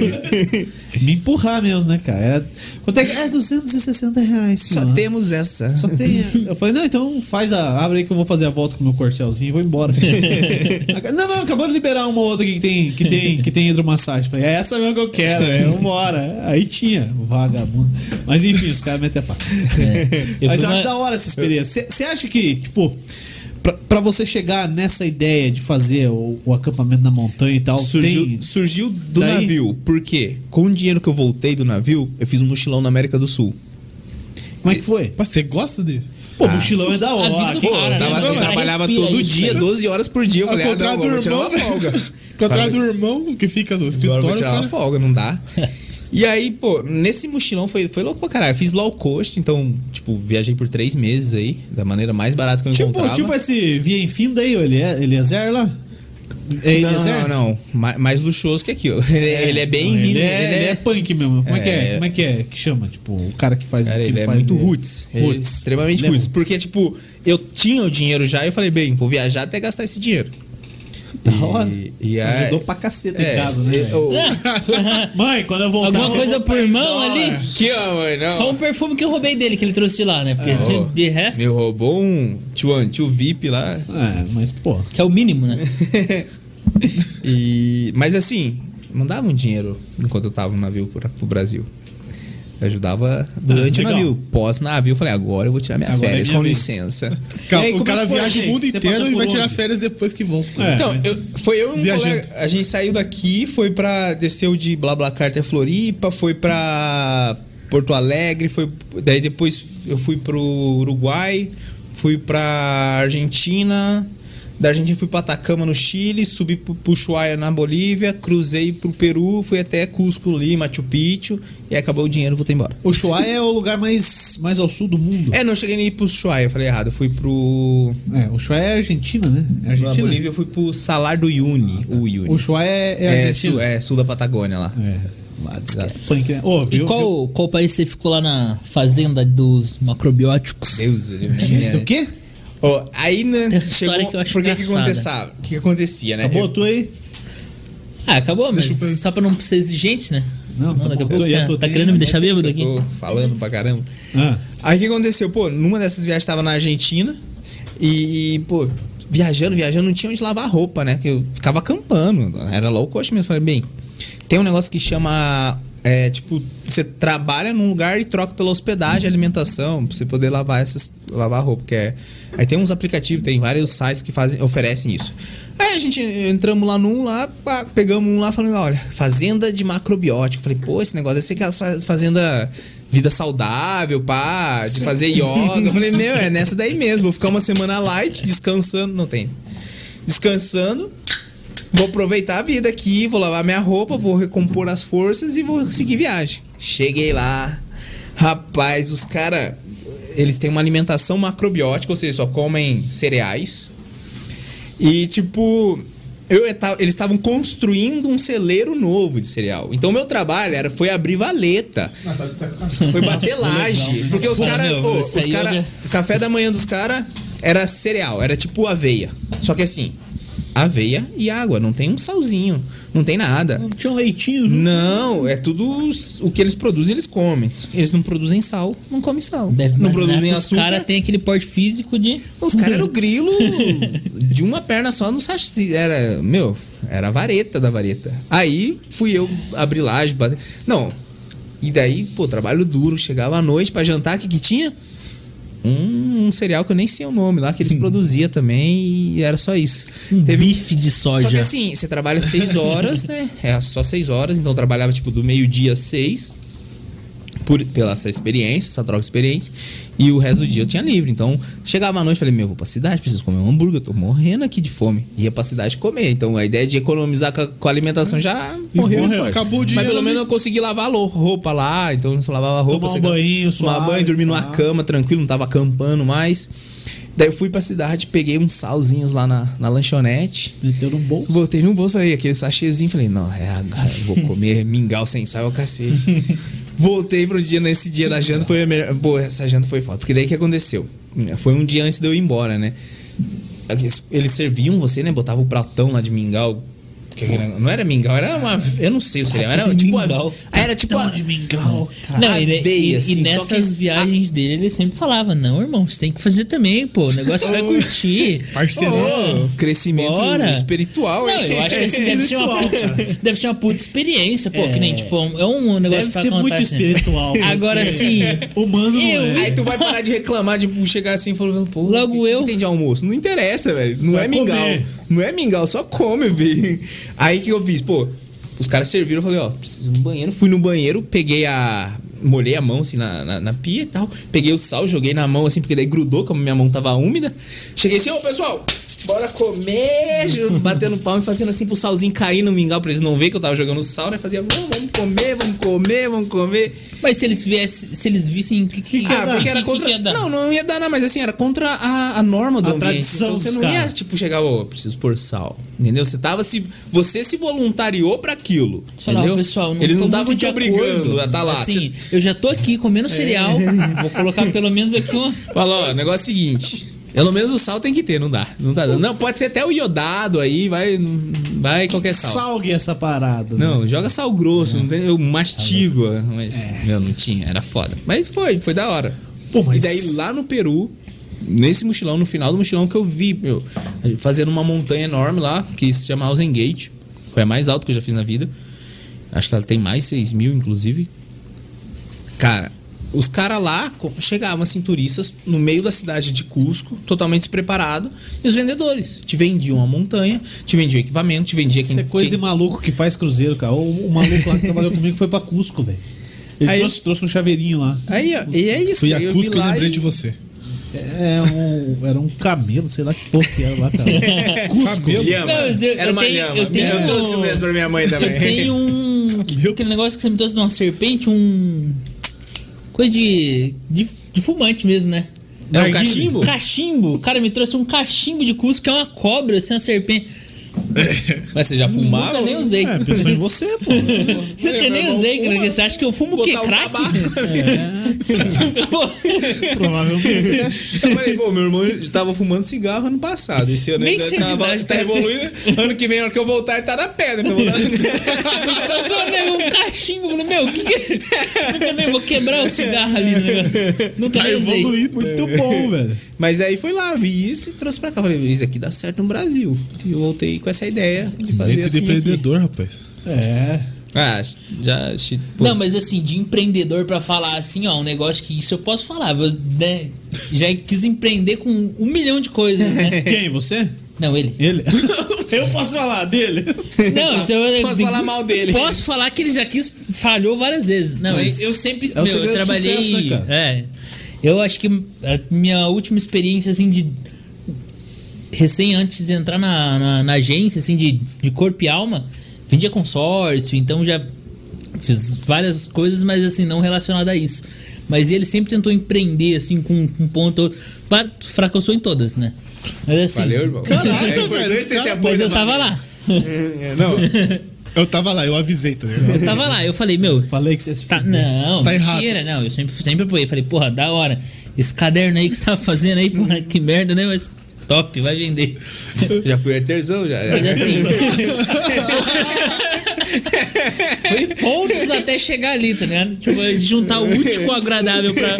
Speaker 1: Me empurrar mesmo, né, cara? Era, quanto é que. É 260 reais.
Speaker 5: Só
Speaker 1: senhora.
Speaker 5: temos essa.
Speaker 1: Só tem. Eu falei, não, então faz a. Abre aí que eu vou fazer a volta com o meu corcelzinho e vou embora. não, não, acabou de liberar uma outra aqui que tem, que tem, que tem hidromassagem. Falei, é essa mesmo que eu quero, é, vambora. Aí tinha, vagabundo. Mas enfim, os caras metem a pá.
Speaker 3: É, Eu
Speaker 1: Mas
Speaker 3: fui
Speaker 1: eu acho
Speaker 3: na-
Speaker 1: da hora essa experiência. Você acha que, tipo. Pra, pra você chegar nessa ideia de fazer o, o acampamento na montanha e tal, tem-
Speaker 5: Surgiu, surgiu do
Speaker 1: Daí-
Speaker 5: navio. Por quê? Com o dinheiro que eu voltei do navio, eu fiz um mochilão na América do Sul.
Speaker 1: como é que foi?
Speaker 2: Mas você gosta de.
Speaker 3: Ah.
Speaker 1: Pô, mochilão é da
Speaker 3: a
Speaker 1: hora.
Speaker 3: vida do
Speaker 1: Quem-
Speaker 3: cara,
Speaker 5: Eu tava-
Speaker 3: né?
Speaker 5: eu
Speaker 3: O cara
Speaker 5: trabalhava
Speaker 3: respira
Speaker 5: todo
Speaker 3: isso,
Speaker 5: dia,
Speaker 3: né?
Speaker 5: 12 horas por dia. Eu
Speaker 2: Ao
Speaker 5: falei, ah, não,
Speaker 2: contrário do
Speaker 5: agora eu vou
Speaker 2: irmão,
Speaker 5: tirar
Speaker 2: né?"
Speaker 5: uma folga.
Speaker 2: Ao contrário do irmão que fica no
Speaker 5: Agora eu vou
Speaker 2: escritório,
Speaker 5: tirar uma
Speaker 2: cara.
Speaker 5: folga, não dá. E aí, pô, nesse mochilão foi, foi louco pra caralho. Eu fiz low cost, então, tipo, viajei por três meses aí, da maneira mais barata que eu
Speaker 1: Tipo,
Speaker 5: encontrava.
Speaker 1: tipo esse Via Infinda aí, o Elie- Eliezer é lá? É
Speaker 5: não, não, não. Ma- Mais luxuoso que aquilo. Ele é, ele é bem
Speaker 1: Não,
Speaker 5: rico,
Speaker 1: Ele é, ele é punk mesmo. Como é, que é?
Speaker 5: É.
Speaker 1: Como é que é que chama? Tipo, o cara que faz
Speaker 5: Cara,
Speaker 1: o que
Speaker 5: ele é
Speaker 1: faz
Speaker 5: muito
Speaker 1: de-
Speaker 5: roots. Ele é
Speaker 1: Roots.
Speaker 5: extremamente
Speaker 1: Ele é
Speaker 5: roots. Porque, tipo, eu tinha o dinheiro já e eu falei, bem, vou viajar até gastar esse dinheiro.
Speaker 1: Da hora.
Speaker 5: e aí-
Speaker 1: Ajudou pra caceta em
Speaker 5: É,
Speaker 1: casa, né?
Speaker 5: eu-
Speaker 1: velho? Mãe, quando eu voltar. eu
Speaker 3: Alguma
Speaker 1: vou
Speaker 3: coisa pro
Speaker 1: pra
Speaker 3: irmão
Speaker 1: Itália.
Speaker 3: ali?
Speaker 5: Que amor, não.
Speaker 3: Só um perfume que eu roubei dele, que ele trouxe de lá, né? Porque de,
Speaker 5: Ô,
Speaker 3: de resto,
Speaker 5: Me roubou um tio, tio VIP lá.
Speaker 1: É, mas, pô.
Speaker 3: que é o mínimo, né?
Speaker 5: E, mas assim, mandava um dinheiro enquanto eu tava no navio pro, pro Brasil. Eu ajudava durante o
Speaker 1: Tá, legal.
Speaker 5: navio. Pós-navio, eu falei, agora eu vou tirar minhas
Speaker 1: Agora é
Speaker 5: férias,
Speaker 1: minha
Speaker 5: com
Speaker 1: vez.
Speaker 5: licença.
Speaker 2: Ca-
Speaker 1: E aí, como é
Speaker 2: o cara
Speaker 1: que foi,
Speaker 2: viaja o
Speaker 1: gente?
Speaker 2: mundo
Speaker 1: Você
Speaker 2: inteiro
Speaker 1: passou
Speaker 2: e
Speaker 1: por
Speaker 2: vai tirar
Speaker 1: onde?
Speaker 2: férias depois que volta. tá
Speaker 1: É.
Speaker 2: ligado?
Speaker 5: Então,
Speaker 1: mas-
Speaker 5: eu- foi eu e um
Speaker 2: Viajante.
Speaker 5: colega. A gente saiu daqui, foi pra. Desceu de BlaBlaCar até Floripa, foi pra Porto Alegre, foi. Daí depois eu fui pro Uruguai, fui pra Argentina. Da Argentina fui pra Atacama, no Chile. Subi pro Ushuaia, na Bolívia. Cruzei pro Peru. Fui até Cusco, Lima, Machu Picchu. E aí acabou o dinheiro, voltei embora.
Speaker 1: Ushuaia é o lugar mais, mais ao sul do mundo.
Speaker 5: É, não cheguei nem pro Ushuaia, eu falei errado. Eu fui pro.
Speaker 1: É, Ushuaia é Argentina, né? É
Speaker 5: Na
Speaker 1: Argentina.
Speaker 5: Bolívia eu fui pro Salar do Uyuni. O Uyuni.
Speaker 1: Ushuaia é, é
Speaker 5: É,
Speaker 1: Argentina.
Speaker 5: sul, é, sul da Patagônia lá.
Speaker 1: É, lá diz que é punk, né? Ô, viu,
Speaker 3: E
Speaker 1: viu?
Speaker 3: qual, qual país você ficou lá na fazenda dos macrobióticos?
Speaker 5: Deus, ele me
Speaker 1: Do quê?
Speaker 5: Ó, aí, né,
Speaker 3: Tem uma história
Speaker 5: chegou-
Speaker 3: que eu acho
Speaker 5: porque o que que
Speaker 3: engraçada.
Speaker 5: aconteçava? O que que acontecia, né?
Speaker 1: Acabou
Speaker 5: Eu-
Speaker 1: tu aí?
Speaker 3: Ah, acabou, mas
Speaker 2: Deixa eu pensar.
Speaker 3: só pra não ser exigente, né?
Speaker 1: Não, tá
Speaker 3: daqui a
Speaker 1: bom.
Speaker 3: pouco
Speaker 1: E a
Speaker 3: tá,
Speaker 1: tua
Speaker 3: tá
Speaker 1: tem?
Speaker 3: querendo me deixar bêbado
Speaker 5: eu
Speaker 3: aqui?
Speaker 5: tô falando pra caramba.
Speaker 1: Ah,
Speaker 5: Aí o que aconteceu? Pô, numa dessas viagens tava na Argentina e, pô, viajando, viajando, não tinha onde lavar roupa, né? Que eu ficava acampando, era low cost mesmo. Falei, bem, tem um negócio que chama. É, tipo, você trabalha num lugar e troca pela hospedagem, alimentação, pra você poder lavar essas. lavar roupa, que é. Aí tem uns aplicativos, tem vários sites que fazem, oferecem isso. Aí a gente entramos lá num lá, pá, pegamos um lá falando, olha, fazenda de macrobiótico. Falei, pô, esse negócio deve ser aquelas fa- fazenda vida saudável, pá, de fazer yoga. Eu falei, meu, é nessa daí mesmo. Vou ficar uma semana light, descansando. Não tem. Descansando. Vou aproveitar a vida aqui, vou lavar minha roupa, vou recompor as forças e vou seguir viagem. Cheguei lá. Rapaz, os caras. Eles têm uma alimentação macrobiótica, ou seja, só comem cereais. E tipo, eu eta- eles estavam construindo um celeiro novo de cereal. Então meu trabalho era foi abrir valeta, foi bater laje, porque os
Speaker 3: Pô,
Speaker 5: caras,
Speaker 3: meu, isso
Speaker 5: os
Speaker 3: aí eu
Speaker 5: cara,
Speaker 3: já-
Speaker 5: o café da manhã dos caras era cereal, era tipo aveia. Só que assim, aveia e água, não tem um salzinho, não tem nada.
Speaker 1: não tinha um leitinho junto.
Speaker 5: Não, é tudo os- o que eles produzem, eles comem. Eles não produzem sal, não comem sal.
Speaker 3: Deve
Speaker 5: não
Speaker 3: imaginar
Speaker 5: produzem
Speaker 3: que os
Speaker 5: açúcar.
Speaker 3: caras têm aquele porte físico de.
Speaker 5: Os caras eram grilo de uma perna só no saci. Era, meu, era a vareta da vareta. Aí fui eu abrir laje, bater. Não. E daí, pô, trabalho duro. Chegava à noite pra jantar, o que, que tinha? Um, um cereal que eu nem sei o nome lá, que eles produziam também e era só isso.
Speaker 3: Um
Speaker 5: Teve
Speaker 3: bife de soja.
Speaker 5: só que assim, você trabalha seis horas, né? É só seis horas, então eu trabalhava tipo do meio-dia às seis. Por, pela essa experiência, essa troca de experiência. E o resto do dia eu tinha livre. Então, chegava à noite falei, meu, vou pra cidade, preciso comer um hambúrguer, eu tô morrendo aqui de fome. Ia pra cidade comer. Então a ideia de economizar com a, com a alimentação já morreu.
Speaker 2: morreu,
Speaker 5: pô.
Speaker 2: acabou o
Speaker 5: Mas
Speaker 2: dinheiro né?
Speaker 5: pelo
Speaker 2: ali.
Speaker 5: menos eu consegui lavar lo- roupa lá, então eu lavava
Speaker 1: Tomar
Speaker 5: roupa.
Speaker 1: um
Speaker 5: secava-
Speaker 1: banho
Speaker 5: tomar
Speaker 1: suave,
Speaker 5: banho, dormir numa
Speaker 1: pá.
Speaker 5: cama, tranquilo, não tava acampando mais. Daí eu fui pra cidade, peguei uns salzinhos lá na- na lanchonete.
Speaker 1: Meteu no bolso.
Speaker 5: Voltei no bolso, falei, aquele sachêzinho, falei, não, é agora, eu vou comer mingau sem sal, é o cacete. Voltei pro dia, nesse dia da janta, foi a melhor. Pô, essa janta foi foda. Porque daí o que aconteceu? Foi um dia antes de eu ir embora, né? Eles- Eles serviam você, né? Botava o pratão lá de mingau. que era- Não era mingau, era uma. Eu não sei o cereal. Era
Speaker 3: Pratão de
Speaker 5: tipo.
Speaker 3: mingau.
Speaker 5: A, era tipo. A,
Speaker 1: mingau.
Speaker 3: Não, ele,
Speaker 5: aveia,
Speaker 3: e,
Speaker 5: assim,
Speaker 3: e
Speaker 5: só
Speaker 3: nessas
Speaker 5: que-
Speaker 3: viagens dele ele sempre falava: Não, irmão, você tem que fazer também, pô. O negócio vai curtir.
Speaker 5: Ô, crescimento
Speaker 3: Bora.
Speaker 5: espiritual,
Speaker 3: Não, eu acho que esse deve ser uma puta, deve ser uma puta experiência, pô. Que nem, tipo, é um
Speaker 1: Deve
Speaker 3: negócio pra
Speaker 1: ser
Speaker 3: contar,
Speaker 1: muito
Speaker 3: assim.
Speaker 1: espiritual.
Speaker 3: Agora
Speaker 1: porque
Speaker 3: sim.
Speaker 1: Humano não
Speaker 3: eu-
Speaker 1: é.
Speaker 5: Aí tu vai parar de reclamar de chegar assim e falando, pô,
Speaker 3: Logo
Speaker 5: o que,
Speaker 3: eu.
Speaker 5: que tem de almoço? Não interessa, velho. Não
Speaker 1: Só
Speaker 5: é mingau.
Speaker 1: comer.
Speaker 5: Não é mingau, só come, velho. Aí o que eu fiz? Pô, os caras serviram, eu falei, ó, preciso de um banheiro. Fui no banheiro, peguei a. Molhei a mão assim na, na, na pia e tal. Peguei o sal, joguei na mão assim, porque daí grudou, como minha mão tava úmida. Cheguei assim, ô pessoal, bora comer! ju- Batendo palma e fazendo assim pro salzinho cair no mingau pra eles não verem que eu tava jogando sal, né? Fazia, vamos vamos comer, vamos comer, vamos comer.
Speaker 3: Mas se eles viessem, se eles vissem o que, que,
Speaker 5: Ah, porque era
Speaker 3: que- que
Speaker 5: contra.
Speaker 3: que ia dar?
Speaker 5: Não, não ia dar, não, mas assim, era contra a, a norma do
Speaker 1: A
Speaker 5: ambiente.
Speaker 1: tradição
Speaker 5: então você
Speaker 1: dos
Speaker 5: não ia,
Speaker 1: caras.
Speaker 5: tipo, chegar, ô, preciso pôr sal. Entendeu? Você tava se. Você se voluntariou pra aquilo.
Speaker 3: Sei lá,
Speaker 5: entendeu?
Speaker 3: o pessoal, não
Speaker 5: Eles não
Speaker 3: tô
Speaker 5: estavam
Speaker 3: muito
Speaker 5: te
Speaker 3: de
Speaker 5: obrigando
Speaker 3: acordo.
Speaker 5: a tá lá. É.
Speaker 3: Assim, eu já tô aqui comendo cereal. Vou colocar pelo menos aqui uma.
Speaker 5: Você fala, ó, o negócio é o seguinte. Pelo menos o sal tem que ter, não dá. Não tá dando. Não, pode ser até o iodado aí, vai. Vai qualquer sal.
Speaker 1: Salgue essa parada. né? Tá
Speaker 5: Não, joga sal grosso, não tem, eu mastigo. Mas, meu, não tinha, era foda. Mas foi, foi da hora.
Speaker 1: É. Pô, mas-
Speaker 5: E daí lá no Peru, nesse mochilão, no final do mochilão que eu vi, meu, fazendo uma montanha enorme lá, que se chama Housing Gate. Foi a mais alta que eu já fiz na vida. Acho que ela tem mais 6 mil, inclusive. Cara, os caras lá co- chegavam assim, turistas, no meio da cidade de Cusco, totalmente despreparado, e os vendedores te vendiam a montanha, te vendiam equipamento, te vendiam
Speaker 1: Isso é coisa de maluco que faz cruzeiro, cara. O, o maluco lá que trabalhou comigo foi pra Cusco, velho. Ele
Speaker 5: Aí-
Speaker 1: trouxe, trouxe um chaveirinho lá.
Speaker 5: Aí, ó, e é isso.
Speaker 2: Fui
Speaker 5: aí
Speaker 2: a
Speaker 5: eu
Speaker 2: Cusco
Speaker 5: vi
Speaker 2: e
Speaker 5: lá
Speaker 2: lembrei
Speaker 5: e-
Speaker 2: de você.
Speaker 1: É um, era um camelo, sei lá que porra que era lá, cara. Cusco.
Speaker 2: Camelo?
Speaker 5: Lhama.
Speaker 3: Não, mas eu-
Speaker 5: Era
Speaker 3: eu
Speaker 5: uma
Speaker 3: tenho-
Speaker 5: lhama.
Speaker 3: eu tenho-
Speaker 5: trouxe mesmo pra minha mãe também.
Speaker 3: Eu tenho um. Aquele negócio que você me trouxe de uma serpente, um. Coisa de. de, de fumante mesmo, né?
Speaker 5: É um
Speaker 3: Narguilha.
Speaker 5: cachimbo?
Speaker 3: Cachimbo. O cara me trouxe um cachimbo de cusco que é uma cobra, assim, uma serpente.
Speaker 5: Mas você já fumava?
Speaker 3: Nunca nem usei.
Speaker 1: É, pensou em você, pô.
Speaker 5: É,
Speaker 3: Nunca nem usei, cara. Você acha que eu fumo o quê?
Speaker 5: Botar um
Speaker 3: Crack?
Speaker 5: tabaco.
Speaker 3: Pô,
Speaker 1: Provavelmente.
Speaker 5: Eu falei, pô, meu irmão já tava fumando cigarro ano passado. Esse ano
Speaker 3: Nem
Speaker 5: ele
Speaker 3: sei a idade,
Speaker 5: tá
Speaker 3: cara.
Speaker 5: evoluindo. Ano que vem, na hora que eu voltar, ele tá na pedra. Então eu vou dar-
Speaker 3: eu só levei um cachimbo. Falei, meu, que que... Nunca nem vou quebrar o cigarro ali, né? Nunca
Speaker 1: Tá
Speaker 3: nem usei.
Speaker 1: evoluído. Muito bom, velho.
Speaker 5: Mas aí foi lá, vi isso e trouxe pra cá. Falei, isso aqui dá certo no Brasil. E eu voltei com essa ideia de fazer
Speaker 2: Mente de
Speaker 5: assim aqui.
Speaker 2: empreendedor, rapaz.
Speaker 1: É.
Speaker 5: Ah, já... chi- pô,
Speaker 3: Não, mas assim, de empreendedor pra falar assim, ó, um negócio que isso eu posso falar, eu, né, já quis empreender com um milhão de coisas, né?
Speaker 1: Quem? Você?
Speaker 3: Não, ele.
Speaker 1: Ele? Eu posso falar dele.
Speaker 3: Não, isso eu,
Speaker 5: Posso falar mal dele.
Speaker 3: Posso falar que ele já quis, falhou várias vezes. Não,
Speaker 1: Mas
Speaker 3: eu, eu sempre,
Speaker 1: é o
Speaker 3: meu,
Speaker 1: segredo
Speaker 3: eu
Speaker 1: do
Speaker 3: trabalhei,
Speaker 1: sucesso, né, cara?
Speaker 3: é. Eu acho que a minha última experiência assim de recém antes de entrar na, na, na agência assim de, de corpo e alma, vendia consórcio, então já fiz várias coisas, mas assim não relacionada a isso. Mas ele sempre tentou empreender assim com com um ponto ou outro. Claro, Fracassou em todas, né? Mas assim,
Speaker 5: Valeu, irmão.
Speaker 2: Caraca,
Speaker 5: é importante
Speaker 2: velho,
Speaker 5: ter esse
Speaker 2: cara,
Speaker 3: mas
Speaker 5: apoio da
Speaker 3: eu tava
Speaker 5: família.
Speaker 3: lá.
Speaker 2: Não, eu tava lá, eu avisei, tá ligado?
Speaker 3: Eu tava lá, eu falei, meu,
Speaker 1: Falei que você se
Speaker 3: Tá,
Speaker 1: fudeu.
Speaker 3: não,
Speaker 2: Tá
Speaker 3: mentira, não. Eu sempre, sempre apoiei. Falei, porra, da hora. Esse caderno aí que você tava fazendo aí, porra, que merda, né? Mas top, vai vender.
Speaker 5: Já fui artesão, já.
Speaker 3: Mas assim. foi pontos até chegar ali, tá ligado? Tipo, juntar o útil com o agradável pra,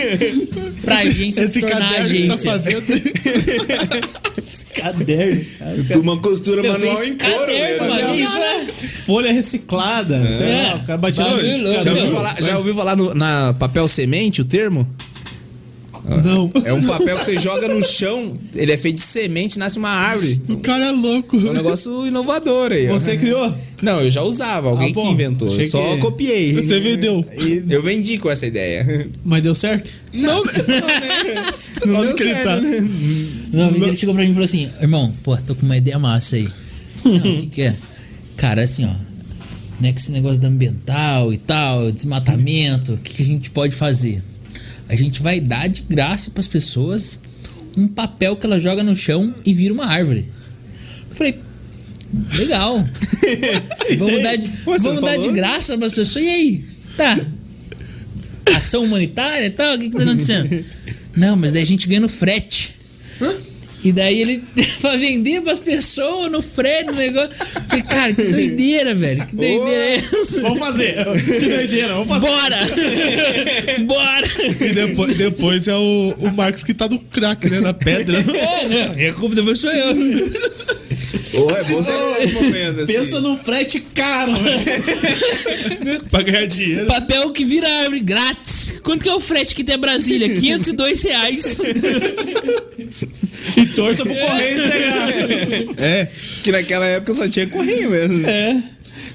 Speaker 3: pra agência
Speaker 2: Esse
Speaker 3: se tornar
Speaker 2: caderno que
Speaker 3: agência.
Speaker 2: você tá fazendo.
Speaker 1: Esse caderno, cara.
Speaker 5: É, Uma costura
Speaker 3: Eu
Speaker 5: manual
Speaker 3: fiz
Speaker 5: em couro, né?
Speaker 3: caderno,
Speaker 5: velho.
Speaker 3: mano. Isso é-
Speaker 1: Folha reciclada. Sei lá, o cara batia no
Speaker 3: Bagulho louco,
Speaker 5: Já
Speaker 1: liquidificador.
Speaker 5: ouviu falar, já ouviu falar no- na papel semente o termo?
Speaker 1: Não.
Speaker 5: É um papel que você joga no chão, ele é feito de semente, nasce uma árvore.
Speaker 2: O cara é louco.
Speaker 5: É um negócio inovador aí. ó.
Speaker 1: Você criou?
Speaker 5: Não, eu já usava, alguém
Speaker 1: bom.
Speaker 5: que inventou.
Speaker 1: Achei
Speaker 5: Eu só
Speaker 1: que-
Speaker 5: copiei.
Speaker 2: Você vendeu.
Speaker 5: Eu vendi com essa ideia.
Speaker 1: Mas deu certo?
Speaker 2: Não,
Speaker 5: Não
Speaker 2: Olha o que ele tá.
Speaker 5: né?
Speaker 3: Uma vez ele chegou pra mim e falou assim: Irmão, pô, tô com uma ideia massa aí. Não, o que, que é? Cara, assim, ó. Né, que esse negócio do ambiental e tal, desmatamento, o que, que a gente pode fazer? A gente vai dar de graça pras pessoas um papel que ela joga no chão e vira uma árvore. Eu falei, legal. vamos dar de,
Speaker 5: você não
Speaker 3: vamos dar de
Speaker 5: falou?
Speaker 3: graça pras pessoas, e aí? Tá. Ação humanitária e tal, o que, que tá acontecendo? Não, mas daí a gente ganha no frete. E daí ele pra vender pras pessoas no frete, no negócio. Falei, cara, que doideira, velho. Que doideira é essa?
Speaker 1: Vamos fazer. Que doideira, vamos fazer.
Speaker 3: Bora! Bora!
Speaker 2: E depois, depois é o, o Marcos que tá no crack, né? Na pedra.
Speaker 3: É, não, e a culpa depois sou eu.
Speaker 5: Ô, é bom você nesse momento, assim.
Speaker 1: Pensa num frete caro,
Speaker 5: né?
Speaker 1: velho.
Speaker 2: pra ganhar dinheiro.
Speaker 3: Papel que vira árvore, grátis. Quanto que é o frete que tem a Brasília? 502 reais.
Speaker 1: E torça pro correio entregar.
Speaker 2: É.
Speaker 5: Que naquela época só tinha correio mesmo.
Speaker 1: É.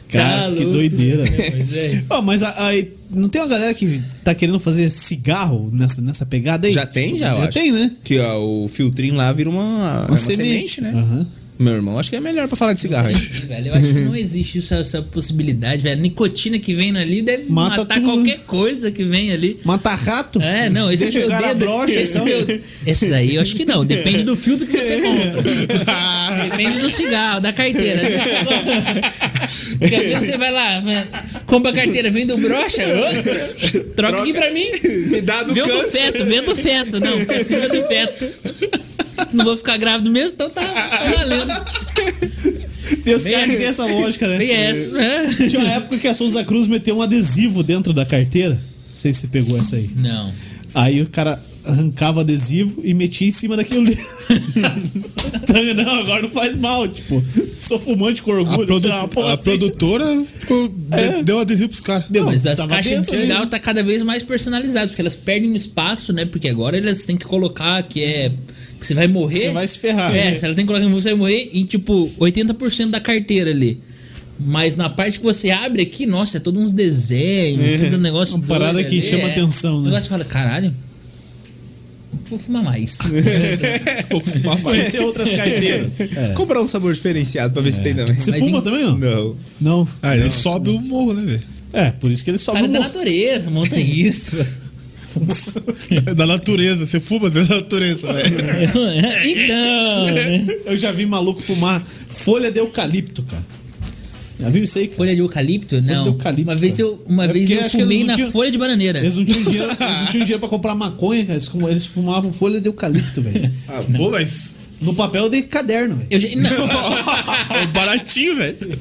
Speaker 1: Cara,
Speaker 3: Tá
Speaker 1: que
Speaker 3: louco. é.
Speaker 1: doideira. né? Ó, mas a- aí, não tem uma galera que tá querendo fazer cigarro nessa, nessa pegada aí?
Speaker 5: Já tem, já, eu
Speaker 1: Já
Speaker 5: acho.
Speaker 1: tem, né?
Speaker 5: Que ó, o filtrinho lá vira uma, é uma semente. né?
Speaker 1: Aham.
Speaker 5: Meu irmão, acho que é melhor pra falar de cigarro, hein?
Speaker 3: Velho, eu acho que não existe isso, essa possibilidade, velho. A nicotina que vem ali deve
Speaker 1: Mata
Speaker 3: matar
Speaker 1: tudo,
Speaker 3: qualquer coisa que vem ali.
Speaker 1: Mata rato?
Speaker 3: É, não, esse
Speaker 1: Deixa
Speaker 3: teu
Speaker 1: o cara
Speaker 3: dedo,
Speaker 1: broxa,
Speaker 3: esse,
Speaker 1: então.
Speaker 3: teu- esse daí eu acho que não, depende do filtro que você compra. Depende do cigarro, da carteira. Às vezes você, compra- Porque às vezes você vai lá, compra a carteira, vem do brocha, ô, troca, aqui pra mim.
Speaker 5: Me dá do
Speaker 3: Vendo do
Speaker 5: câncer.
Speaker 3: feto, vendo do feto, não, pra cima do feto. Não vou ficar grávido mesmo, então tá, tá valendo.
Speaker 1: Tem os caras que tem essa lógica, né?
Speaker 3: Tem essa. né?
Speaker 1: Tinha uma época que a Souza Cruz meteu um adesivo dentro da carteira. Não sei se você pegou essa aí.
Speaker 3: Não.
Speaker 1: Aí o cara arrancava o adesivo e metia em cima daquilo. ali. Então, não, agora não faz mal, tipo, sou fumante com
Speaker 2: A,
Speaker 1: orgulho.
Speaker 2: produ-
Speaker 1: sei lá, uma porra
Speaker 2: a
Speaker 1: assim.
Speaker 2: produtora ficou,
Speaker 1: É.
Speaker 2: deu adesivo pros caras.
Speaker 3: Meu, mas as
Speaker 1: tava
Speaker 3: caixas de
Speaker 1: dentro,
Speaker 3: cigarro tá cada vez mais personalizadas, porque elas perdem espaço, né? Porque agora elas têm que colocar que é. que você vai morrer.
Speaker 1: Você vai se ferrar.
Speaker 3: É, ela tem que colocar que você vai morrer em tipo 80% da carteira ali. Mas na parte que você abre aqui, nossa, é todo uns desenhos, tudo um negócio.
Speaker 1: É. Uma parada
Speaker 3: doido
Speaker 1: que
Speaker 3: ali,
Speaker 1: chama atenção, né?
Speaker 3: O negócio fala, caralho. vou fumar mais.
Speaker 2: Vou fumar mais.
Speaker 1: Conhecer outras carteiras. É.
Speaker 5: Comprar um sabor diferenciado pra ver se tem também.
Speaker 1: Você
Speaker 5: Mas
Speaker 1: fuma
Speaker 5: em-
Speaker 1: também, não?
Speaker 5: Não.
Speaker 1: Não.
Speaker 2: Ah, ele sobe o morro, né,
Speaker 1: É, por isso que ele sobe
Speaker 3: Cara tá
Speaker 1: o
Speaker 3: da
Speaker 1: morro.
Speaker 3: natureza, monta isso.
Speaker 2: velho? Da natureza. Você fuma, você é da natureza, velho.
Speaker 3: então, né?
Speaker 1: Eu já vi maluco fumar folha de eucalipto, cara. Já viu isso aí? cara?
Speaker 3: folha de eucalipto? Não.
Speaker 1: de eucalipto,
Speaker 3: uma vez eu, uma
Speaker 1: É
Speaker 3: vez
Speaker 1: porque
Speaker 3: eu
Speaker 1: acho que eles
Speaker 3: fumei
Speaker 1: não
Speaker 3: na
Speaker 1: tinham-
Speaker 3: folha de bananeira.
Speaker 1: Eles não tinham dinheiro, eles não tinham dinheiro pra comprar maconha, cara. Eles, fum- eles fumavam folha de eucalipto, velho.
Speaker 2: Ah, pô, mas...
Speaker 1: No papel de caderno, velho.
Speaker 3: Eu já- não,
Speaker 2: É baratinho, velho.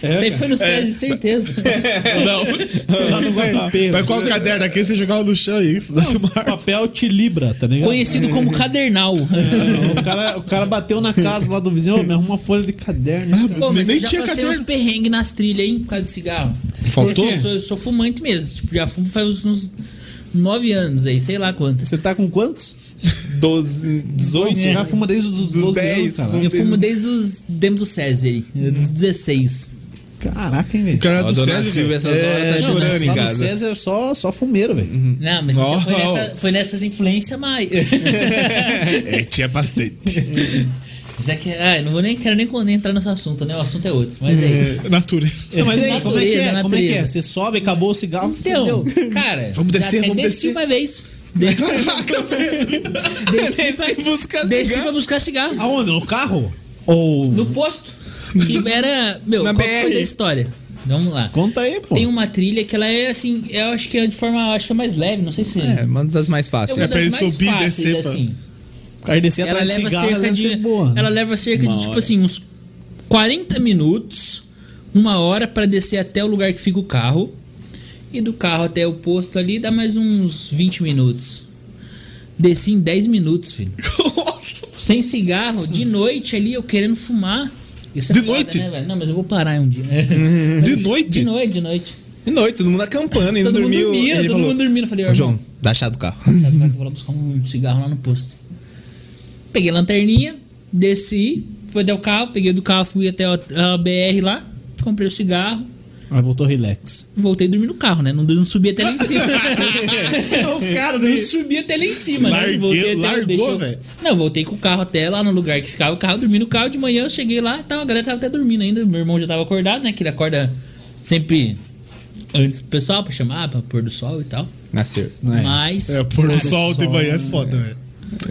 Speaker 1: É.
Speaker 3: isso aí foi no SESI, certeza.
Speaker 2: Não.
Speaker 1: Lá no Guarapé.
Speaker 2: Mas qual caderno? Aquele você jogava no chão e isso, desse mar.
Speaker 1: Papel te libra, tá ligado?
Speaker 3: Conhecido como cadernal.
Speaker 1: O cara, o cara bateu na casa lá do vizinho, "Ô, me arruma uma folha de caderno. cara."
Speaker 3: Pô, mas
Speaker 2: Nem
Speaker 3: eu já
Speaker 2: tinha
Speaker 3: passei
Speaker 2: caderno.
Speaker 3: uns perrengues nas trilhas, hein, por causa de cigarro.
Speaker 2: Faltou?
Speaker 3: Eu sou, eu sou fumante mesmo. Tipo, já fumo faz uns 9 anos aí, sei lá quantos.
Speaker 1: Você tá com quantos?
Speaker 5: 12, 18.
Speaker 1: Você já fuma desde os 12 anos,
Speaker 5: 10,
Speaker 1: cara.
Speaker 3: Eu fumo desde os dentro do César,
Speaker 1: Hum.
Speaker 3: dos 16.
Speaker 1: Caraca, hein, velho?
Speaker 2: O cara
Speaker 5: Ó,
Speaker 2: do
Speaker 5: dona
Speaker 2: César,
Speaker 5: Silvia,
Speaker 2: velho.
Speaker 5: essas horas tá
Speaker 3: É,
Speaker 1: Não, mas
Speaker 5: chorando em
Speaker 1: lá no
Speaker 5: casa.
Speaker 1: César só, só fumeiro, velho.
Speaker 3: Não, mas então foi,
Speaker 2: Não.
Speaker 3: nessa- foi nessas influências mais.
Speaker 2: É, tinha bastante.
Speaker 3: mas é que, ah, eu não vou nem, quero nem con- nem entrar nesse assunto, né? O assunto é outro. Mas aí.
Speaker 2: Natureza.
Speaker 1: Não, mas aí, como é que é?
Speaker 3: Natureza,
Speaker 1: Como é que é?
Speaker 3: natureza.
Speaker 1: Você sobe, acabou o cigarro,
Speaker 3: Então,
Speaker 1: fudeu.
Speaker 3: cara.
Speaker 2: Vamos
Speaker 3: já
Speaker 2: descer,
Speaker 3: até
Speaker 2: vamos
Speaker 3: desci
Speaker 2: descer.
Speaker 3: uma vez.
Speaker 2: É,
Speaker 3: Desci, desci, pra,
Speaker 5: buscar
Speaker 3: desci pra buscar cigarro.
Speaker 1: Aonde? No carro? Ou...
Speaker 3: No posto. Que era. Meu,
Speaker 5: Na
Speaker 3: qual que foi
Speaker 5: BR.
Speaker 3: da história? Vamos lá.
Speaker 1: Conta aí, pô.
Speaker 3: Tem um- uma trilha que ela é assim, eu acho que é de forma, acho que é mais leve, não sei se.
Speaker 5: É, uma das mais
Speaker 3: É
Speaker 5: fáceis.
Speaker 3: uma
Speaker 2: É
Speaker 3: das
Speaker 2: pra ele
Speaker 3: mais
Speaker 2: subir e
Speaker 3: fáceis,
Speaker 2: descer pra-
Speaker 3: assim.
Speaker 1: O cara descer
Speaker 3: Ela
Speaker 1: atrás de
Speaker 3: leva
Speaker 1: cigarro, ela
Speaker 3: cerca
Speaker 1: deve
Speaker 3: de
Speaker 1: ser boa. né?
Speaker 3: ela leva cerca de tipo assim uns 40 minutos, uma hora pra descer até o lugar que fica o carro. E do carro até o posto ali dá mais uns 20 minutos. Desci em 10 minutos, filho. Sem cigarro, de noite ali eu querendo fumar. Isso é
Speaker 2: De
Speaker 3: foda,
Speaker 2: noite?
Speaker 3: né, velho? Não, mas eu vou parar um dia.
Speaker 2: De noite?
Speaker 3: De noite, de noite.
Speaker 5: De noite, todo mundo acampando, e não
Speaker 3: Todo mundo
Speaker 5: dormiu.
Speaker 3: dormia,
Speaker 5: ele
Speaker 3: todo
Speaker 5: falou,
Speaker 3: mundo dormindo. Eu Falei, ó,
Speaker 5: "Ô,
Speaker 3: irmão,
Speaker 5: João, dá chá do carro.
Speaker 3: Sabe como é que eu vou lá buscar um cigarro lá no posto? Peguei a lanterninha, desci, fui até o carro, peguei do carro, fui até a a BR lá, comprei o cigarro,
Speaker 1: Aí voltou relax.
Speaker 3: voltei a dormir no carro, né? Não, não subi até lá em cima.
Speaker 1: Os caras
Speaker 3: não subi até lá em cima, né?
Speaker 2: Largueu-
Speaker 3: Voltei até-
Speaker 2: largou,
Speaker 3: deixou-
Speaker 2: velho.
Speaker 3: Não, voltei com o carro até lá no lugar que ficava o carro, dormi no carro, de manhã eu cheguei lá, tava, a galera tava até dormindo ainda, meu irmão já tava acordado, né? Que ele acorda sempre antes do pessoal pra chamar, pra pôr do sol e tal.
Speaker 5: Nascer.
Speaker 3: Mas.
Speaker 2: É, pôr do
Speaker 3: cara,
Speaker 2: sol de
Speaker 1: sol,
Speaker 2: manhã é foda, velho.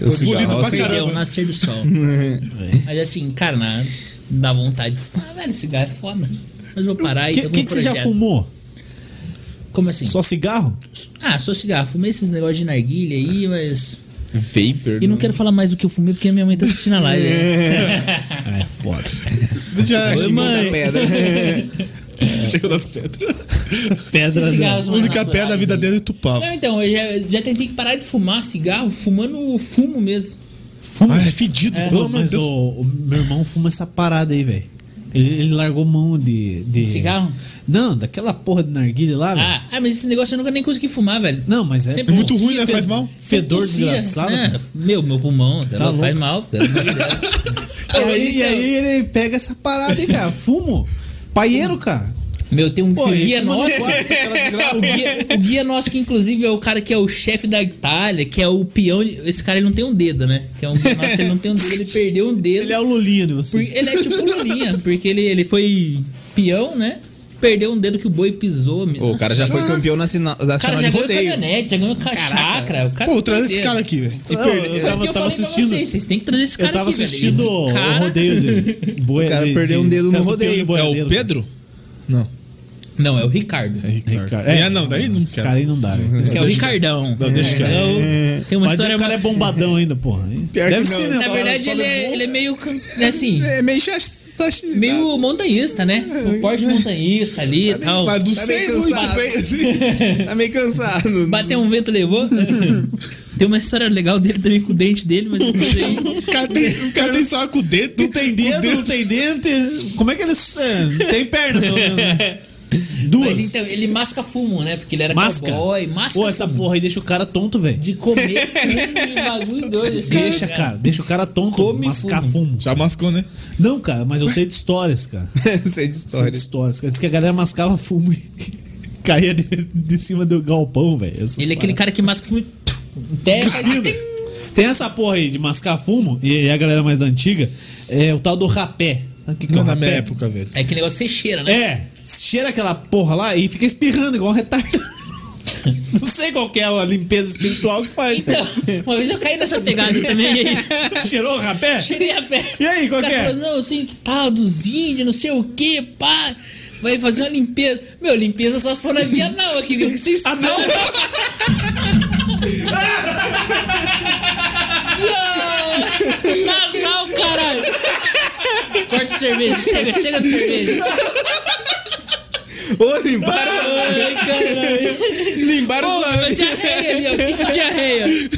Speaker 5: Eu cigarro,
Speaker 2: bonito
Speaker 5: ó,
Speaker 2: pra
Speaker 5: cigarro.
Speaker 2: caramba.
Speaker 3: Perdeu o nascer do sol. Mas assim, cara, na, dá vontade de fumar, velho, cigarro é foda. Mas vou parar
Speaker 1: O
Speaker 3: e.
Speaker 1: que,
Speaker 3: eu vou
Speaker 1: que, que você já
Speaker 3: projeto.
Speaker 1: fumou?
Speaker 3: Como assim?
Speaker 1: Só cigarro?
Speaker 3: Ah, só cigarro. Fumei esses negócios de narguilha aí, mas.
Speaker 5: Vapor.
Speaker 3: E não
Speaker 5: né?
Speaker 3: quero falar mais do que eu fumei porque minha mãe tá assistindo a live. né?
Speaker 1: É foda.
Speaker 2: Já
Speaker 5: Oi,
Speaker 2: chegou,
Speaker 5: é mãe. pedra.
Speaker 2: chegou das pedras.
Speaker 1: Pedra.
Speaker 3: Esses cigarros
Speaker 2: A
Speaker 3: mais
Speaker 2: única
Speaker 3: naturais,
Speaker 2: pedra da vida
Speaker 3: né?
Speaker 2: dele é tupava.
Speaker 3: Não, então, eu já, já tentei parar de fumar cigarro fumando o fumo mesmo.
Speaker 1: Fuma.
Speaker 2: Ah, é fedido,
Speaker 1: Pô,
Speaker 2: pelo amor de
Speaker 1: mas
Speaker 2: Deus.
Speaker 1: o, o meu irmão fuma essa parada aí, velho. Ele, ele largou mão de, de.
Speaker 3: Cigarro?
Speaker 1: Não, daquela porra de narguilha lá, velho.
Speaker 3: Ah, ah, mas esse negócio eu nunca nem consegui fumar, velho.
Speaker 1: Não, mas é.
Speaker 3: Sempre
Speaker 2: muito
Speaker 3: tossia,
Speaker 2: ruim, né?
Speaker 3: fe-
Speaker 2: Faz mal.
Speaker 1: Fedor
Speaker 3: tossia,
Speaker 1: desgraçado, cara.
Speaker 3: né? Meu, meu pulmão, tá
Speaker 1: Tá
Speaker 3: faz
Speaker 1: louco.
Speaker 3: mal, pelo amor de Deus.
Speaker 1: E aí, e aí ele pega essa parada aí, cara. Fumo. Paieiro, cara.
Speaker 3: Meu, tem um
Speaker 1: Pô, ele
Speaker 3: guia
Speaker 1: fuma no
Speaker 3: nosso.
Speaker 2: é
Speaker 1: quarto, aquela desgraça.
Speaker 3: O guia, o guia nosso, que inclusive é o cara que é o chefe da Itália, que é o peão. de- Esse cara ele não tem um dedo, né? Que é um guia nosso, ele não tem um dedo, ele perdeu um dedo.
Speaker 1: Ele é o Lulinha de
Speaker 3: Por-
Speaker 1: você.
Speaker 3: ele é tipo Lulinha, porque ele, ele foi peão, né? Perdeu um dedo que o boi pisou. meu.
Speaker 5: Ô, o cara já foi campeão nacional,
Speaker 3: O cara
Speaker 5: nacional
Speaker 3: já
Speaker 5: de
Speaker 3: ganhou
Speaker 5: rodeio.
Speaker 3: caminhonete, já ganhou ca- chácara. o cara
Speaker 2: Pô, traz esse
Speaker 3: inteiro.
Speaker 2: cara aqui, velho.
Speaker 1: Não, eu
Speaker 3: Foi o
Speaker 1: tava,
Speaker 3: que eu
Speaker 1: tava
Speaker 3: falei pra
Speaker 1: assistindo.
Speaker 3: Vocês, vocês têm que trazer esse cara
Speaker 1: eu tava
Speaker 3: aqui, velho.
Speaker 1: assistindo
Speaker 3: Esse
Speaker 1: o-
Speaker 3: cara-
Speaker 1: o rodeio de boi
Speaker 5: O cara
Speaker 1: de-
Speaker 5: perdeu
Speaker 1: de-
Speaker 5: um dedo no
Speaker 1: festa do
Speaker 5: rodeio.
Speaker 1: peão de
Speaker 2: É
Speaker 1: boiadeiro,
Speaker 2: o
Speaker 1: cara.
Speaker 2: Pedro? Não.
Speaker 3: Não, é o Ricardo.
Speaker 2: É Ricardo.
Speaker 1: Ricardo.
Speaker 2: É, não, daí não
Speaker 1: Esse
Speaker 2: quero.
Speaker 1: cara aí não dá, velho.
Speaker 3: Que é o Ricardão.
Speaker 2: Não, deixa o cara.
Speaker 3: Entendeu? Tem uma
Speaker 1: Mas
Speaker 3: história
Speaker 1: o cara é bombadão ainda, porra.
Speaker 5: Pior
Speaker 1: Deve
Speaker 5: que
Speaker 1: ser,
Speaker 5: não,
Speaker 1: né?
Speaker 3: Na
Speaker 5: Só-
Speaker 3: verdade,
Speaker 5: só
Speaker 3: ele é,
Speaker 5: levou-
Speaker 3: ele é meio. cam- né, Assim,
Speaker 5: É meio chaste.
Speaker 3: meio montanhista, né? O porte montanhista ali e tal.
Speaker 2: Mas não
Speaker 5: Tá
Speaker 2: sei
Speaker 5: meio
Speaker 2: muito
Speaker 5: cansado.
Speaker 2: bem assim.
Speaker 5: Tá meio cansado. né?
Speaker 3: Bateu um vento, levou. Tem uma história legal dele também com o dente dele, mas não sei.
Speaker 2: O cara tem, o cara tem só com o dedo.
Speaker 1: Não tem dedo, não tem dente. Como é que eles. É, não tem perna, pelo menos, né? Duas.
Speaker 3: Mas então, ele masca fumo, né? Porque ele era
Speaker 1: Masca.
Speaker 3: cowboy, masca
Speaker 1: Pô, essa
Speaker 3: fumo.
Speaker 1: porra aí deixa o cara tonto, velho.
Speaker 3: De comer fumo e bagulho doido. assim,
Speaker 1: Deixa, cara. Deixa o cara tonto.
Speaker 3: Come
Speaker 1: mascar fumo.
Speaker 3: fumo.
Speaker 2: Já mascou, né?
Speaker 1: Não, cara, mas eu sei de histórias, cara.
Speaker 5: Sei de
Speaker 1: Sei de
Speaker 5: história.
Speaker 1: histórias. cara. Diz que a galera mascava fumo e caía de, de cima do galpão, velho. Essas
Speaker 3: Ele é aquele
Speaker 1: paradas.
Speaker 3: cara que masca fumo. e tum, Terra.
Speaker 1: Cuspindo.
Speaker 3: tem-
Speaker 1: Tem essa porra aí de mascar fumo, e e a galera mais da antiga, é o tal do rapé. Sabe o que, que é o
Speaker 2: Não, na
Speaker 1: rapé?
Speaker 2: minha época, velho.
Speaker 3: É que negócio você cheira, né?
Speaker 1: É, cheira aquela porra lá e fica espirrando igual um retardado. Não sei qual que é a limpeza espiritual que faz.
Speaker 3: Então, uma vez eu caí nessa pegada também. E aí,
Speaker 1: Cheirou o rapé?
Speaker 3: cheirei a pé.
Speaker 1: E aí, qual
Speaker 3: O cara
Speaker 1: que é?
Speaker 3: falou, não, assim, que tal, dos índios, não sei o que, pá. Vai fazer uma limpeza. Meu, limpeza só se for na via não, aqui que vocês... Ah, não? Nasal, caralho! Corta de cerveja, chega, chega de cerveja.
Speaker 5: Ô, limparam,
Speaker 3: Ai, caralho.
Speaker 5: limparam
Speaker 3: Pô,
Speaker 5: sua...
Speaker 3: Ah! mas diarreia, meu, que que diarreia?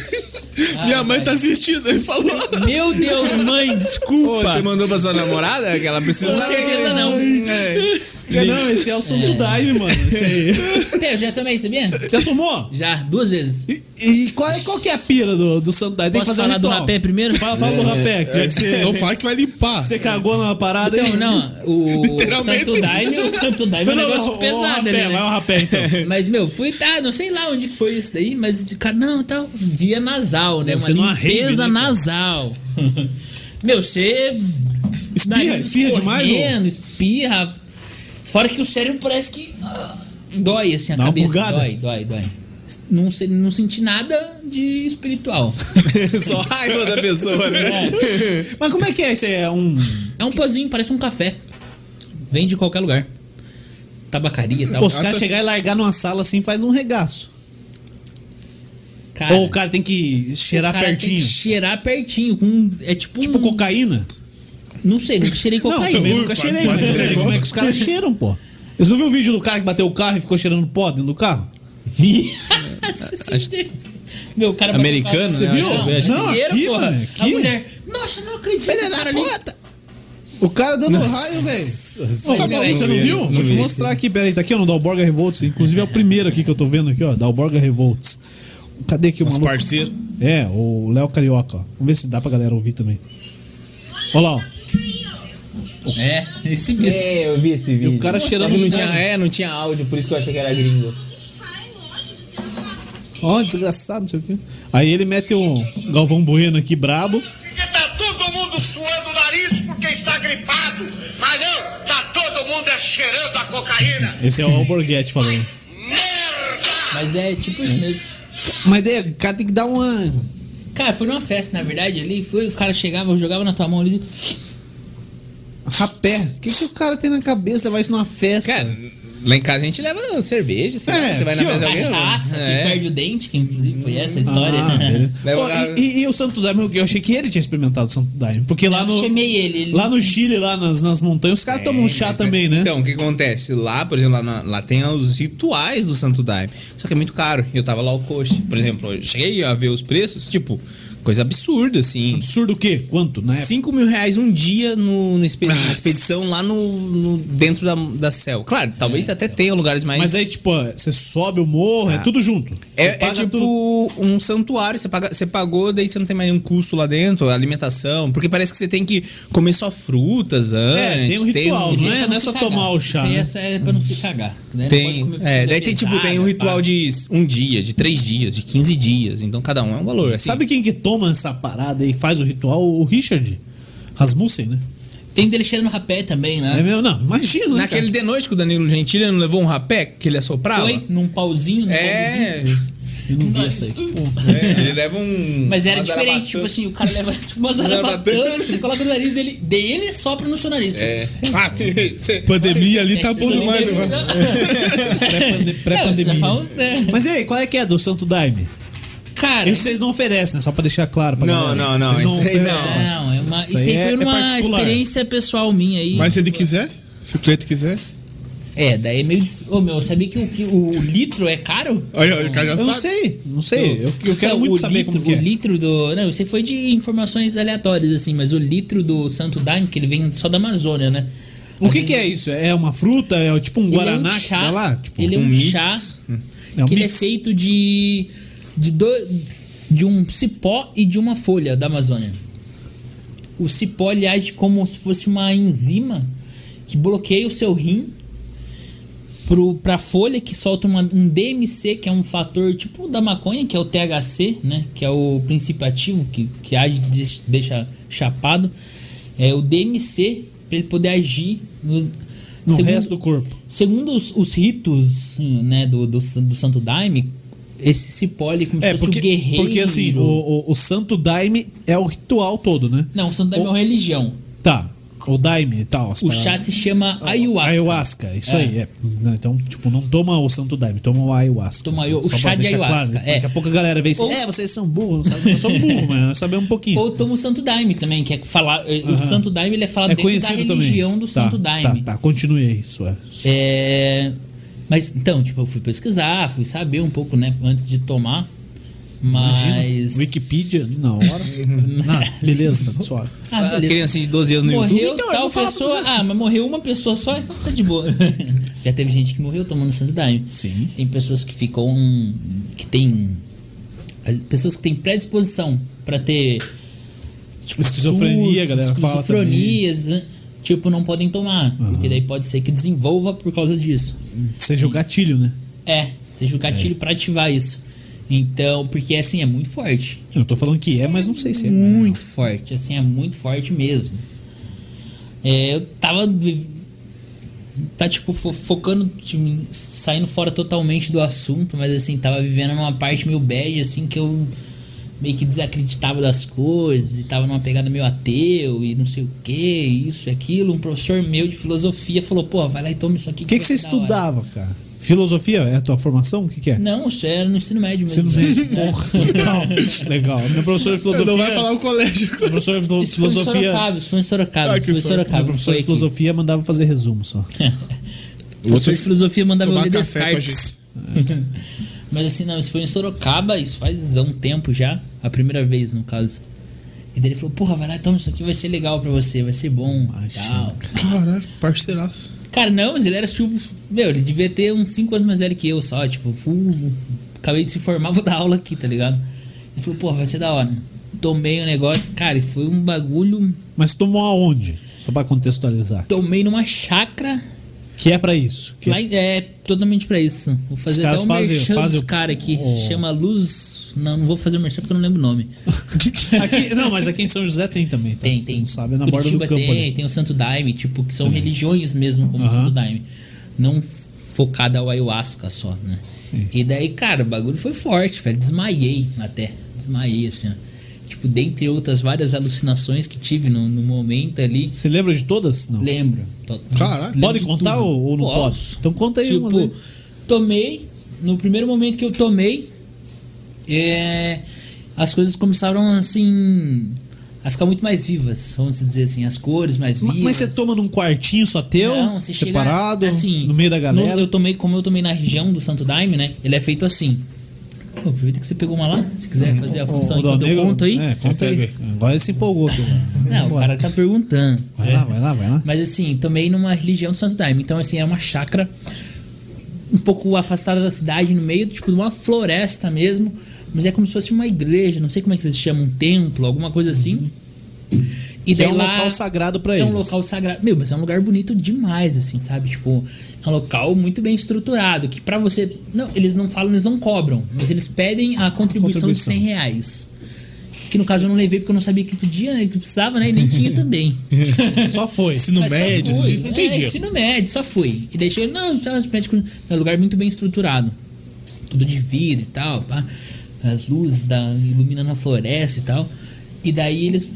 Speaker 5: Minha mãe tá assistindo e falou.
Speaker 3: Meu Deus, mãe,
Speaker 5: Pô, você
Speaker 3: desculpa.
Speaker 5: mandou pra sua namorada que ela precisa.
Speaker 3: Com certeza não.
Speaker 5: É.
Speaker 1: Não, esse é o Santo Daime, mano. Isso aí.
Speaker 3: Pé, eu já também, sabia?
Speaker 1: Já tomou?
Speaker 3: Já, duas vezes.
Speaker 1: E, e qual, é, qual que é a pira do, do Santo Daime? Tem
Speaker 3: Posso
Speaker 1: que fazer um
Speaker 3: falar do
Speaker 1: ritual.
Speaker 3: rapé primeiro? um
Speaker 1: Fala, fala do rapé, que já que você.
Speaker 2: Não fala que vai limpar.
Speaker 1: Você cagou numa parada
Speaker 3: Então,
Speaker 1: e-
Speaker 3: não, o
Speaker 5: Literalmente.
Speaker 3: Santo Daime, o Santo Daime é um
Speaker 1: Não, não,
Speaker 3: negócio
Speaker 1: não, o
Speaker 3: pesado
Speaker 1: rapé,
Speaker 3: ali,
Speaker 1: Vai um
Speaker 3: né?
Speaker 1: rapé, então.
Speaker 3: Mas, meu, fui, tá, não sei lá onde que foi isso daí, mas, cara, não, tal, via nasal, né?
Speaker 1: Deve
Speaker 3: Uma
Speaker 1: ser numa
Speaker 3: limpeza
Speaker 1: rave, né, cara?
Speaker 3: nasal. meu, você...
Speaker 1: Espirra,
Speaker 3: nariz
Speaker 1: espirra demais,
Speaker 3: escorrendo, Espirra, fora que o cérebro parece que ah, dói, assim, a
Speaker 1: Dá uma
Speaker 3: cabeça.
Speaker 1: bugada.
Speaker 3: Dói, dói, dói. Não, se- não senti nada de espiritual.
Speaker 5: Só raiva da pessoa, né?
Speaker 1: Mas como é que é isso aí? É um.
Speaker 3: É um pozinho, parece um café. Vende em qualquer lugar. Tabacaria e tal.
Speaker 1: Pô, os caras chegar e largar numa sala assim faz um regaço.
Speaker 3: Cara,
Speaker 1: Ou o cara tem que cheirar
Speaker 3: o cara
Speaker 1: pertinho.
Speaker 3: Tem que cheirar pertinho. Com, é tipo,
Speaker 1: Tipo
Speaker 3: um,
Speaker 1: cocaína?
Speaker 3: Não sei, nunca cheirei
Speaker 1: Não,
Speaker 3: cocaína.
Speaker 1: também
Speaker 2: Ui,
Speaker 1: nunca
Speaker 2: quase-
Speaker 1: cheirei,
Speaker 2: quase
Speaker 1: mas eu sei
Speaker 2: entregou.
Speaker 1: como é que os caras cheiram, pô. Vocês não viram o vídeo do cara que bateu o carro e ficou cheirando pó dentro do carro?
Speaker 3: Vi. Sim, sim. Meu, o cara bateu
Speaker 5: Americano,
Speaker 3: palma.
Speaker 5: né?
Speaker 3: Você viu?
Speaker 5: Acho que
Speaker 3: Não,
Speaker 5: é- acho
Speaker 1: que-
Speaker 3: brasileiro,
Speaker 1: Não, aqui,
Speaker 3: porra.
Speaker 1: mano,
Speaker 3: A
Speaker 1: aqui.
Speaker 3: mulher, nossa, não acredito. que o cara ali-
Speaker 1: O cara dando raio, velho. Ô, Tá
Speaker 3: Não vi,
Speaker 1: maluco, você não
Speaker 5: não vi
Speaker 1: viu?
Speaker 5: esse, não
Speaker 1: Vou te
Speaker 5: vi esse.
Speaker 1: mostrar aqui, peraí, tá aqui, ó, no Dalborga Revolts. Inclusive é o primeiro aqui que eu tô vendo aqui, ó, Dalborga Revolts. Cadê aqui o
Speaker 2: Os
Speaker 1: maluco?
Speaker 2: parceiros.
Speaker 1: É, o Léo Carioca, ó. Vamos ver se dá pra galera ouvir também. Olha lá, ó.
Speaker 3: É, esse mesmo.
Speaker 6: É, eu vi esse vídeo.
Speaker 1: o cara
Speaker 6: Só
Speaker 1: cheirando
Speaker 6: que não
Speaker 1: um
Speaker 6: tinha,
Speaker 1: cara.
Speaker 6: É, não tinha áudio, por isso que eu achei que era gringo.
Speaker 1: Ó, desgraçado, não sei o quê. Aí ele mete um Galvão Bueno aqui, brabo.
Speaker 7: Porque tá todo mundo suando o nariz porque está gripado. Mas não, tá todo mundo é cheirando a cocaína.
Speaker 1: Esse é o Alborguete falando.
Speaker 7: Merda!
Speaker 3: Mas é tipo isso mesmo.
Speaker 1: Mas daí, o cara tem que dar uma...
Speaker 3: Cara, foi numa festa, na verdade, ali. Foi, o cara chegava, jogava na tua mão ali.
Speaker 1: Rapé. O que, que o cara tem na cabeça levar isso numa festa?
Speaker 5: Cara, lá em casa a gente leva cerveja, sei lá,
Speaker 1: É,
Speaker 5: você vai na
Speaker 1: aqui, ó,
Speaker 5: mesa de alguém.
Speaker 3: Cachaça,
Speaker 5: é.
Speaker 3: que perde o dente, que inclusive foi essa a história.
Speaker 1: Ah,
Speaker 3: né?
Speaker 1: beleza.
Speaker 5: Leva
Speaker 1: Pô,
Speaker 5: lá-
Speaker 1: e, e- e o Santo Daime, eu achei que ele tinha experimentado o Santo Daime. Porque lá
Speaker 3: Eu
Speaker 1: no,
Speaker 3: chamei ele. ele
Speaker 1: lá no Chile, lá nas, nas montanhas, os caras tomam chá também, né?
Speaker 5: É, Então, o que acontece? Lá, por exemplo, lá, na- lá tem os rituais do Santo Daime. Só que é muito caro. Eu tava lá o coche. Por exemplo, eu cheguei a ver os preços, tipo, coisa absurda, assim.
Speaker 1: Absurdo o quê? Quanto, né? Ah,
Speaker 5: 5 mil reais um dia no, no expe- na expedição lá no, no- dentro da, da céu. Claro, talvez até tenha lugares mais.
Speaker 1: É. Mas aí, tipo, ó, você sobe o morro, é tudo junto. Você
Speaker 5: Ah. É, é
Speaker 1: paga
Speaker 5: tipo
Speaker 1: tudo.
Speaker 5: um santuário, você, paga- você pagou, daí você não tem mais nenhum custo lá dentro, alimentação, porque parece que você tem que comer só frutas
Speaker 1: É, tem
Speaker 5: antes.
Speaker 1: um ritual,
Speaker 3: Esse
Speaker 1: não
Speaker 3: aí
Speaker 1: é,
Speaker 3: pra
Speaker 1: não é
Speaker 3: se
Speaker 1: só
Speaker 3: cagar.
Speaker 1: tomar o chá.
Speaker 3: Esse aí,
Speaker 1: Né?
Speaker 3: Essa é pra não se cagar. né? Não pode
Speaker 5: Tem.
Speaker 3: comer
Speaker 5: É,
Speaker 3: comida
Speaker 5: daí tem tipo, tem um
Speaker 3: pesada,
Speaker 5: ritual
Speaker 3: pá.
Speaker 5: de um dia, de três dias, de 15 dias. Então cada um é um valor. assim.
Speaker 1: Sabe quem que toma essa parada e faz o ritual? O Richard Rasmussen, né?
Speaker 3: Tem dele cheirando rapé também,
Speaker 1: É
Speaker 3: né?
Speaker 1: meu, não, imagina. né,
Speaker 5: Naquele de noite que o Danilo Gentili não levou um rapé que ele assoprava?
Speaker 3: Foi um num pauzinho, num pauzinho.
Speaker 5: É,
Speaker 1: cara? Eu não vi essa aí. Pô.
Speaker 5: é, ele leva um.
Speaker 3: Mas era
Speaker 5: uma
Speaker 3: diferente,
Speaker 5: zarabatana.
Speaker 3: tipo assim, o cara leva tipo, uma zarabatana, você coloca no nariz dele, dele e sopra no seu nariz.
Speaker 5: É. Ah, você-
Speaker 2: Pandemia ali tá bom
Speaker 3: Não,
Speaker 2: demais
Speaker 3: não,
Speaker 2: agora.
Speaker 1: Pré-pande- Pré-pandemia.
Speaker 3: É, já fala uns, né? É?
Speaker 1: Mas e aí, qual é que é do Santo Daime?
Speaker 3: Cara,
Speaker 1: Isso vocês não oferecem, né? Só pra deixar claro pra
Speaker 5: Não,
Speaker 1: galera.
Speaker 5: não, não,
Speaker 1: Vocês
Speaker 5: isso aí não.
Speaker 1: oferecem, né?
Speaker 3: não, é uma,
Speaker 1: Isso
Speaker 3: isso aí
Speaker 1: aí é-
Speaker 3: foi
Speaker 1: é
Speaker 3: uma
Speaker 1: particular.
Speaker 3: experiência pessoal minha aí.
Speaker 2: Mas é se ele quiser, se o cliente quiser.
Speaker 3: É, daí é meio difícil. Ô meu, eu sabia que o, que o litro é caro?
Speaker 2: Olha, olha, o cara já
Speaker 1: Eu
Speaker 2: sabe.
Speaker 1: não sei, não sei. Eu, eu quero
Speaker 3: Então,
Speaker 1: muito
Speaker 3: o
Speaker 1: saber
Speaker 3: litro,
Speaker 1: como que
Speaker 3: O
Speaker 1: é.
Speaker 3: litro do... Não, isso aí foi de informações aleatórias, assim, mas o litro do Santo Daime, que ele vem só da Amazônia, né?
Speaker 1: O que que é isso? É uma fruta? É tipo um
Speaker 3: Ele
Speaker 1: guaraná
Speaker 3: é um
Speaker 1: que
Speaker 3: chá,
Speaker 1: dá lá? Tipo,
Speaker 3: ele é um,
Speaker 5: um mix.
Speaker 3: chá
Speaker 1: É um
Speaker 3: que ele é
Speaker 1: mix.
Speaker 3: feito de de, do- de um cipó e de uma folha da Amazônia. O cipó ele age como se fosse uma enzima que bloqueia o seu rim pro, pra folha que solta uma- um DMC, que é um fator tipo da maconha, que é o THC, né? Que é o princípio ativo, que, que age, deix- deixa chapado. É o DMC, pra ele poder agir no,
Speaker 1: No
Speaker 3: segundo-
Speaker 1: resto do corpo.
Speaker 3: Segundo os, os ritos né, do, do, do Santo Daime, esse cipó ele é como
Speaker 1: É,
Speaker 3: se fosse
Speaker 1: porque,
Speaker 3: o guerreiro.
Speaker 1: porque assim, o, o- o santo daime é o ritual todo, né?
Speaker 3: Não, o Santo Daime é uma religião.
Speaker 1: Tá. O daime e tal. as
Speaker 3: O
Speaker 1: paradas.
Speaker 3: chá se chama ayahuasca.
Speaker 1: Ah. Ayahuasca, isso
Speaker 3: É.
Speaker 1: aí. é. Não, Então, tipo, não toma o santo daime, toma o ayahuasca.
Speaker 3: Toma o
Speaker 1: Só
Speaker 3: chá
Speaker 1: pra
Speaker 3: de
Speaker 1: deixar
Speaker 3: ayahuasca, é.
Speaker 1: Daqui a pouco a galera vem assim,
Speaker 3: Ou-
Speaker 1: é, vocês são burros, não sabem, eu sou burro, mas nós sabemos um pouquinho.
Speaker 3: Ou toma o Santo Daime também, que é falar.
Speaker 1: Aham.
Speaker 3: O Santo Daime ele é falado
Speaker 1: é
Speaker 3: dentro da
Speaker 1: conhecido também.
Speaker 3: religião do
Speaker 1: Tá,
Speaker 3: Santo Daime.
Speaker 1: Tá, tá, continue aí, sua.
Speaker 3: É, mas então, tipo, eu fui pesquisar, fui saber um pouco, né, antes de tomar. Mas.
Speaker 1: Wikipedia, na hora. Ah, beleza, tá, suave.
Speaker 3: Ah,
Speaker 5: A
Speaker 3: beleza.
Speaker 5: criancinha de 12 anos no YouTube.
Speaker 3: Morreu
Speaker 1: Então, eu vou
Speaker 3: tal
Speaker 1: falar pra
Speaker 3: pessoa. Ah, mas morreu uma pessoa só, então tá de boa. Já teve gente que morreu tomando Santo Daime.
Speaker 1: Sim.
Speaker 3: Tem pessoas que ficam. um, que tem. Pessoas que têm predisposição pra ter. Tipo,
Speaker 1: Esquizofrenia, galera fala também.
Speaker 3: Esquizofrenias, né? Tipo, não podem tomar. Porque daí pode ser que desenvolva por causa disso.
Speaker 1: Seja o gatilho, né?
Speaker 3: É, seja o gatilho pra ativar isso. Então, porque assim, é muito forte.
Speaker 1: Eu tô falando que é, mas não sei se é.
Speaker 3: Muito forte, assim, é muito forte mesmo. É, eu tava. Tá, tipo, fo- focando, tipo, saindo fora totalmente do assunto, mas assim, tava vivendo numa parte meio bege, assim, que eu meio que desacreditava das coisas, e tava numa pegada meio ateu, e não sei o que, isso e aquilo. Um professor meu de filosofia falou: pô, vai lá e toma isso aqui.
Speaker 1: O que, que você
Speaker 3: vai ser da hora."
Speaker 1: estudava, cara? Filosofia é a tua formação? O que, que é?
Speaker 3: Não, isso era no ensino médio
Speaker 1: Você
Speaker 3: mesmo.
Speaker 1: não vem.
Speaker 3: É.
Speaker 1: Legal, legal. Meu professor de filosofia.
Speaker 2: Não vai falar o colégio.
Speaker 1: Meu professor de filo-
Speaker 3: Isso foi em
Speaker 1: filosofia.
Speaker 3: Sorocaba, isso foi em Sorocaba,
Speaker 2: Ah,
Speaker 3: isso
Speaker 2: que
Speaker 3: foi em
Speaker 2: foi.
Speaker 1: Meu
Speaker 3: Sorocaba, não
Speaker 1: professor
Speaker 3: foi
Speaker 1: de
Speaker 3: aqui.
Speaker 1: filosofia mandava fazer resumo só.
Speaker 3: O professor de filosofia mandava eu
Speaker 2: tomar
Speaker 3: ler
Speaker 2: café com a
Speaker 3: Descartes. Mas assim, não, isso foi em Sorocaba, isso faz há um tempo já, a primeira vez no caso. E daí ele falou, porra, vai lá, toma isso aqui, vai ser legal pra você, vai ser bom,
Speaker 2: Ah,
Speaker 3: tal.
Speaker 2: Caralho, parceiraço.
Speaker 3: Cara, não, mas ele era tipo, meu, ele devia ter uns 5 anos mais velho que eu só, tipo, full, acabei de se formar, vou dar aula aqui, tá ligado? Ele falou, porra, vai ser da hora. Tomei o negócio, cara, e foi um bagulho,
Speaker 1: Mas tomou aonde? Só pra contextualizar.
Speaker 3: tomei numa chácara
Speaker 1: Que é pra isso. Que
Speaker 3: Lá é totalmente pra isso. Vou fazer
Speaker 1: caras
Speaker 3: até um
Speaker 1: fazem-
Speaker 3: merchan
Speaker 1: fazem
Speaker 3: dos
Speaker 1: o-
Speaker 3: cara aqui.
Speaker 1: o-
Speaker 3: Chama Luz... Não, não vou fazer o merchan porque eu não lembro o nome.
Speaker 1: Aqui- não, mas aqui em São José tem também. Tá?
Speaker 3: Tem,
Speaker 1: Você
Speaker 3: tem.
Speaker 1: Não sabe, é na borda do
Speaker 3: Curitiba
Speaker 1: campo
Speaker 3: tem,
Speaker 1: ali.
Speaker 3: tem o Santo Daime, tipo, que são religiões mesmo, como o Santo Daime. Não f- focada ao ayahuasca só, né?
Speaker 1: Sim.
Speaker 3: E daí, cara, o bagulho foi forte, velho. Desmaiei até. Desmaiei, assim, ó. Tipo, dentre outras várias alucinações que tive no, no momento ali.
Speaker 1: Você lembra de todas? Não.
Speaker 3: Lembro. To-
Speaker 2: Caralho.
Speaker 3: lembro
Speaker 1: Pode
Speaker 3: de
Speaker 1: contar
Speaker 3: tudo.
Speaker 1: ou, ou não
Speaker 3: Posso.
Speaker 1: pode? Então conta aí
Speaker 3: tipo,
Speaker 1: umas aí.
Speaker 3: tomei. No primeiro momento que eu tomei, é, as coisas começaram assim. a ficar muito mais vivas, vamos dizer assim, as cores mais
Speaker 1: Ma-
Speaker 3: vivas.
Speaker 1: Mas você toma num quartinho só teu?
Speaker 3: Não, você chega-
Speaker 1: separado?
Speaker 3: assim,
Speaker 1: no meio da galera?
Speaker 3: no- eu tomei, como eu tomei na região do Santo Daime, né? Ele é feito assim. Pô, aproveita que você pegou uma lá, se quiser
Speaker 1: Hum,
Speaker 3: fazer a função
Speaker 1: Dal
Speaker 3: enquanto eu
Speaker 1: Negro-
Speaker 3: conto aí.
Speaker 1: É, conta
Speaker 2: Pega
Speaker 1: aí. Agora ele se empolgou aqui. mano.
Speaker 3: Não, o cara tá perguntando.
Speaker 1: Vai lá, vai lá, vai lá.
Speaker 3: Mas assim, tomei numa religião do Santo Daime. Então, assim, é uma chácara um pouco afastada da cidade, no meio, tipo, de uma floresta mesmo. Mas é como se fosse uma igreja, não sei como é que eles chamam, um templo, alguma coisa assim. E
Speaker 1: Que é
Speaker 3: daí
Speaker 1: um
Speaker 3: lá-
Speaker 1: local sagrado pra
Speaker 3: É um
Speaker 1: eles.
Speaker 3: local sagrado. Meu, mas é um lugar bonito demais, assim, sabe? Tipo, é um local muito bem estruturado. Que pra você. Não, eles não falam, eles não cobram. Mas eles pedem a contribuição, de
Speaker 1: Contribuição.
Speaker 3: 100 reais. Que no caso eu não levei porque eu não sabia que podia, né, que precisava, né? E nem tinha também.
Speaker 1: Só foi.
Speaker 2: Ensino
Speaker 3: Mas só
Speaker 2: médio,
Speaker 3: fui.
Speaker 2: assim, não tem
Speaker 3: É,
Speaker 2: dia.
Speaker 3: ensino médio, só fui. E deixei, não, tá, os médicos- é um lugar muito bem estruturado. Tudo de vidro e tal, pá. As luzes da, iluminando a floresta e tal. E daí eles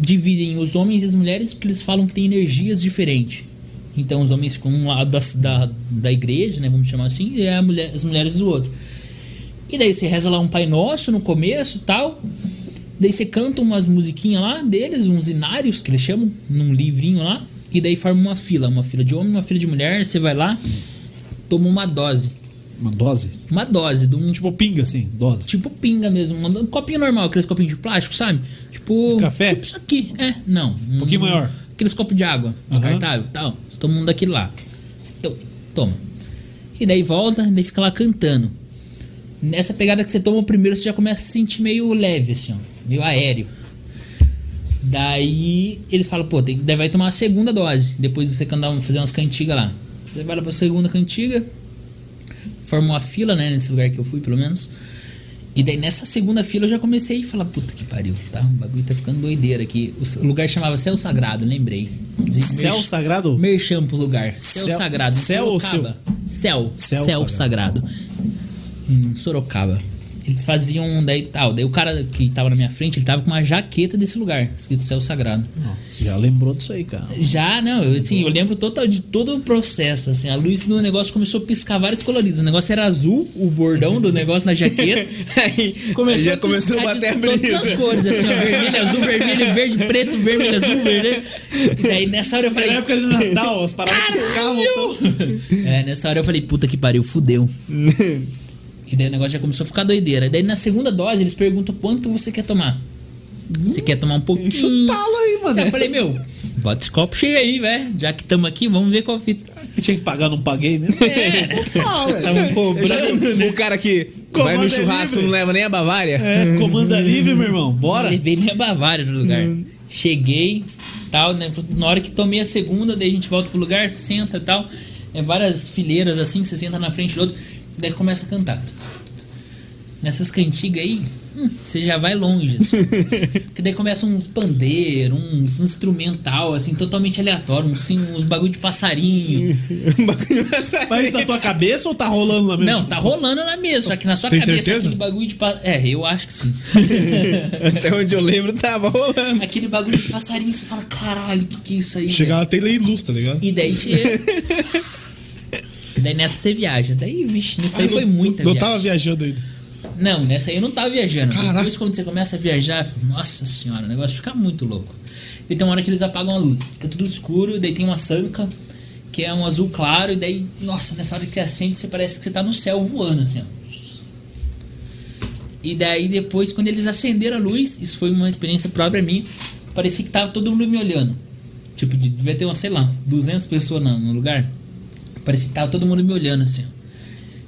Speaker 3: dividem os homens e as mulheres porque eles falam que tem energias diferentes. Então os homens ficam um lado da, da, da igreja, né? Vamos chamar assim, e a mulher, as mulheres do outro. E daí você reza lá um Pai Nosso no começo tal. Daí você canta umas musiquinhas lá deles, uns inários que eles chamam, num livrinho lá. E daí forma uma fila, uma fila de homem, uma fila de mulher. Você vai lá, toma uma dose.
Speaker 1: Uma dose?
Speaker 3: Uma dose, de um tipo,
Speaker 1: Tipo pinga, assim, dose.
Speaker 3: tipo pinga mesmo. uma- Um copinho normal, aqueles copinhos de plástico, sabe? Tipo.
Speaker 1: De café?
Speaker 3: Tipo isso aqui, é. Não. Um
Speaker 1: pouquinho maior.
Speaker 3: Aqueles copos de água, descartável e tal. Você toma um daquele lá. Então, toma. E daí volta, daí fica lá cantando. Nessa pegada que você toma o primeiro, você já começa a se sentir meio leve, assim, ó. Meio aéreo. Daí eles falam, pô, tem, daí vai tomar a segunda dose. Depois você cantar, fazer umas cantigas lá. Você vai lá pra segunda cantiga. Formou a fila, né? Nesse lugar que eu fui, pelo menos. E daí nessa segunda fila eu já comecei a falar, puta que pariu, tá? O bagulho tá ficando doideira aqui. O s- lugar chamava Céu Sagrado, lembrei. Inclusive,
Speaker 1: Céu
Speaker 3: merch-
Speaker 1: Sagrado?
Speaker 3: Merchan pro lugar. Céu,
Speaker 1: Céu-
Speaker 3: Sagrado. em
Speaker 1: Céu ou
Speaker 3: Sorocaba. Céu.
Speaker 1: Céu
Speaker 3: Céu, Sagrado. Em Sorocaba. Eles faziam daí tal. Daí o cara que tava na minha frente, ele tava com uma jaqueta desse lugar, escrito Céu Sagrado.
Speaker 1: Nossa, já lembrou disso aí, cara.
Speaker 3: Já, não, eu, assim, eu lembro total de todo o processo, assim, a luz do negócio começou a piscar vários coloridos, o negócio era azul, o bordão do negócio na jaqueta,
Speaker 5: Aí,
Speaker 3: assim. começou
Speaker 5: já
Speaker 3: a
Speaker 5: começou a
Speaker 3: piscar
Speaker 5: bater a
Speaker 3: de todas
Speaker 5: brisa.
Speaker 3: as cores, assim, ó, vermelho, azul, vermelho, verde, preto, vermelho, azul, vermelho, e daí nessa hora eu
Speaker 1: Na
Speaker 3: falei,
Speaker 1: época do Natal, as paradas piscavam.
Speaker 3: é, nessa hora eu falei, puta que pariu, fudeu. e daí o negócio já começou a ficar doideira. E daí na segunda dose eles perguntam quanto você quer tomar. Você quer tomar um pouquinho?
Speaker 1: Chutá-lo aí, mano.
Speaker 2: né? É
Speaker 3: Eu falei, meu, bota esse copo cheio aí, velho. Já que estamos aqui, vamos ver qual fita.
Speaker 1: Tinha que pagar, não paguei mesmo.
Speaker 3: É, né? Tava
Speaker 5: já
Speaker 3: cobrando.
Speaker 5: o cara que
Speaker 1: Comando
Speaker 5: vai
Speaker 1: é
Speaker 5: no churrasco
Speaker 1: livre.
Speaker 5: não leva nem a Bavária.
Speaker 1: É, comanda livre, meu irmão. Bora.
Speaker 3: Levei minha Bavária no lugar.
Speaker 2: Hum.
Speaker 3: Cheguei, tal, né? Na hora que tomei a segunda, daí a gente volta pro lugar, senta e tal. É várias fileiras assim, que você senta na frente do outro, daí começa a cantar. Nessas cantigas aí, hum, você já vai longe. Assim. Porque daí começa uns pandeiro, uns instrumental, assim, totalmente aleatório, uns, sim- uns bagulho de
Speaker 2: Uhum.
Speaker 3: passarinho.
Speaker 5: Um bagulho de passarinho.
Speaker 1: Mas isso na tua cabeça ou tá rolando lá mesmo?
Speaker 3: Não, tá rolando lá mesmo, só que na sua
Speaker 2: Tem
Speaker 3: cabeça
Speaker 2: certeza?
Speaker 3: aquele bagulho de. pa- É, eu acho que sim.
Speaker 5: Até onde eu lembro, tava rolando.
Speaker 3: Aquele bagulho de passarinho, você fala, caralho, o que, que é isso aí?
Speaker 2: Chegar até ele é luz, tá ligado?
Speaker 3: velho?" E daí você. daí nessa você viaja. Daí, vixe, nisso
Speaker 2: Ah,
Speaker 3: aí foi muita
Speaker 2: Não
Speaker 3: viagem.
Speaker 2: tava viajando ainda.
Speaker 3: Não, nessa aí eu não tava viajando.
Speaker 2: Caraca.
Speaker 3: Depois quando você começa a viajar, nossa senhora, o negócio fica muito louco. E tem uma hora que eles apagam a luz, fica tudo escuro, daí tem uma sanca, que é um azul claro, e daí, nossa, nessa hora que você acende, você parece que você tá no céu voando, assim, ó. E daí depois, quando eles acenderam a luz, isso foi uma experiência própria minha, parecia que tava todo mundo me olhando. Tipo, de- devia ter, umas, sei lá, umas 200 pessoas na- no lugar. Parecia que tava todo mundo me olhando, assim, ó.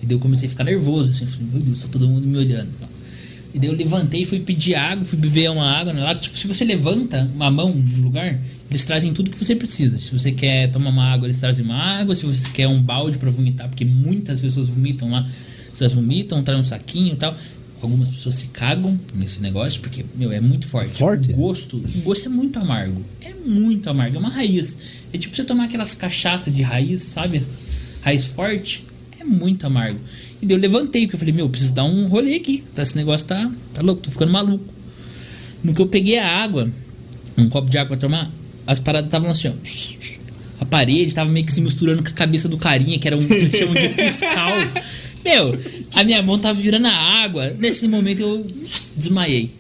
Speaker 3: E daí eu comecei a ficar nervoso, assim, eu falei, meu Deus, tá todo mundo me olhando. e tal. E daí eu levantei, fui pedir água, fui beber uma água né, lá. Tipo, se você levanta uma mão no lugar, eles trazem tudo que você precisa. Se você quer tomar uma água, eles trazem uma água. Se você quer um balde pra vomitar, porque muitas pessoas vomitam lá, elas vomitam, trazem um saquinho e tal. Algumas pessoas se cagam nesse negócio, porque, meu, é muito forte.
Speaker 1: Forte?
Speaker 3: O gosto, o gosto é muito amargo. É muito amargo, é uma raiz. É tipo você tomar aquelas cachaças de raiz, sabe? Raiz forte, é muito amargo. E daí eu levantei, porque eu falei, meu, eu preciso dar um rolê aqui. Tá, esse negócio tá, tá louco, tô ficando maluco. No que eu peguei a água, um copo de água pra tomar, as paradas estavam assim, ó. A parede tava meio que se misturando com a cabeça do carinha, que era um que eles chamam de fiscal. Meu, a minha mão tava virando a água. Nesse momento eu desmaiei.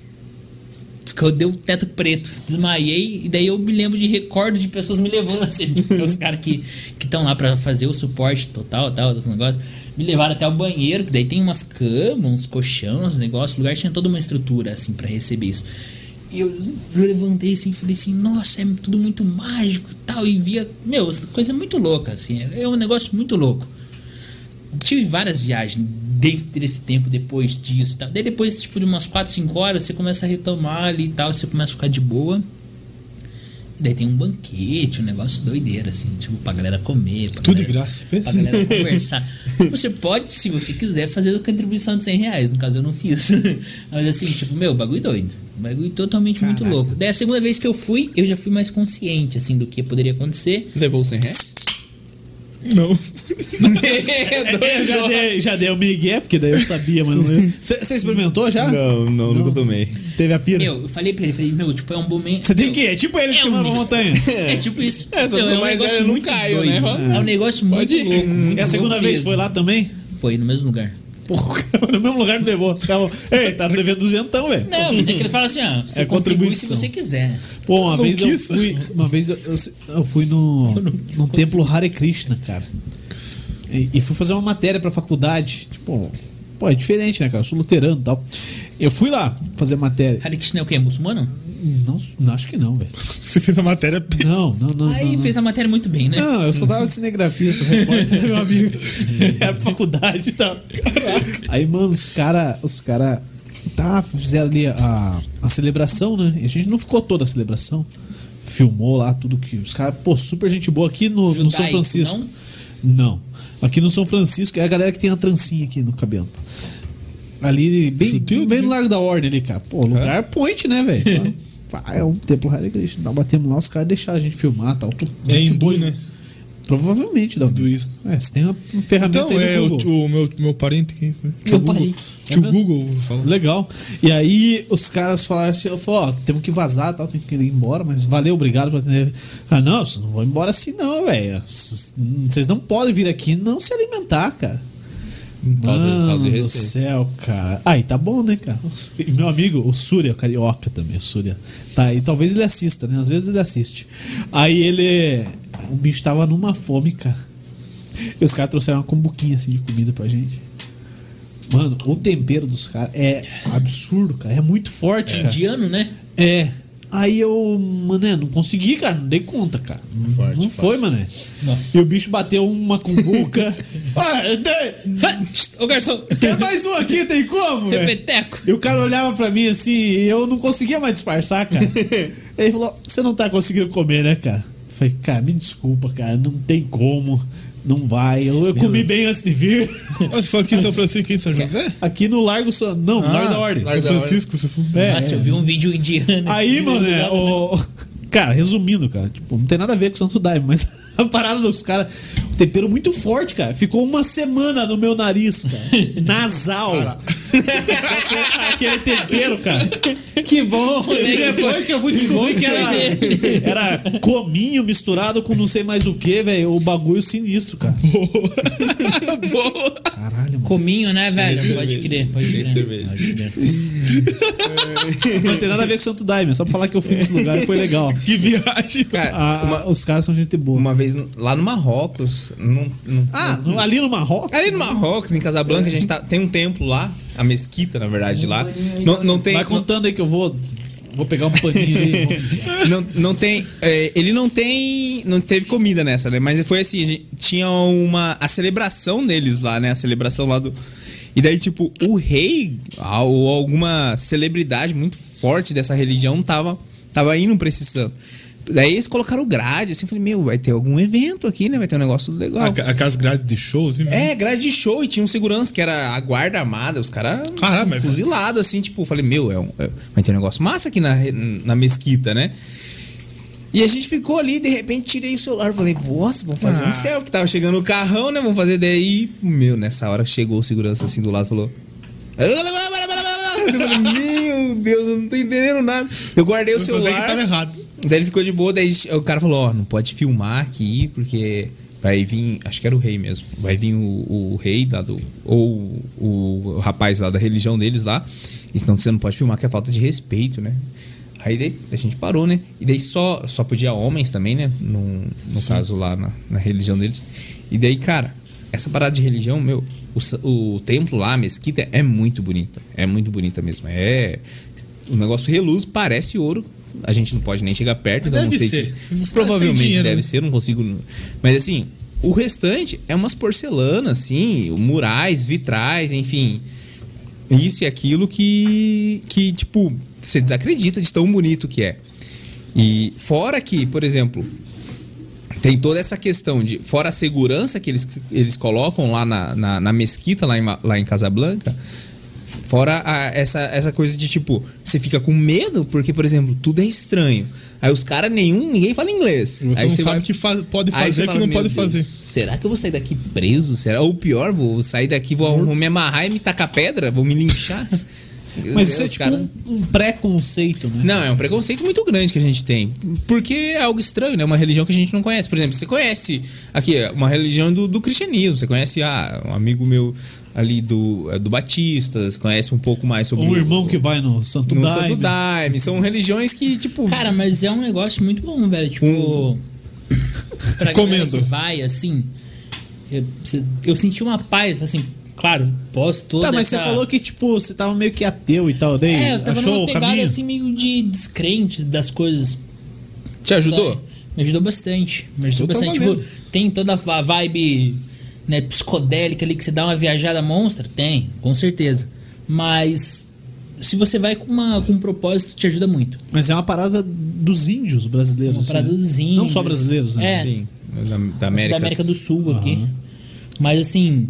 Speaker 3: Ficou, deu teto preto, desmaiei, e daí eu me lembro de recordes de pessoas me levando assim, os caras que estão lá pra fazer o suporte total, tal, dos negócios, me levaram até o banheiro, que daí tem umas camas, uns colchões, uns negócios, o lugar tinha toda uma estrutura assim pra receber isso. E eu levantei assim e falei assim, nossa, é tudo muito mágico e tal, e via, meu, coisa muito louca, assim, é um negócio muito louco tive várias viagens desde esse tempo, depois disso e tal. Daí depois, tipo, de umas 4, 5 horas, você começa a retomar ali e tal, você começa a ficar de boa. Daí tem um banquete, um negócio doideira, assim, tipo, pra galera comer. Pra
Speaker 2: Tudo de
Speaker 3: galera,
Speaker 2: graça, pensa. assim.
Speaker 3: Pra galera conversar. Você pode, se você quiser, fazer uma contribuição de 100 reais. No caso, eu não fiz. Mas assim, tipo, meu, bagulho doido. Um Bagulho totalmente muito louco. Daí a segunda vez que eu fui, eu já fui mais consciente, assim, do que poderia acontecer.
Speaker 5: Levou 100 reais?
Speaker 2: Não.
Speaker 1: É, já, dei, já dei o migué, porque daí eu sabia, mas não... Você experimentou já?
Speaker 5: Não, não, nunca tomei.
Speaker 1: Teve a pira?
Speaker 3: Meu, eu falei pra ele, falei, meu, tipo, é um momento.
Speaker 1: Você tem que ir. É tipo ele
Speaker 3: É
Speaker 1: te chamando
Speaker 3: um-
Speaker 1: uma montanha.
Speaker 3: É tipo isso.
Speaker 5: É, só
Speaker 3: Meu,
Speaker 5: sou mais velho, eu não caio, né?
Speaker 3: mano. É um negócio muito
Speaker 5: Pode ir.
Speaker 3: louco. Muito
Speaker 1: É a segunda
Speaker 3: louco
Speaker 1: vez,
Speaker 3: mesmo.
Speaker 1: foi lá também?
Speaker 3: Foi, no mesmo lugar.
Speaker 1: Porra, no mesmo lugar me levou. Tava, Ei, tá devendo duzentão, velho.
Speaker 3: Não, mas é que eles falam assim, ó, você
Speaker 1: É
Speaker 3: contribui se
Speaker 1: contribuição.
Speaker 3: você quiser.
Speaker 1: Pô, uma
Speaker 2: Não
Speaker 1: vez eu
Speaker 2: quis.
Speaker 1: fui. Uma vez eu, eu- eu fui no, num templo Hare Krishna, cara. E, e fui fazer uma matéria pra faculdade. Tipo, pô, é diferente, né, cara? Eu sou luterano e tal. Eu fui lá fazer matéria.
Speaker 3: Hare Krishna é o quê? É muçulmano?
Speaker 1: Não, não acho que não, velho.
Speaker 2: Você fez a matéria.
Speaker 1: Não, não, não.
Speaker 3: Aí
Speaker 1: não, não.
Speaker 3: fez a matéria muito bem, né?
Speaker 1: Não, eu só tava de cinegrafista, repórter, meu amigo. Era pra faculdade e tal. Aí, mano, os cara, os cara tá, fizeram ali a, a celebração, né? E a gente não ficou toda a celebração. Filmou lá tudo que. Os caras, pô, super gente boa aqui no, no São
Speaker 3: Judaico,
Speaker 1: Francisco.
Speaker 3: não?
Speaker 1: Não. Aqui no São Francisco é a galera que tem a trancinha aqui no cabelo. Ali, bem, bem no Largo da Ordem ali, cara. Pô,
Speaker 2: É.
Speaker 1: lugar point, né, velho? Pá, é um templo Hare Krishna. Nós batemos lá, os caras deixaram a gente filmar tal. Tu-
Speaker 2: É
Speaker 1: gente
Speaker 2: hindu,
Speaker 1: boa.
Speaker 2: né?
Speaker 1: Provavelmente, Davi.
Speaker 2: Hinduísmo.
Speaker 1: É, você tem uma ferramenta
Speaker 2: Então,
Speaker 1: aí no
Speaker 2: é o,
Speaker 1: Google.
Speaker 2: tio- o meu, meu parente que Tio Google.
Speaker 3: parente.
Speaker 2: Tio
Speaker 1: É mesmo?
Speaker 2: Google falou.
Speaker 1: Legal. E aí os caras falaram assim, eu falei, ó, temos que vazar, tal, tem que ir embora, mas valeu, obrigado por atender. Ah, não, vocês não vão embora assim não, velho. Vocês vocês não podem vir aqui não se alimentar, cara.
Speaker 5: Falta- falta de
Speaker 1: Mano do
Speaker 5: respeito.
Speaker 1: céu, cara. Aí tá bom, né, cara? E meu amigo, o Surya, o carioca também, o Surya. Tá aí, talvez ele assista, né? Às vezes ele assiste. Aí ele. O bicho tava numa fome, cara. E os caras trouxeram uma combuquinha assim de comida pra gente. Mano, o tempero dos caras é absurdo, cara. É muito forte, cara.
Speaker 3: Indiano, né?
Speaker 1: É. Aí eu, mané, não consegui, cara. Não dei conta, cara. Não- não foi, mané.
Speaker 3: Nossa.
Speaker 1: E o bicho bateu uma cumbuca. ah, tem-
Speaker 3: Ô garçom,
Speaker 1: tem mais um aqui, tem como, velho?
Speaker 3: repeteco.
Speaker 1: E o cara olhava pra mim assim, e eu não conseguia mais disfarçar, cara. Ele falou: Você não tá conseguindo comer, né, cara? Eu falei: Cara, me desculpa, cara, não tem como, não vai. Eu, eu comi bem antes de vir.
Speaker 2: Ah, se for aqui em São Francisco, aqui em
Speaker 5: É.
Speaker 2: São José?
Speaker 1: Aqui no Largo San... Não,
Speaker 2: Ah,
Speaker 1: Largo Ah, da Ordem.
Speaker 2: São Francisco, se for.
Speaker 1: É,
Speaker 3: Nossa, eu vi um vídeo indiano.
Speaker 1: Aí,
Speaker 3: assim,
Speaker 1: mano,
Speaker 3: né?
Speaker 1: é, o... Cara, resumindo, cara, tipo, não tem nada a ver com o Santo Daime, mas a parada dos caras. O tempero muito forte, cara. Ficou uma semana no meu nariz, cara. Nasal. Aquele tempero, cara.
Speaker 3: Que bom,
Speaker 1: E
Speaker 3: né?
Speaker 1: depois que eu fui descobrir que era, era cominho misturado com não sei mais o que, velho. O bagulho sinistro, cara. Caralho, mano.
Speaker 3: Cominho, né, velho? Pode crer, pode
Speaker 5: Sem
Speaker 3: crer.
Speaker 5: cerveja.
Speaker 1: Não tem nada a ver com o Santo Daime. É só pra falar que eu fui nesse lugar e foi legal.
Speaker 2: Que viagem,
Speaker 5: Cara,
Speaker 1: Ah,
Speaker 5: uma,
Speaker 1: Os caras são gente boa.
Speaker 5: uma vez no- lá no Marrocos. num- num-
Speaker 1: Ah, no- ali no Marrocos?
Speaker 5: Ah, ali no Marrocos, em Casablanca, a gente tá, tem um templo lá, a mesquita, na verdade, lá. Não, não tem.
Speaker 1: Vai
Speaker 5: não-
Speaker 1: contando aí que eu vou. Vou pegar um paninho ali. vou-
Speaker 5: não, não tem. é, ele não tem. Não teve comida nessa, né? Mas foi assim: a gente- tinha uma. A celebração deles lá, né? A celebração lá do. E daí, tipo, o rei ah, ou alguma celebridade muito forte dessa religião tava, tava indo pra esse santo. Daí eles colocaram grade, assim, eu falei, meu, vai ter algum evento aqui, né? Vai ter um negócio legal.
Speaker 2: A, ca- aquelas grades de show, assim, mesmo.
Speaker 5: É, grade de show e tinha um segurança que era a guarda armada, os caras
Speaker 2: Caralho, mas-
Speaker 5: fuzilado assim, tipo, falei, meu, é um, é- vai ter um negócio massa aqui na, re- na mesquita, né? E a gente ficou ali, de repente tirei o celular, falei, nossa, vamos fazer
Speaker 2: Ah.
Speaker 5: um selfie, que tava chegando o carrão, né? Vamos fazer daí. Meu, nessa hora chegou o segurança assim do lado e falou. Eu falei, Meu Deus, eu não tô entendendo nada. Eu guardei o
Speaker 2: Eu só sei
Speaker 5: celular.
Speaker 2: que tava errado.
Speaker 5: Daí ele ficou de boa, daí o cara falou, ó, não pode filmar aqui, porque vai vir, acho que era o rei mesmo, vai vir o, o rei lá do, ou o, o rapaz lá da religião deles lá, e senão você não pode filmar, que é falta de respeito, né? Aí daí, a gente parou, né? E daí só, só podia homens também, né? No, no caso lá na, na religião deles. E daí, cara, essa parada de religião, meu, o, sa- o templo lá, a mesquita, é muito bonita. É muito bonita mesmo. É. O negócio reluz, parece ouro. A gente não pode nem chegar perto, então
Speaker 2: Deve
Speaker 5: não sei
Speaker 2: ser.
Speaker 5: se-
Speaker 2: Os caras têm
Speaker 5: Provavelmente
Speaker 2: dinheiro,
Speaker 5: deve
Speaker 2: né?
Speaker 5: ser, não consigo. Mas assim, o restante é umas porcelanas, assim, murais, vitrais, enfim. Isso e aquilo que. que, tipo, você desacredita de tão bonito que é. E fora que, por exemplo, tem toda essa questão de. Fora a segurança que eles, eles colocam lá na, na, na mesquita, lá em, Ma- lá em Casablanca. Fora a- essa, essa coisa de tipo, você fica com medo porque, por exemplo, tudo é estranho. Aí os caras, nenhum, ninguém fala inglês.
Speaker 2: Você
Speaker 5: aí
Speaker 2: não
Speaker 5: você
Speaker 2: sabe
Speaker 5: vai-
Speaker 2: o que faz- pode
Speaker 5: Aí você
Speaker 2: fazer e o que
Speaker 5: fala,
Speaker 2: não
Speaker 5: "Meu
Speaker 2: pode
Speaker 5: Deus,
Speaker 2: fazer.
Speaker 5: Será que eu vou sair daqui preso? Será? Ou pior, vou sair daqui, vou, vou me amarrar e me tacar pedra? Vou me linchar? Meu
Speaker 1: Mas isso é
Speaker 5: Deus,
Speaker 1: tipo
Speaker 5: cara.
Speaker 1: um, um preconceito, né?
Speaker 5: Não, é um preconceito muito grande que a gente tem. Porque é algo estranho, né? Uma religião que a gente não conhece. Por exemplo, você conhece aqui, é uma religião do, do cristianismo. Você conhece, ah, um amigo meu ali do, é, do Batista, você conhece um pouco mais sobre
Speaker 1: Um
Speaker 5: o-
Speaker 1: irmão que vai no Santo né?
Speaker 5: no
Speaker 1: Daime.
Speaker 5: Santo Daime. São religiões que, tipo.
Speaker 3: Cara, mas é um negócio muito bom, velho. Tipo.
Speaker 1: Hum.
Speaker 3: pra galera
Speaker 2: Recomendo.
Speaker 3: que vai, assim. Eu, cê- eu senti uma paz, assim, claro, posso toda
Speaker 1: Tá, mas
Speaker 3: essa...
Speaker 1: você falou que, tipo, você tava meio que ateu e tal, daí
Speaker 3: É, eu tava
Speaker 1: achou
Speaker 3: numa
Speaker 1: o
Speaker 3: pegada
Speaker 1: caminho?
Speaker 3: assim meio de descrente das coisas. Tá,
Speaker 5: Te ajudou?
Speaker 3: Me ajudou bastante. Me ajudou
Speaker 2: Então tá
Speaker 3: bastante.
Speaker 2: valendo.
Speaker 3: Tipo, tem toda a vibe né, psicodélica ali que você dá uma viajada monstra? Tem, com certeza. Mas se você vai com, uma, com um propósito, te ajuda muito.
Speaker 1: Mas é uma parada dos índios brasileiros.
Speaker 3: Uma parada
Speaker 1: né?
Speaker 3: dos índios.
Speaker 1: Não só brasileiros, né?
Speaker 3: É.
Speaker 5: Sim. Da, da América.
Speaker 3: da América do Sul aqui. Mas assim,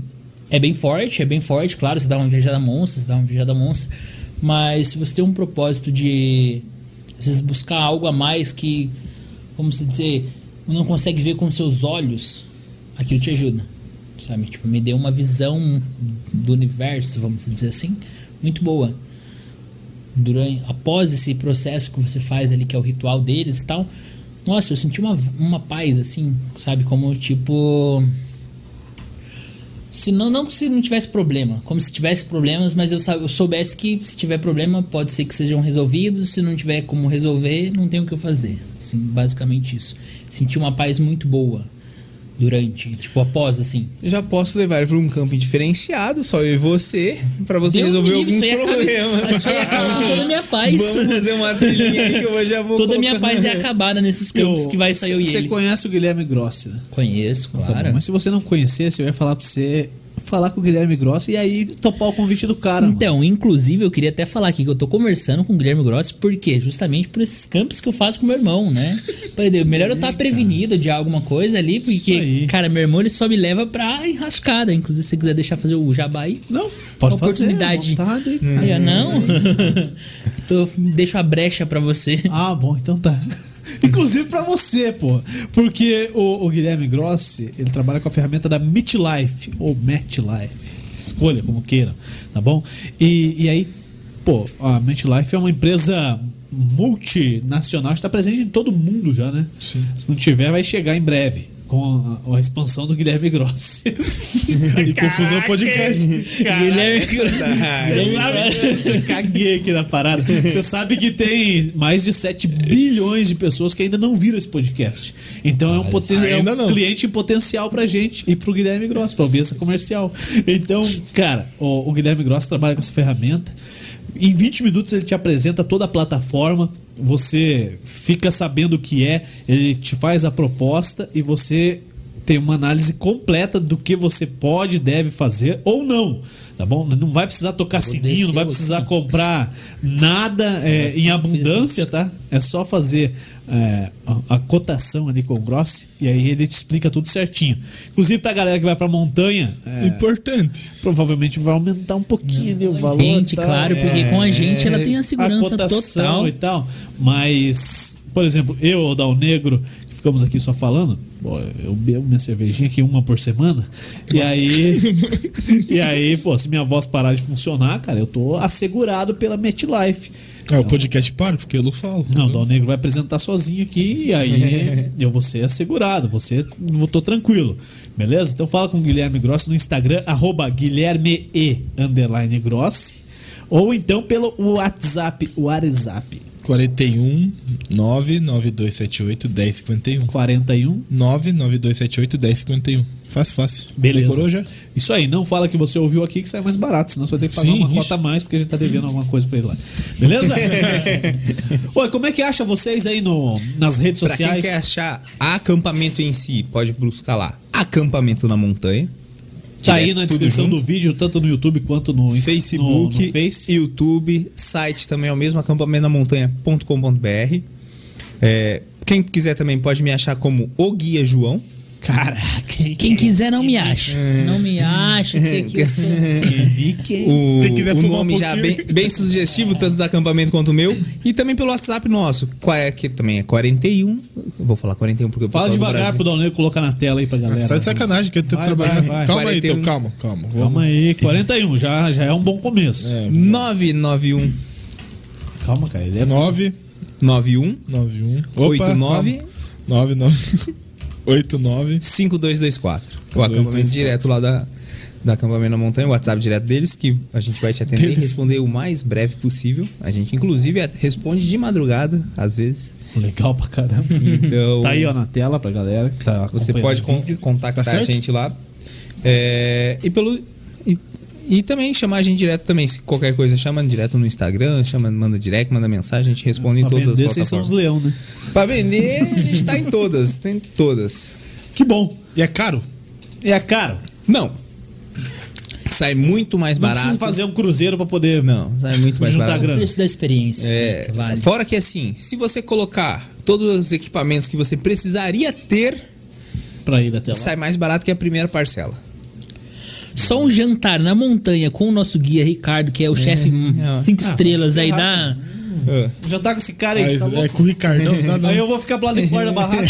Speaker 3: é bem forte, é bem forte, claro, você dá uma viajada monstra, você dá uma viajada monstra. Mas se você tem um propósito de às vezes buscar algo a mais que, como se dizer, não consegue ver com seus olhos, aquilo te ajuda. Sabe? Tipo, me deu uma visão do universo, vamos dizer assim, muito boa durante, após esse processo que você faz ali, que é o ritual deles e tal, nossa, eu senti uma, uma paz, assim, sabe? Como tipo. Se não, não que se não tivesse problema, como se tivesse problemas, mas eu, sa- eu soubesse que se tiver problema, pode ser que sejam resolvidos, se não tiver como resolver, não tem o que eu fazer. Assim, basicamente isso. Senti uma paz muito boa durante, tipo, após, assim.
Speaker 5: Já posso levar ele pra um campo diferenciado, só eu e você, pra você
Speaker 3: Deus
Speaker 5: resolver
Speaker 3: me livre, isso aí acaba-
Speaker 5: alguns problemas.
Speaker 3: isso aí acaba toda a minha paz.
Speaker 5: Vamos fazer uma trilhinha aí que eu já vou
Speaker 3: Toda a minha
Speaker 5: colocar.
Speaker 3: paz é acabada nesses campos que vai sair eu e
Speaker 1: Você
Speaker 3: ele.
Speaker 1: conhece o Guilherme Grossi, né?
Speaker 3: Conheço,
Speaker 1: Tá bom,
Speaker 3: claro.
Speaker 1: mas se você não conhecesse, eu ia falar pra você falar com o Guilherme Grossi e aí topar o convite do cara. mano.
Speaker 3: Então, inclusive, eu queria até falar aqui que eu tô conversando com o Guilherme Grossi, por quê? Justamente por esses campos que eu faço com meu irmão, né? Pra ele- Melhor eu estar prevenido de alguma coisa ali, porque,
Speaker 1: aí.
Speaker 3: cara, meu irmão ele só me leva pra enrascada. Inclusive, se você quiser deixar fazer o jabá aí.
Speaker 1: Não, pode
Speaker 3: Então, Uma
Speaker 1: fazer.
Speaker 3: oportunidade.
Speaker 1: vontade.
Speaker 3: Aí, ó, não? Tô, deixo a brecha pra você.
Speaker 1: Ah, bom, então tá. Inclusive pra você, pô. Porque o, o Guilherme Grossi, ele trabalha com a ferramenta da MeetLife, ou MetLife. Escolha como queira, tá bom? E, e aí, pô, a MeetLife é uma empresa multinacional, está presente em todo mundo já, né? Sim. Se não tiver, vai chegar em breve. Com a, a expansão do Guilherme Grossi.
Speaker 2: E confusão é podcast.
Speaker 3: Guilherme
Speaker 1: Você sabe, caguei aqui na parada. Você sabe que tem mais de 7 bilhões de pessoas que ainda não viram esse podcast. Então é um, poten- é um
Speaker 2: ainda não.
Speaker 1: cliente em potencial pra gente e pro Guilherme Gross, pra ouvir essa comercial. Então, cara, o, o Guilherme Gross trabalha com essa ferramenta. Em 20 minutos ele te apresenta toda a plataforma, você fica sabendo o que é, ele te faz a proposta e você tem uma análise completa do que você pode e deve fazer ou não. Tá bom? Não vai precisar tocar sininho, não vai precisar comprar nada é, em abundância, tá? É só fazer é, a, a cotação ali com o Grossi e aí ele te explica tudo certinho. Inclusive pra galera que vai pra montanha, é,
Speaker 2: Importante.
Speaker 1: provavelmente vai aumentar um pouquinho ali o valor.
Speaker 3: Gente,
Speaker 1: tá?
Speaker 3: claro, porque com a gente ela tem a segurança
Speaker 1: cotação
Speaker 3: total.
Speaker 1: e tal. Mas, por exemplo, eu ou Dal Negro, que ficamos aqui só falando, pô, eu bebo minha cervejinha aqui uma por semana. E aí. e aí, pô, se minha voz parar de funcionar, cara, eu tô assegurado pela MetLife.
Speaker 2: É, o podcast para, porque eu não falo.
Speaker 1: Não,
Speaker 5: Uhum.
Speaker 1: o Dal Negro vai apresentar sozinho aqui e aí eu vou ser assegurado, você eu tô tranquilo. Beleza? Então fala com o Guilherme Grossi no Instagram, arroba Guilherme E underline Grossi, ou então pelo WhatsApp, WhatsApp
Speaker 2: 41 99278 1051.
Speaker 1: 41.
Speaker 2: 99278 1051. Fácil, um. fácil.
Speaker 1: Beleza.
Speaker 2: Decorou já?
Speaker 1: Isso aí, não fala que você ouviu aqui que sai mais barato, senão você vai ter que pagar
Speaker 2: Sim,
Speaker 1: uma
Speaker 2: isso.
Speaker 1: cota a mais porque a gente tá devendo alguma coisa pra ele lá. Beleza? Oi, como é que acha vocês aí no, nas redes
Speaker 5: Pra
Speaker 1: sociais?
Speaker 5: quem quer achar acampamento em si, pode buscar lá. Acampamento na montanha.
Speaker 1: Tá aí
Speaker 5: Direto,
Speaker 1: na
Speaker 5: tudo
Speaker 1: descrição
Speaker 5: junto.
Speaker 1: do vídeo, tanto no YouTube quanto no ins-
Speaker 5: Facebook,
Speaker 1: no, no Face.
Speaker 5: YouTube, site também é o mesmo, acampamentonamontanha.com.br. É, quem quiser também pode me achar como o Guia João.
Speaker 1: Cara, quem,
Speaker 3: Quem quiser não me acha. Não me acha, que, é que eu sou.
Speaker 1: é?
Speaker 5: O,
Speaker 2: Quem quiser
Speaker 5: o
Speaker 2: fumar um
Speaker 5: nome já bem,
Speaker 2: pouquinho.
Speaker 5: bem sugestivo, tanto do acampamento quanto o meu. E também pelo WhatsApp nosso, qual é, que também é 41. Eu vou falar 41 porque eu
Speaker 1: Fala devagar pro Dal Negro colocar na tela aí pra
Speaker 2: Ah,
Speaker 1: galera.
Speaker 2: você tá de sacanagem que eu tô
Speaker 1: Vai,
Speaker 2: trabalhando.
Speaker 1: vai, vai.
Speaker 2: Calma aí,
Speaker 5: 41.
Speaker 2: então, calma, calma.
Speaker 1: Calma aí, 41, já, já é um bom começo.
Speaker 5: 991
Speaker 1: Calma, cara, ele é
Speaker 2: 9
Speaker 5: 91
Speaker 2: 91
Speaker 5: 89.
Speaker 2: 99 89
Speaker 5: 5224. que é O acampamento direto lá da, da acampamento na montanha, o WhatsApp direto deles, que a gente vai te atender e responder o mais breve possível. A gente, inclusive, a- responde de madrugada, às vezes.
Speaker 1: legal pra caramba.
Speaker 5: Então,
Speaker 1: Tá aí, ó, na tela pra galera que tá
Speaker 5: você
Speaker 1: acompanhando
Speaker 5: pode
Speaker 1: o
Speaker 5: con-
Speaker 1: vídeo.
Speaker 5: contactar
Speaker 2: Tá
Speaker 5: a
Speaker 2: certo?
Speaker 5: gente lá. É, e pelo. E, e também chamar a gente direto também. Se qualquer coisa, chama direto no Instagram, chama, manda direct, manda mensagem, a gente responde
Speaker 1: Pra
Speaker 5: em todas
Speaker 1: vender,
Speaker 5: as
Speaker 1: vocês são os
Speaker 5: plataformas.
Speaker 1: leão, né?
Speaker 5: Pra vender, a gente tá em todas. Tem todas.
Speaker 1: Que bom.
Speaker 2: E é caro?
Speaker 1: E é caro.
Speaker 5: Não. Sai muito mais
Speaker 1: Não
Speaker 5: barato.
Speaker 1: precisa fazer um cruzeiro pra poder.
Speaker 5: Não, é muito mais
Speaker 1: Juntar
Speaker 5: barato.
Speaker 1: grana.
Speaker 3: O preço da experiência.
Speaker 5: É,
Speaker 3: que vale.
Speaker 5: Fora que assim, se você colocar todos os equipamentos que você precisaria ter
Speaker 1: pra ir até lá.
Speaker 4: Sai mais barato que a primeira parcela.
Speaker 3: Só um jantar na montanha com o nosso guia Ricardo, que é o chefe hum, cinco estrelas aí da. Hum.
Speaker 4: É.
Speaker 1: Já tá com esse cara aí,
Speaker 2: Aí,
Speaker 1: você tá louco?
Speaker 2: é com o Ricardão, não, não.
Speaker 1: Aí eu vou ficar pro lado de fora da barraca.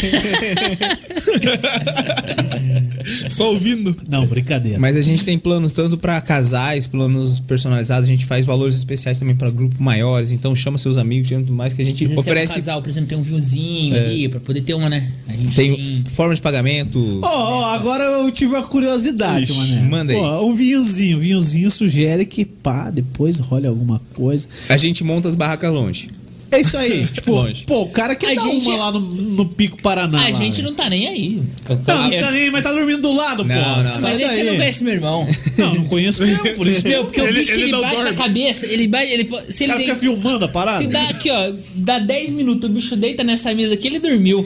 Speaker 2: só ouvindo.
Speaker 1: Não, brincadeira.
Speaker 4: Mas a gente tem planos tanto pra casais, planos personalizados, a gente faz valores especiais também pra grupos maiores, então chama seus amigos, chama tudo mais que a gente
Speaker 3: Às vezes você é um
Speaker 4: oferece.
Speaker 3: casal, por exemplo, tem um vinhozinho ali, pra poder ter uma, né? A gente Oh.
Speaker 4: tem forma de pagamento.
Speaker 1: Ó, ó, agora eu tive uma curiosidade,
Speaker 4: Né, Ixi,
Speaker 1: mané.
Speaker 4: manda aí.
Speaker 1: Pô, um vinhozinho. Um vinhozinho sugere que, pá, depois role alguma coisa.
Speaker 4: A gente monta as barracas longe.
Speaker 1: É isso aí. tipo,
Speaker 4: Longe.
Speaker 1: pô, o cara quer
Speaker 3: A
Speaker 1: dar
Speaker 3: gente-
Speaker 1: uma lá no, no Pico Paraná.
Speaker 3: A
Speaker 1: lá,
Speaker 3: gente
Speaker 1: velho.
Speaker 3: não tá nem aí.
Speaker 1: Não, não tá nem, mas tá dormindo do lado, pô.
Speaker 4: Não, não, não.
Speaker 1: Sai
Speaker 3: Mas aí você
Speaker 1: daí.
Speaker 3: não conhece meu irmão.
Speaker 1: Não, não conheço mesmo, por isso.
Speaker 3: Meu, porque
Speaker 2: Ele-
Speaker 3: o bicho
Speaker 2: ele
Speaker 3: ele,
Speaker 2: não
Speaker 3: bate
Speaker 2: dorme.
Speaker 3: a cabeça, ele bate. Ele, se
Speaker 1: O
Speaker 3: ele
Speaker 1: cara fica
Speaker 3: deita-
Speaker 1: filmando a parada.
Speaker 3: se dá aqui, ó, dá 10 minutos, o bicho deita nessa mesa aqui, ele dormiu.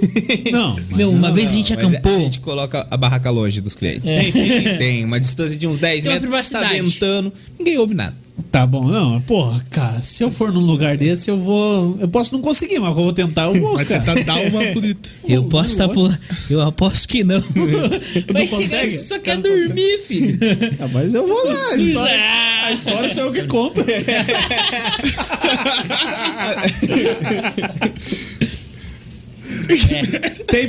Speaker 1: Não.
Speaker 3: Meu, uma vez a gente
Speaker 4: Ah, Mas
Speaker 3: acampou.
Speaker 4: A gente coloca a barraca longe dos clientes.
Speaker 1: É.
Speaker 4: Tem uma distância de uns 10
Speaker 3: Tem uma
Speaker 4: metros, tá
Speaker 3: privacidade.
Speaker 4: ventando, ninguém ouve nada.
Speaker 1: Tá bom, não. Porra, cara, se eu for num lugar desse, eu vou. Eu posso não conseguir, mas eu vou tentar, eu vou,
Speaker 2: Mas
Speaker 1: cara.
Speaker 4: tá,
Speaker 2: tentar dar uma bonita.
Speaker 3: Eu posso estar por. Eu aposto que uh, não. Mas chegar
Speaker 1: consegue?
Speaker 3: você só quer dormir, filho.
Speaker 1: Ah, mas eu vou lá. A história,
Speaker 3: Ah.
Speaker 1: a história sou eu que conto. É, Tem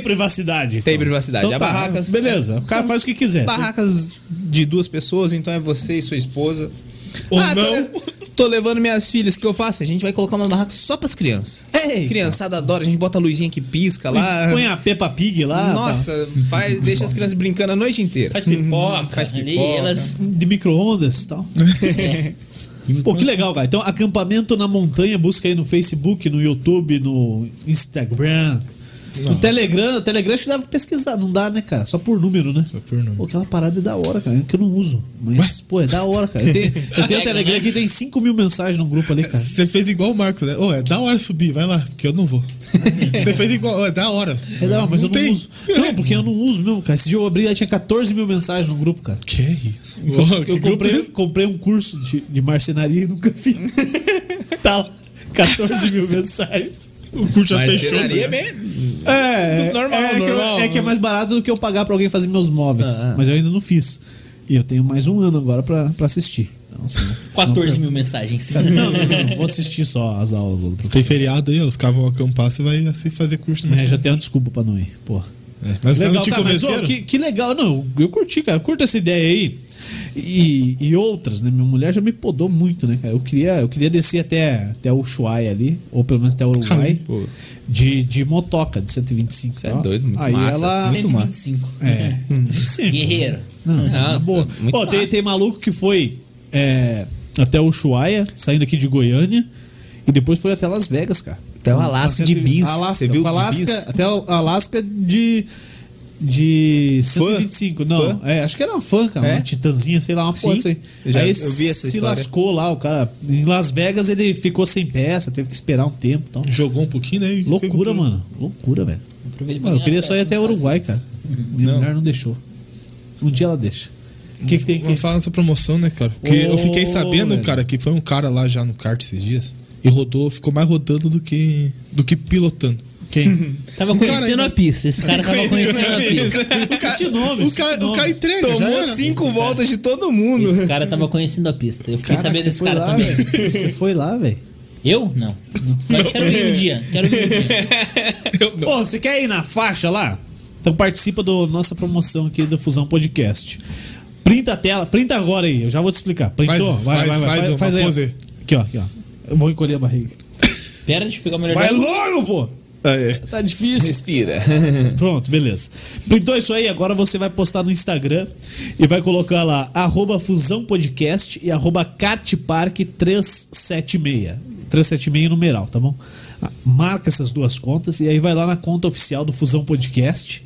Speaker 1: privacidade.
Speaker 4: Tem
Speaker 1: então.
Speaker 4: privacidade.
Speaker 1: Então
Speaker 4: Há
Speaker 1: tá,
Speaker 4: barracas. é,
Speaker 1: Beleza, o cara
Speaker 4: São
Speaker 1: faz o que quiser.
Speaker 4: Barracas de duas pessoas, então é você e sua esposa. Ah,
Speaker 2: Ou
Speaker 4: tô
Speaker 2: não.
Speaker 4: le- Tô, levando minhas filhas, o que eu faço? A gente vai colocar uma barraca só pras crianças.
Speaker 1: Ei!
Speaker 4: Criançada adora, a gente bota a luzinha que pisca lá.
Speaker 1: Põe a Peppa Pig lá.
Speaker 4: Nossa, faz- deixa as crianças brincando a noite inteira.
Speaker 3: Uhum. Faz pipoca,
Speaker 4: Faz
Speaker 3: ali,
Speaker 4: pipoca.
Speaker 3: elas.
Speaker 1: tá, De micro-ondas e tal.
Speaker 4: É.
Speaker 1: Pô, que legal, cara. Então, acampamento na montanha, busca aí no Facebook, no YouTube, no Instagram. No Telegram, o Telegram acho que dá pra pesquisar, não dá, né, cara? Só por número, né? Só
Speaker 2: por número.
Speaker 1: Pô, aquela parada é da hora, cara. Que eu não uso. Mas, pô, é da hora, cara. Eu tenho, eu tenho o Telegram que tem 5 mil mensagens no grupo ali, cara.
Speaker 2: Você fez igual o Marcos, né? Ô, é da hora subir, vai lá, porque eu não vou. Você fez igual, ó, é da hora.
Speaker 1: É da hora, mas eu não
Speaker 2: tem.
Speaker 1: uso. Não, porque eu não uso mesmo, cara. Esse dia eu abri, aí tinha 14 mil mensagens no grupo, cara.
Speaker 2: Que é isso? Ô, que
Speaker 1: Eu
Speaker 2: grupo é
Speaker 1: comprei,
Speaker 2: esse?
Speaker 1: comprei um curso de, de marcenaria e nunca fiz. tá lá, 14 mil mensagens.
Speaker 2: O curso já
Speaker 4: Mas
Speaker 2: fechou.
Speaker 4: cenaria
Speaker 2: né?
Speaker 4: é bem-
Speaker 1: É,
Speaker 2: Normal,
Speaker 1: é,
Speaker 2: normal.
Speaker 1: Que eu- é que é mais barato do que eu pagar pra alguém fazer meus móveis. Mas eu ainda não fiz. E eu tenho mais um ano agora pra, pra assistir. Então, se não- se não-
Speaker 3: 14 mil mensagens.
Speaker 1: Não, não, não. Vou assistir só as aulas. lá do professor.
Speaker 2: Tem feriado aí, ó, os caras vão acampar, você vai assim, fazer curso no
Speaker 1: É, já tenho uma desculpa pra não ir, porra.
Speaker 2: Mas os caras não
Speaker 1: Legal,
Speaker 2: te
Speaker 1: cara, mas,
Speaker 2: convenceram?
Speaker 1: ó, que, que legal, não. Eu curti, cara. Eu curto essa ideia aí. E, e outras, né? Minha mulher já me podou muito, né, cara? Eu queria, eu queria descer até, até o Ushuaia ali, ou pelo menos até o Uruguai,
Speaker 4: pô.
Speaker 1: de, de motoca, de 125.
Speaker 4: Você é
Speaker 1: tal.
Speaker 4: doido, muito
Speaker 1: tá? aí
Speaker 4: massa.
Speaker 1: Ela...
Speaker 4: Muito massa.
Speaker 3: 125.
Speaker 1: É, 125.
Speaker 3: Guerreiro.
Speaker 1: Não, na boa.
Speaker 4: foi Ah, muito
Speaker 1: Ó, tem,
Speaker 4: massa.
Speaker 1: tem maluco que foi é, até Ushuaia, saindo aqui de Goiânia, e depois foi até Las Vegas, cara.
Speaker 4: Até É o Alasca de bis.
Speaker 1: Alasca,
Speaker 4: Você viu
Speaker 1: com
Speaker 4: de
Speaker 1: Alasca, é
Speaker 4: bis?
Speaker 1: Até o Alasca de. De
Speaker 4: Fã?
Speaker 1: 125, não, é, acho que era uma fã, cara,
Speaker 4: É?
Speaker 1: uma titãzinha, sei lá, uma
Speaker 4: Sim,
Speaker 1: porra disso aí.
Speaker 4: eu já-
Speaker 1: aí
Speaker 4: eu vi essa
Speaker 1: se
Speaker 4: história.
Speaker 1: lascou lá, o cara. Em Las Vegas ele ficou sem peça, teve que esperar um tempo. Então.
Speaker 2: Jogou um pouquinho, né? e
Speaker 1: Loucura,
Speaker 2: ficou-
Speaker 1: mano. Loucura, velho.
Speaker 3: Aproveita pra
Speaker 1: Mano, eu
Speaker 3: ganhar
Speaker 1: queria
Speaker 3: as
Speaker 1: só ir
Speaker 3: peças,
Speaker 1: até o
Speaker 3: não
Speaker 1: Uruguai,
Speaker 3: faz
Speaker 1: cara.
Speaker 3: isso.
Speaker 1: Minha mulher não deixou. Um dia ela deixa. O que, que tem
Speaker 2: Vamos
Speaker 1: que.
Speaker 2: falar dessa promoção, né, cara? Porque eu fiquei
Speaker 1: Ô,
Speaker 2: sabendo,
Speaker 1: velho.
Speaker 2: cara, que foi um cara lá já no kart esses dias e rodou, ficou mais rodando do que, do que pilotando.
Speaker 1: Quem?
Speaker 3: Tava conhecendo
Speaker 2: Cara,
Speaker 3: a pista. Esse cara tava conhecendo a pista.
Speaker 1: Sete
Speaker 4: um
Speaker 1: nomes.
Speaker 2: O cara, o cara entrega, já
Speaker 4: Tomou
Speaker 2: era.
Speaker 4: cinco voltas de todo mundo.
Speaker 3: Esse cara tava conhecendo a pista. Eu fiquei sabendo desse cara
Speaker 1: lá,
Speaker 3: também.
Speaker 1: velho. Você foi lá, velho.
Speaker 3: Eu? Não. Mas quero ir um dia. Quero ir um dia.
Speaker 1: Ô, você quer ir na faixa lá? Então participa da nossa promoção aqui do Fusão Podcast. Printa a tela, printa agora aí, eu já vou te explicar. Printou?
Speaker 2: Faz-
Speaker 1: vai,
Speaker 2: faz-
Speaker 1: vai, vai,
Speaker 2: faz
Speaker 1: faz,
Speaker 2: uma
Speaker 1: faz aí. ó.
Speaker 2: pose.
Speaker 1: Aqui, ó, aqui, ó. Eu vou encolher a barriga.
Speaker 3: Pera, deixa eu pegar o melhor
Speaker 1: Vai
Speaker 3: dela.
Speaker 1: logo, pô!
Speaker 2: Ah, é.
Speaker 1: Tá difícil.
Speaker 4: Respira.
Speaker 1: Pronto, beleza. Printou isso aí, agora você vai postar no Instagram e vai colocar lá arroba Fusão Podcast e arroba catpark376. 376 numeral, tá bom? Ah, Marca essas duas contas e aí vai lá na conta oficial do Fusão Podcast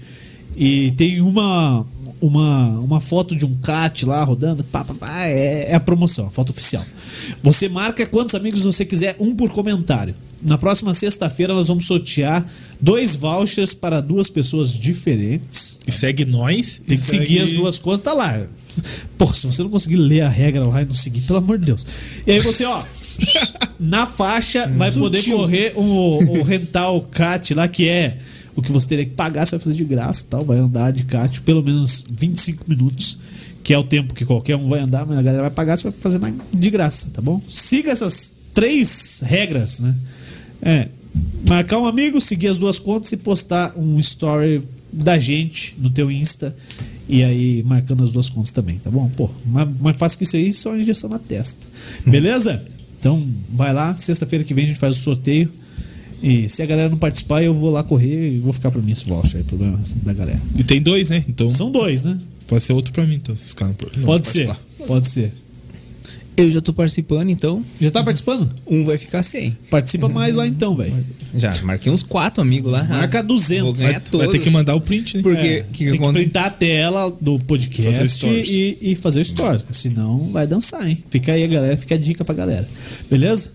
Speaker 1: e tem uma uma, uma foto de um cat lá rodando, pá, pá, pá, é, é a promoção, a foto oficial. Você marca quantos amigos você quiser, um por comentário. Na próxima sexta-feira nós vamos sortear dois vouchers para duas pessoas diferentes.
Speaker 2: E segue nós.
Speaker 1: Tem
Speaker 2: e
Speaker 1: que
Speaker 2: segue-
Speaker 1: seguir as duas coisas, tá lá. Pô, se você não conseguir ler a regra lá e não seguir, pelo amor de Deus. E aí você, ó, um, na faixa vai poder correr o, o rental cat lá que é o que você teria que pagar, você vai fazer de graça e tal. Vai andar de kart pelo menos 25 minutos, que é o tempo que qualquer um vai andar, mas a galera vai pagar, você vai fazer na- de graça, tá bom? Siga essas três regras, né? É, marcar um amigo, seguir as duas contas e postar um story da gente no teu Insta. E aí, marcando as duas contas também, tá bom? Pô, mais, mais fácil que isso aí, só uma injeção na testa. Beleza? Então, vai lá. Sexta-feira que vem a gente faz o sorteio. E se a galera não participar, eu vou lá correr e vou ficar pra mim esse voucher aí, problema da galera.
Speaker 2: E tem dois, né? Então
Speaker 1: São dois, né?
Speaker 2: pode ser outro pra mim, então. Se os caras não- não
Speaker 1: pode ser.
Speaker 2: participar.
Speaker 1: Pode ser.
Speaker 4: Eu já tô participando, então
Speaker 1: Já tá participando?
Speaker 4: um vai ficar sem.
Speaker 1: Participa mais lá então, velho.
Speaker 5: Já, marquei uns quatro amigos lá.
Speaker 1: Marca 200.
Speaker 5: Vou ganhar
Speaker 1: Vai-
Speaker 5: todos.
Speaker 2: Vai ter que mandar o print, né?
Speaker 5: Porque
Speaker 1: É,
Speaker 5: que que
Speaker 1: tem que
Speaker 5: acontece?
Speaker 1: printar a tela do
Speaker 2: Fazer
Speaker 1: podcast
Speaker 2: stories.
Speaker 1: e, e fazer o stories. Senão vai dançar, hein? Fica aí, galera. Fica a dica pra galera. Beleza?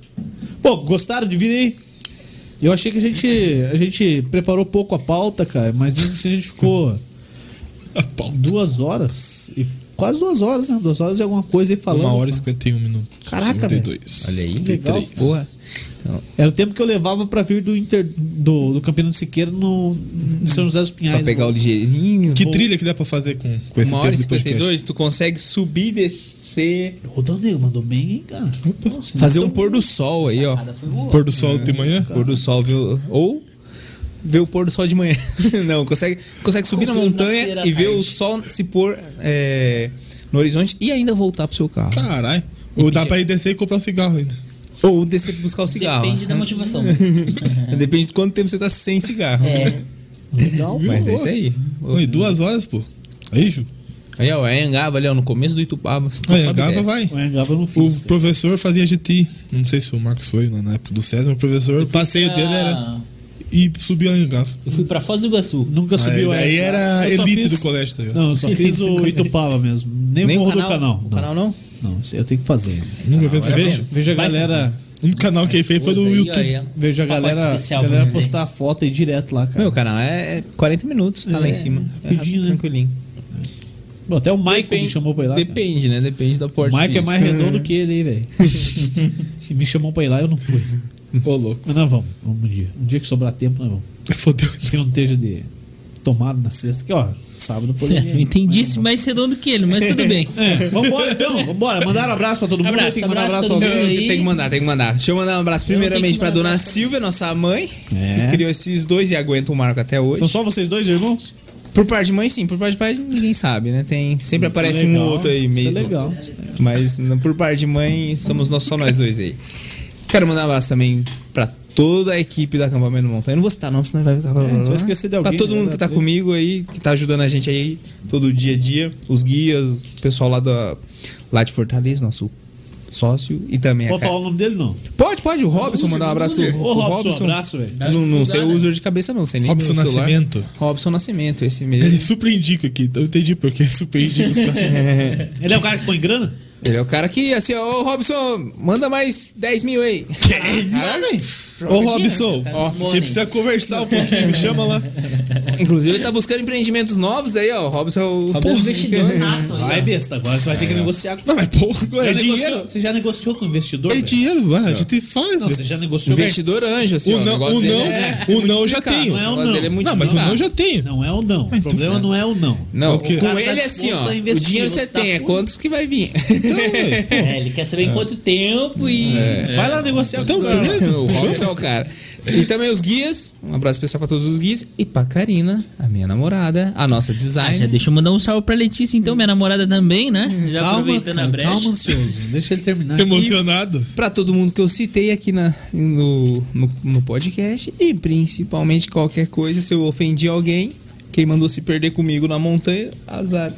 Speaker 1: Pô, gostaram de vir aí? Eu achei que a gente, a gente preparou pouco a pauta, cara, mas mesmo assim a gente ficou
Speaker 2: A pauta.
Speaker 1: duas horas. E quase duas horas, né? Duas horas e alguma coisa aí falando.
Speaker 2: Uma hora e 51 minutos.
Speaker 1: Caraca, velho.
Speaker 2: 52.
Speaker 5: Olha aí.
Speaker 1: Que legal,
Speaker 2: 53.
Speaker 1: porra. Era o tempo que eu levava pra vir do Inter do, do Campeonato Siqueira no, em São José dos Pinhais.
Speaker 5: Pra pegar o
Speaker 1: mano.
Speaker 5: ligeirinho.
Speaker 2: um. Que
Speaker 5: vou-
Speaker 2: trilha que dá pra fazer com, com esse
Speaker 5: Uma
Speaker 2: tempo
Speaker 5: hora e
Speaker 2: de podcast?
Speaker 5: 52, tu consegue subir, descer,
Speaker 1: O Daniel mandou bem, hein, cara? Nossa,
Speaker 5: fazer
Speaker 1: então-
Speaker 5: um pôr do sol aí, ó.
Speaker 3: Nada foi boa.
Speaker 2: Pôr do sol de manhã?
Speaker 5: Pôr do sol, viu? Ou ver o pôr do sol de manhã. Não, consegue, consegue subir na
Speaker 3: Confio na
Speaker 5: montanha
Speaker 3: feira à
Speaker 5: e ver
Speaker 3: tarde.
Speaker 5: o sol se pôr é, no horizonte e ainda voltar pro seu carro.
Speaker 2: Caralho. Ou dá pra ir descer e comprar um cigarro ainda.
Speaker 5: Ou descer buscar o cigarro.
Speaker 3: Depende da motivação.
Speaker 5: Depende de quanto tempo você tá sem cigarro.
Speaker 3: É.
Speaker 1: Legal,
Speaker 2: Viu?
Speaker 5: Mas é isso aí.
Speaker 1: Uhum.
Speaker 2: Oi, duas horas, pô. Aí, Ju.
Speaker 5: Aí, ó, é Angava ali, ó, no começo do Itupaba. você só
Speaker 2: Aí,
Speaker 5: sobe e
Speaker 2: Angava
Speaker 5: desce.
Speaker 2: vai.
Speaker 1: O Engava eu não fiz.
Speaker 2: O professor fazia GT. Não sei se o Marcos foi na na época do César, mas o professor, o passeio
Speaker 3: Ah,
Speaker 2: dele era ir subir a Angava.
Speaker 3: Eu fui pra Foz do Iguaçu.
Speaker 1: Nunca subiu
Speaker 2: Aí- aí era
Speaker 1: Eu só
Speaker 2: elite
Speaker 1: fiz-
Speaker 2: do colégio, tá ligado?
Speaker 1: Não, eu só fiz o Itupava mesmo. Nem,
Speaker 5: Nem
Speaker 1: o
Speaker 5: o
Speaker 1: morro do
Speaker 5: canal?
Speaker 1: canal.
Speaker 5: O canal não? é
Speaker 1: Não, isso aí eu tenho que fazer.
Speaker 2: Nunca fez
Speaker 5: era
Speaker 2: vejo.
Speaker 5: bom.
Speaker 1: Vejo a
Speaker 3: Vai
Speaker 1: galera.
Speaker 2: O único Um canal que ele fez foi do
Speaker 3: Aí, ó,
Speaker 2: YouTube.
Speaker 3: aí, é. ó.
Speaker 1: Vejo a
Speaker 3: Pacote
Speaker 1: galera,
Speaker 3: especial pra
Speaker 1: galera
Speaker 3: você.
Speaker 1: postar a foto aí direto lá, cara.
Speaker 5: Meu canal é 40 minutos, tá lá
Speaker 1: É,
Speaker 5: em cima. É
Speaker 1: rapidinho, né?
Speaker 5: Tranquilinho.
Speaker 1: Bom, até o Michael me chamou pra ir lá. cara.
Speaker 5: Depende, né? Depende da
Speaker 1: O
Speaker 5: porta.
Speaker 1: Michael é mais
Speaker 5: física.
Speaker 1: redondo que ele, hein, velho. E me chamou pra ir lá, eu não fui.
Speaker 2: Ô, louco.
Speaker 1: Mas nós vamos, vamos um dia. Um dia que sobrar tempo, nós vamos.
Speaker 2: Fodeu.
Speaker 1: Que não esteja de tomado na sexta, que ó, sábado
Speaker 3: É,
Speaker 1: poderia.
Speaker 3: eu
Speaker 1: ir.
Speaker 3: entendi esse mais redondo que ele, mas tudo bem.
Speaker 1: É, vambora então, vambora. Mandaram um abraço pra todo mundo.
Speaker 3: Abraço,
Speaker 1: tem que mandar um
Speaker 3: abraço
Speaker 1: abraço pra
Speaker 3: todo
Speaker 1: alguém.
Speaker 3: mundo. aí.
Speaker 5: Tem que mandar, tem que mandar. Deixa eu mandar um abraço primeiramente pra
Speaker 3: mandar
Speaker 5: dona
Speaker 3: abraço.
Speaker 5: Silvia, nossa mãe,
Speaker 1: É.
Speaker 5: que criou esses dois e aguenta o Marco até hoje.
Speaker 1: São só vocês dois, irmãos?
Speaker 5: Por parte de mãe, sim. Por parte de pai, ninguém sabe, né? Tem, sempre aparece um
Speaker 1: é Legal,
Speaker 5: outro aí
Speaker 1: Isso
Speaker 5: meio.
Speaker 1: é legal.
Speaker 5: Mas n- por parte de mãe, somos nós, só nós dois aí. Quero mandar um abraço também pra toda a equipe do Acampamento Montanha. Eu não vou citar nomes, senão vai ficar.
Speaker 1: É, você vai esquecer de alguém,
Speaker 5: Pra todo
Speaker 1: né?
Speaker 5: mundo que tá comigo aí, que tá ajudando a gente aí todo dia a dia. Os guias, o pessoal lá, da, lá de Fortaleza, nosso sócio. E também
Speaker 1: Pode
Speaker 5: a
Speaker 1: falar
Speaker 5: Ca-
Speaker 1: o nome dele, não?
Speaker 5: Pode, pode. O Robson, mandar um abraço pro, pro
Speaker 1: Ô, Robson, abraço, velho.
Speaker 5: Não, não sei o user de cabeça, não. Sei nem
Speaker 2: Robson
Speaker 5: meu celular.
Speaker 2: Nascimento.
Speaker 5: Robson Nascimento, esse
Speaker 2: Ele
Speaker 5: mesmo.
Speaker 2: super indica aqui. Então, Eu entendi porque super indica os caras.
Speaker 1: Ele é o cara que põe grana?
Speaker 5: Ele é o cara que, assim, ó, ô Robson, manda mais 10 mil aí. Caralho, velho.
Speaker 2: Ô,
Speaker 3: Tá
Speaker 2: Robson,
Speaker 3: cara,
Speaker 2: ó, a
Speaker 3: dos
Speaker 2: gente
Speaker 3: Môneis.
Speaker 2: precisa conversar um pouquinho. Me chama lá.
Speaker 5: Inclusive, ele tá buscando empreendimentos novos aí, ó. O Robson é o.
Speaker 3: Robson é um investidor nato aí,
Speaker 1: Vai,
Speaker 3: ó.
Speaker 1: besta, agora você vai ter que negociar com
Speaker 2: Não, mas porra,
Speaker 1: Já
Speaker 2: é
Speaker 1: negociou-
Speaker 2: dinheiro.
Speaker 1: Você já negociou com o investidor?
Speaker 2: É
Speaker 1: velho?
Speaker 2: dinheiro, vai. A gente faz. né?
Speaker 1: Não,
Speaker 2: velho.
Speaker 1: você já negociou com
Speaker 5: Investidor anjo, assim,
Speaker 2: O
Speaker 5: ó.
Speaker 2: não,
Speaker 5: negócio
Speaker 2: o
Speaker 5: dele
Speaker 2: não,
Speaker 5: é-
Speaker 2: o não eu já
Speaker 5: multiplicar.
Speaker 2: tenho.
Speaker 1: Não
Speaker 5: O
Speaker 1: é o
Speaker 5: negócio
Speaker 1: não.
Speaker 5: dele é
Speaker 1: Não,
Speaker 2: Não, mas o
Speaker 5: multiplicar.
Speaker 2: não eu já tenho.
Speaker 1: Não é o não. O problema não é o não.
Speaker 5: Não,
Speaker 2: O quê?
Speaker 5: com
Speaker 1: O cara
Speaker 5: ele
Speaker 1: tá
Speaker 5: assim, ó.
Speaker 1: disposto a
Speaker 5: O
Speaker 1: investir,
Speaker 5: dinheiro
Speaker 1: o
Speaker 5: você
Speaker 1: cara tá
Speaker 5: tem, é
Speaker 1: full.
Speaker 5: quantos que vai vir.
Speaker 2: Então, velho. pô,
Speaker 3: É, ele quer saber em quanto tempo e.
Speaker 1: Vai lá negociar
Speaker 2: Então,
Speaker 1: com o cara.
Speaker 2: beleza.
Speaker 5: o Robson é o cara. E também os guias. Um abraço especial pra todos os guias. E pra Karina, a minha namorada, a nossa
Speaker 3: Ah, já
Speaker 5: designer.
Speaker 3: deixa eu mandar um salve pra Letícia, então, minha namorada também, né? Já
Speaker 1: Uhum. Calma,
Speaker 3: aproveitando a
Speaker 1: cara,
Speaker 3: brecha.
Speaker 1: calma, ansioso. Deixa ele terminar.
Speaker 2: Emocionado.
Speaker 5: Pra todo mundo que eu citei aqui na, no, no, no podcast e principalmente qualquer coisa, se eu ofendi alguém, quem mandou se perder comigo na montanha, azar.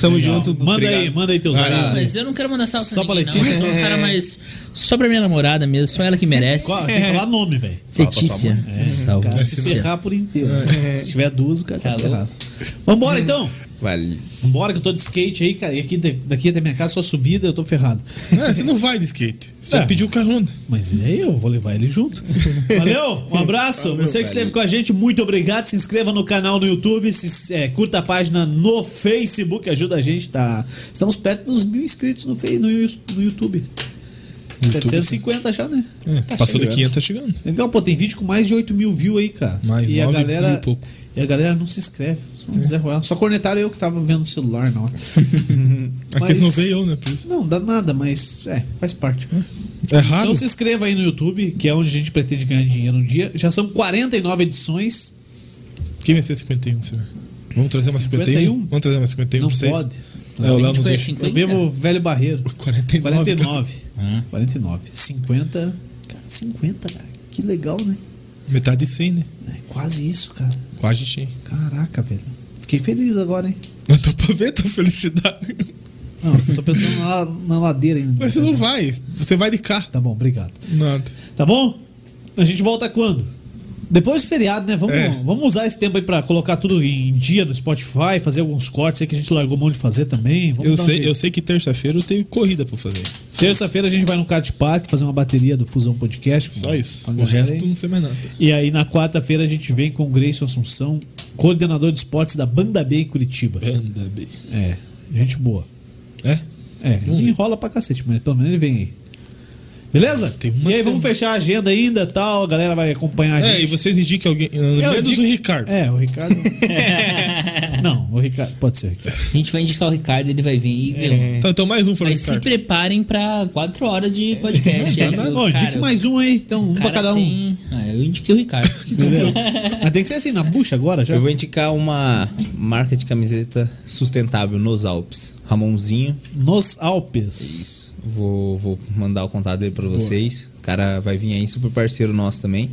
Speaker 5: Tamo junto.
Speaker 1: Manda
Speaker 5: obrigado.
Speaker 1: aí, manda aí teus
Speaker 5: Vai lá.
Speaker 1: amigos.
Speaker 3: Mas eu não quero mandar salve
Speaker 1: Só
Speaker 3: pra ninguém,
Speaker 1: pra
Speaker 3: não.
Speaker 1: Letícia? É.
Speaker 3: Eu sou um cara mais. Só pra minha namorada mesmo, só ela que merece.
Speaker 1: Qual- Tem que falar nome, velho.
Speaker 3: Letícia.
Speaker 1: O
Speaker 3: Salve.
Speaker 1: É, cara se
Speaker 3: Letícia.
Speaker 1: ferrar por inteiro. Se tiver duas, o cara tá ferrado. Vambora então.
Speaker 5: Vale.
Speaker 1: Vambora que eu tô de skate aí, cara. E aqui, da- daqui até minha casa, só subida, eu tô ferrado.
Speaker 2: Ah, você não vai de skate. Você
Speaker 1: É.
Speaker 2: já pediu carona.
Speaker 1: Mas e aí, eu vou levar ele junto. Valeu, um abraço. Você que esteve com a gente, muito obrigado. Se inscreva no canal no YouTube, se, é, curta a página no Facebook, ajuda a gente. Tá? Estamos perto dos mil inscritos no, Fe- no, Yu- no YouTube.
Speaker 2: YouTube.
Speaker 1: 750 já, né?
Speaker 2: É, passou de 500, tá chegando.
Speaker 1: Legal, pô, tem vídeo com mais de 8 mil views aí, cara.
Speaker 2: Mais,
Speaker 1: e a
Speaker 2: 9
Speaker 1: galera,
Speaker 2: mil e pouco. É.
Speaker 1: E a galera não se inscreve. Só, um Zé Ruela. só cornetaram eu que tava vendo o celular na hora.
Speaker 2: Aqui
Speaker 1: Mas-
Speaker 2: não veio eu, né? Por isso.
Speaker 1: Não, dá nada, mas é, faz parte.
Speaker 2: É raro.
Speaker 1: Então se inscreva aí no YouTube, que é onde a gente pretende ganhar dinheiro um dia. Já são 49 edições.
Speaker 2: Quem é vai ser 51, senhor? um, Vamos trazer uma 51?
Speaker 1: 51?
Speaker 2: Vamos trazer uma 51
Speaker 1: Não
Speaker 2: pra vocês?
Speaker 1: pode.
Speaker 2: É, o Léo
Speaker 3: Foi
Speaker 2: nos deixa.
Speaker 3: assim.
Speaker 1: Eu
Speaker 3: 50?
Speaker 1: bebo velho barreiro.
Speaker 2: 49.
Speaker 1: 49.
Speaker 3: Ah.
Speaker 1: 49. 50. Cara, 50, cara. Que legal, né?
Speaker 2: Metade de 100, né?
Speaker 1: É quase isso, cara.
Speaker 2: Quase 100.
Speaker 1: Caraca, velho. Fiquei feliz agora, hein?
Speaker 2: Não tô pra ver tua felicidade.
Speaker 1: Não, eu tô pensando na, na ladeira ainda.
Speaker 2: Mas você não vai. Você vai de cá.
Speaker 1: Tá bom, obrigado.
Speaker 2: Nada.
Speaker 1: Tá bom? A gente volta quando? Depois do feriado, né? Vamos,
Speaker 2: É.
Speaker 1: vamos usar esse tempo aí pra colocar tudo em dia no Spotify, fazer alguns cortes aí que a gente largou mão de fazer também. Vamos
Speaker 2: Eu
Speaker 1: dar um
Speaker 2: sei,
Speaker 1: jeito.
Speaker 2: eu sei que terça-feira eu tenho corrida pra fazer.
Speaker 1: Terça-feira a gente vai no Cat Park fazer uma bateria do Fusão Podcast. com-
Speaker 2: Só isso.
Speaker 1: com a
Speaker 2: O
Speaker 1: galera
Speaker 2: resto
Speaker 1: Tá. aí.
Speaker 2: não sei mais nada.
Speaker 1: E aí na quarta-feira a gente vem com o Grayson Assunção, coordenador de esportes da Banda B em Curitiba.
Speaker 2: Banda B.
Speaker 1: É, gente boa.
Speaker 2: É?
Speaker 1: É, ele enrola pra cacete, mas pelo menos ele vem aí. Beleza?
Speaker 2: Tem uma
Speaker 1: e aí vamos
Speaker 2: semana.
Speaker 1: fechar a agenda ainda tal, a galera vai acompanhar a gente.
Speaker 2: É, e vocês indiquem alguém. Menos
Speaker 1: indico-
Speaker 2: o Ricardo.
Speaker 1: É, o Ricardo. não, o Ricardo. Pode ser. o Ricardo.
Speaker 3: A gente vai indicar o Ricardo, ele vai vir e ver.
Speaker 1: É.
Speaker 3: um.
Speaker 2: Então, então mais um foi o
Speaker 3: Mas se
Speaker 2: Ricardo.
Speaker 3: preparem pra 4 horas de podcast. aí,
Speaker 1: É, Não,
Speaker 3: É, do-
Speaker 1: não, indique
Speaker 3: cara,
Speaker 1: mais um aí, então, um
Speaker 3: o
Speaker 1: pra
Speaker 3: cara
Speaker 1: cada um.
Speaker 3: tem- Ah, eu indiquei o Ricardo.
Speaker 1: Beleza? Mas tem que ser assim, na bucha agora já.
Speaker 5: Eu vou indicar uma marca de camiseta sustentável nos Alpes. Ramonzinho.
Speaker 1: Nos Alpes.
Speaker 5: Vou, vou mandar o contato dele pra vocês. O cara vai vir aí, super parceiro nosso também.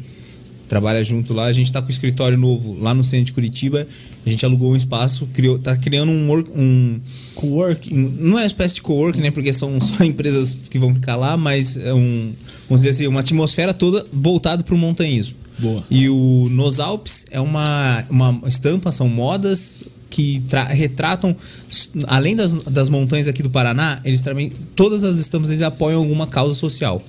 Speaker 5: Trabalha junto lá. A gente tá com o escritório novo lá no centro de Curitiba. A gente alugou um espaço, criou, tá criando um, work- um,
Speaker 1: Coworking.
Speaker 5: um- Não é uma espécie de co-work, né? Porque são só empresas que vão ficar lá, mas é um. Vamos dizer assim, uma atmosfera toda voltada pro montanhismo.
Speaker 1: Boa.
Speaker 5: E o Nos Alpes é uma, uma estampa, são modas que tra- retratam, s- além das, das montanhas aqui do Paraná, eles também. Todas as estampas eles apoiam alguma causa social.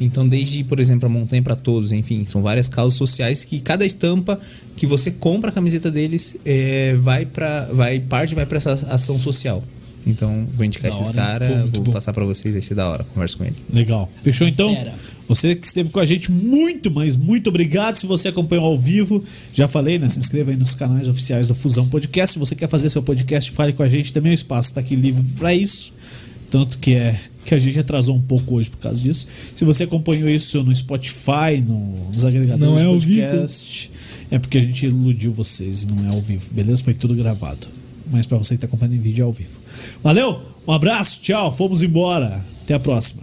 Speaker 5: Então, desde, por exemplo, a Montanha para Todos, enfim, são várias causas sociais que cada estampa que você compra a camiseta deles eh, vai para vai parte vai para essa ação social. Então, vou indicar esses caras, vou passar para vocês, vai ser da hora, converso com ele.
Speaker 1: Legal. Fechou então?
Speaker 3: Fera.
Speaker 1: Você que esteve com a gente, muito, mas muito obrigado. Se você acompanhou ao vivo, já falei, né? Se inscreva aí nos canais oficiais do Fusão Podcast. Se você quer fazer seu podcast, fale com a gente também. O espaço está aqui livre para isso. Tanto que é que a gente atrasou um pouco hoje por causa disso. Se você acompanhou isso no Spotify, no- nos agregadores
Speaker 2: Não é
Speaker 1: de
Speaker 2: ao vivo.
Speaker 1: podcast, é porque a gente iludiu vocês, não é ao vivo, beleza? Foi tudo gravado. Mas para você que tá acompanhando em vídeo é ao vivo. Valeu, um abraço, tchau, fomos embora. Até a próxima.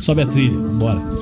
Speaker 1: Sobe a trilha, vambora.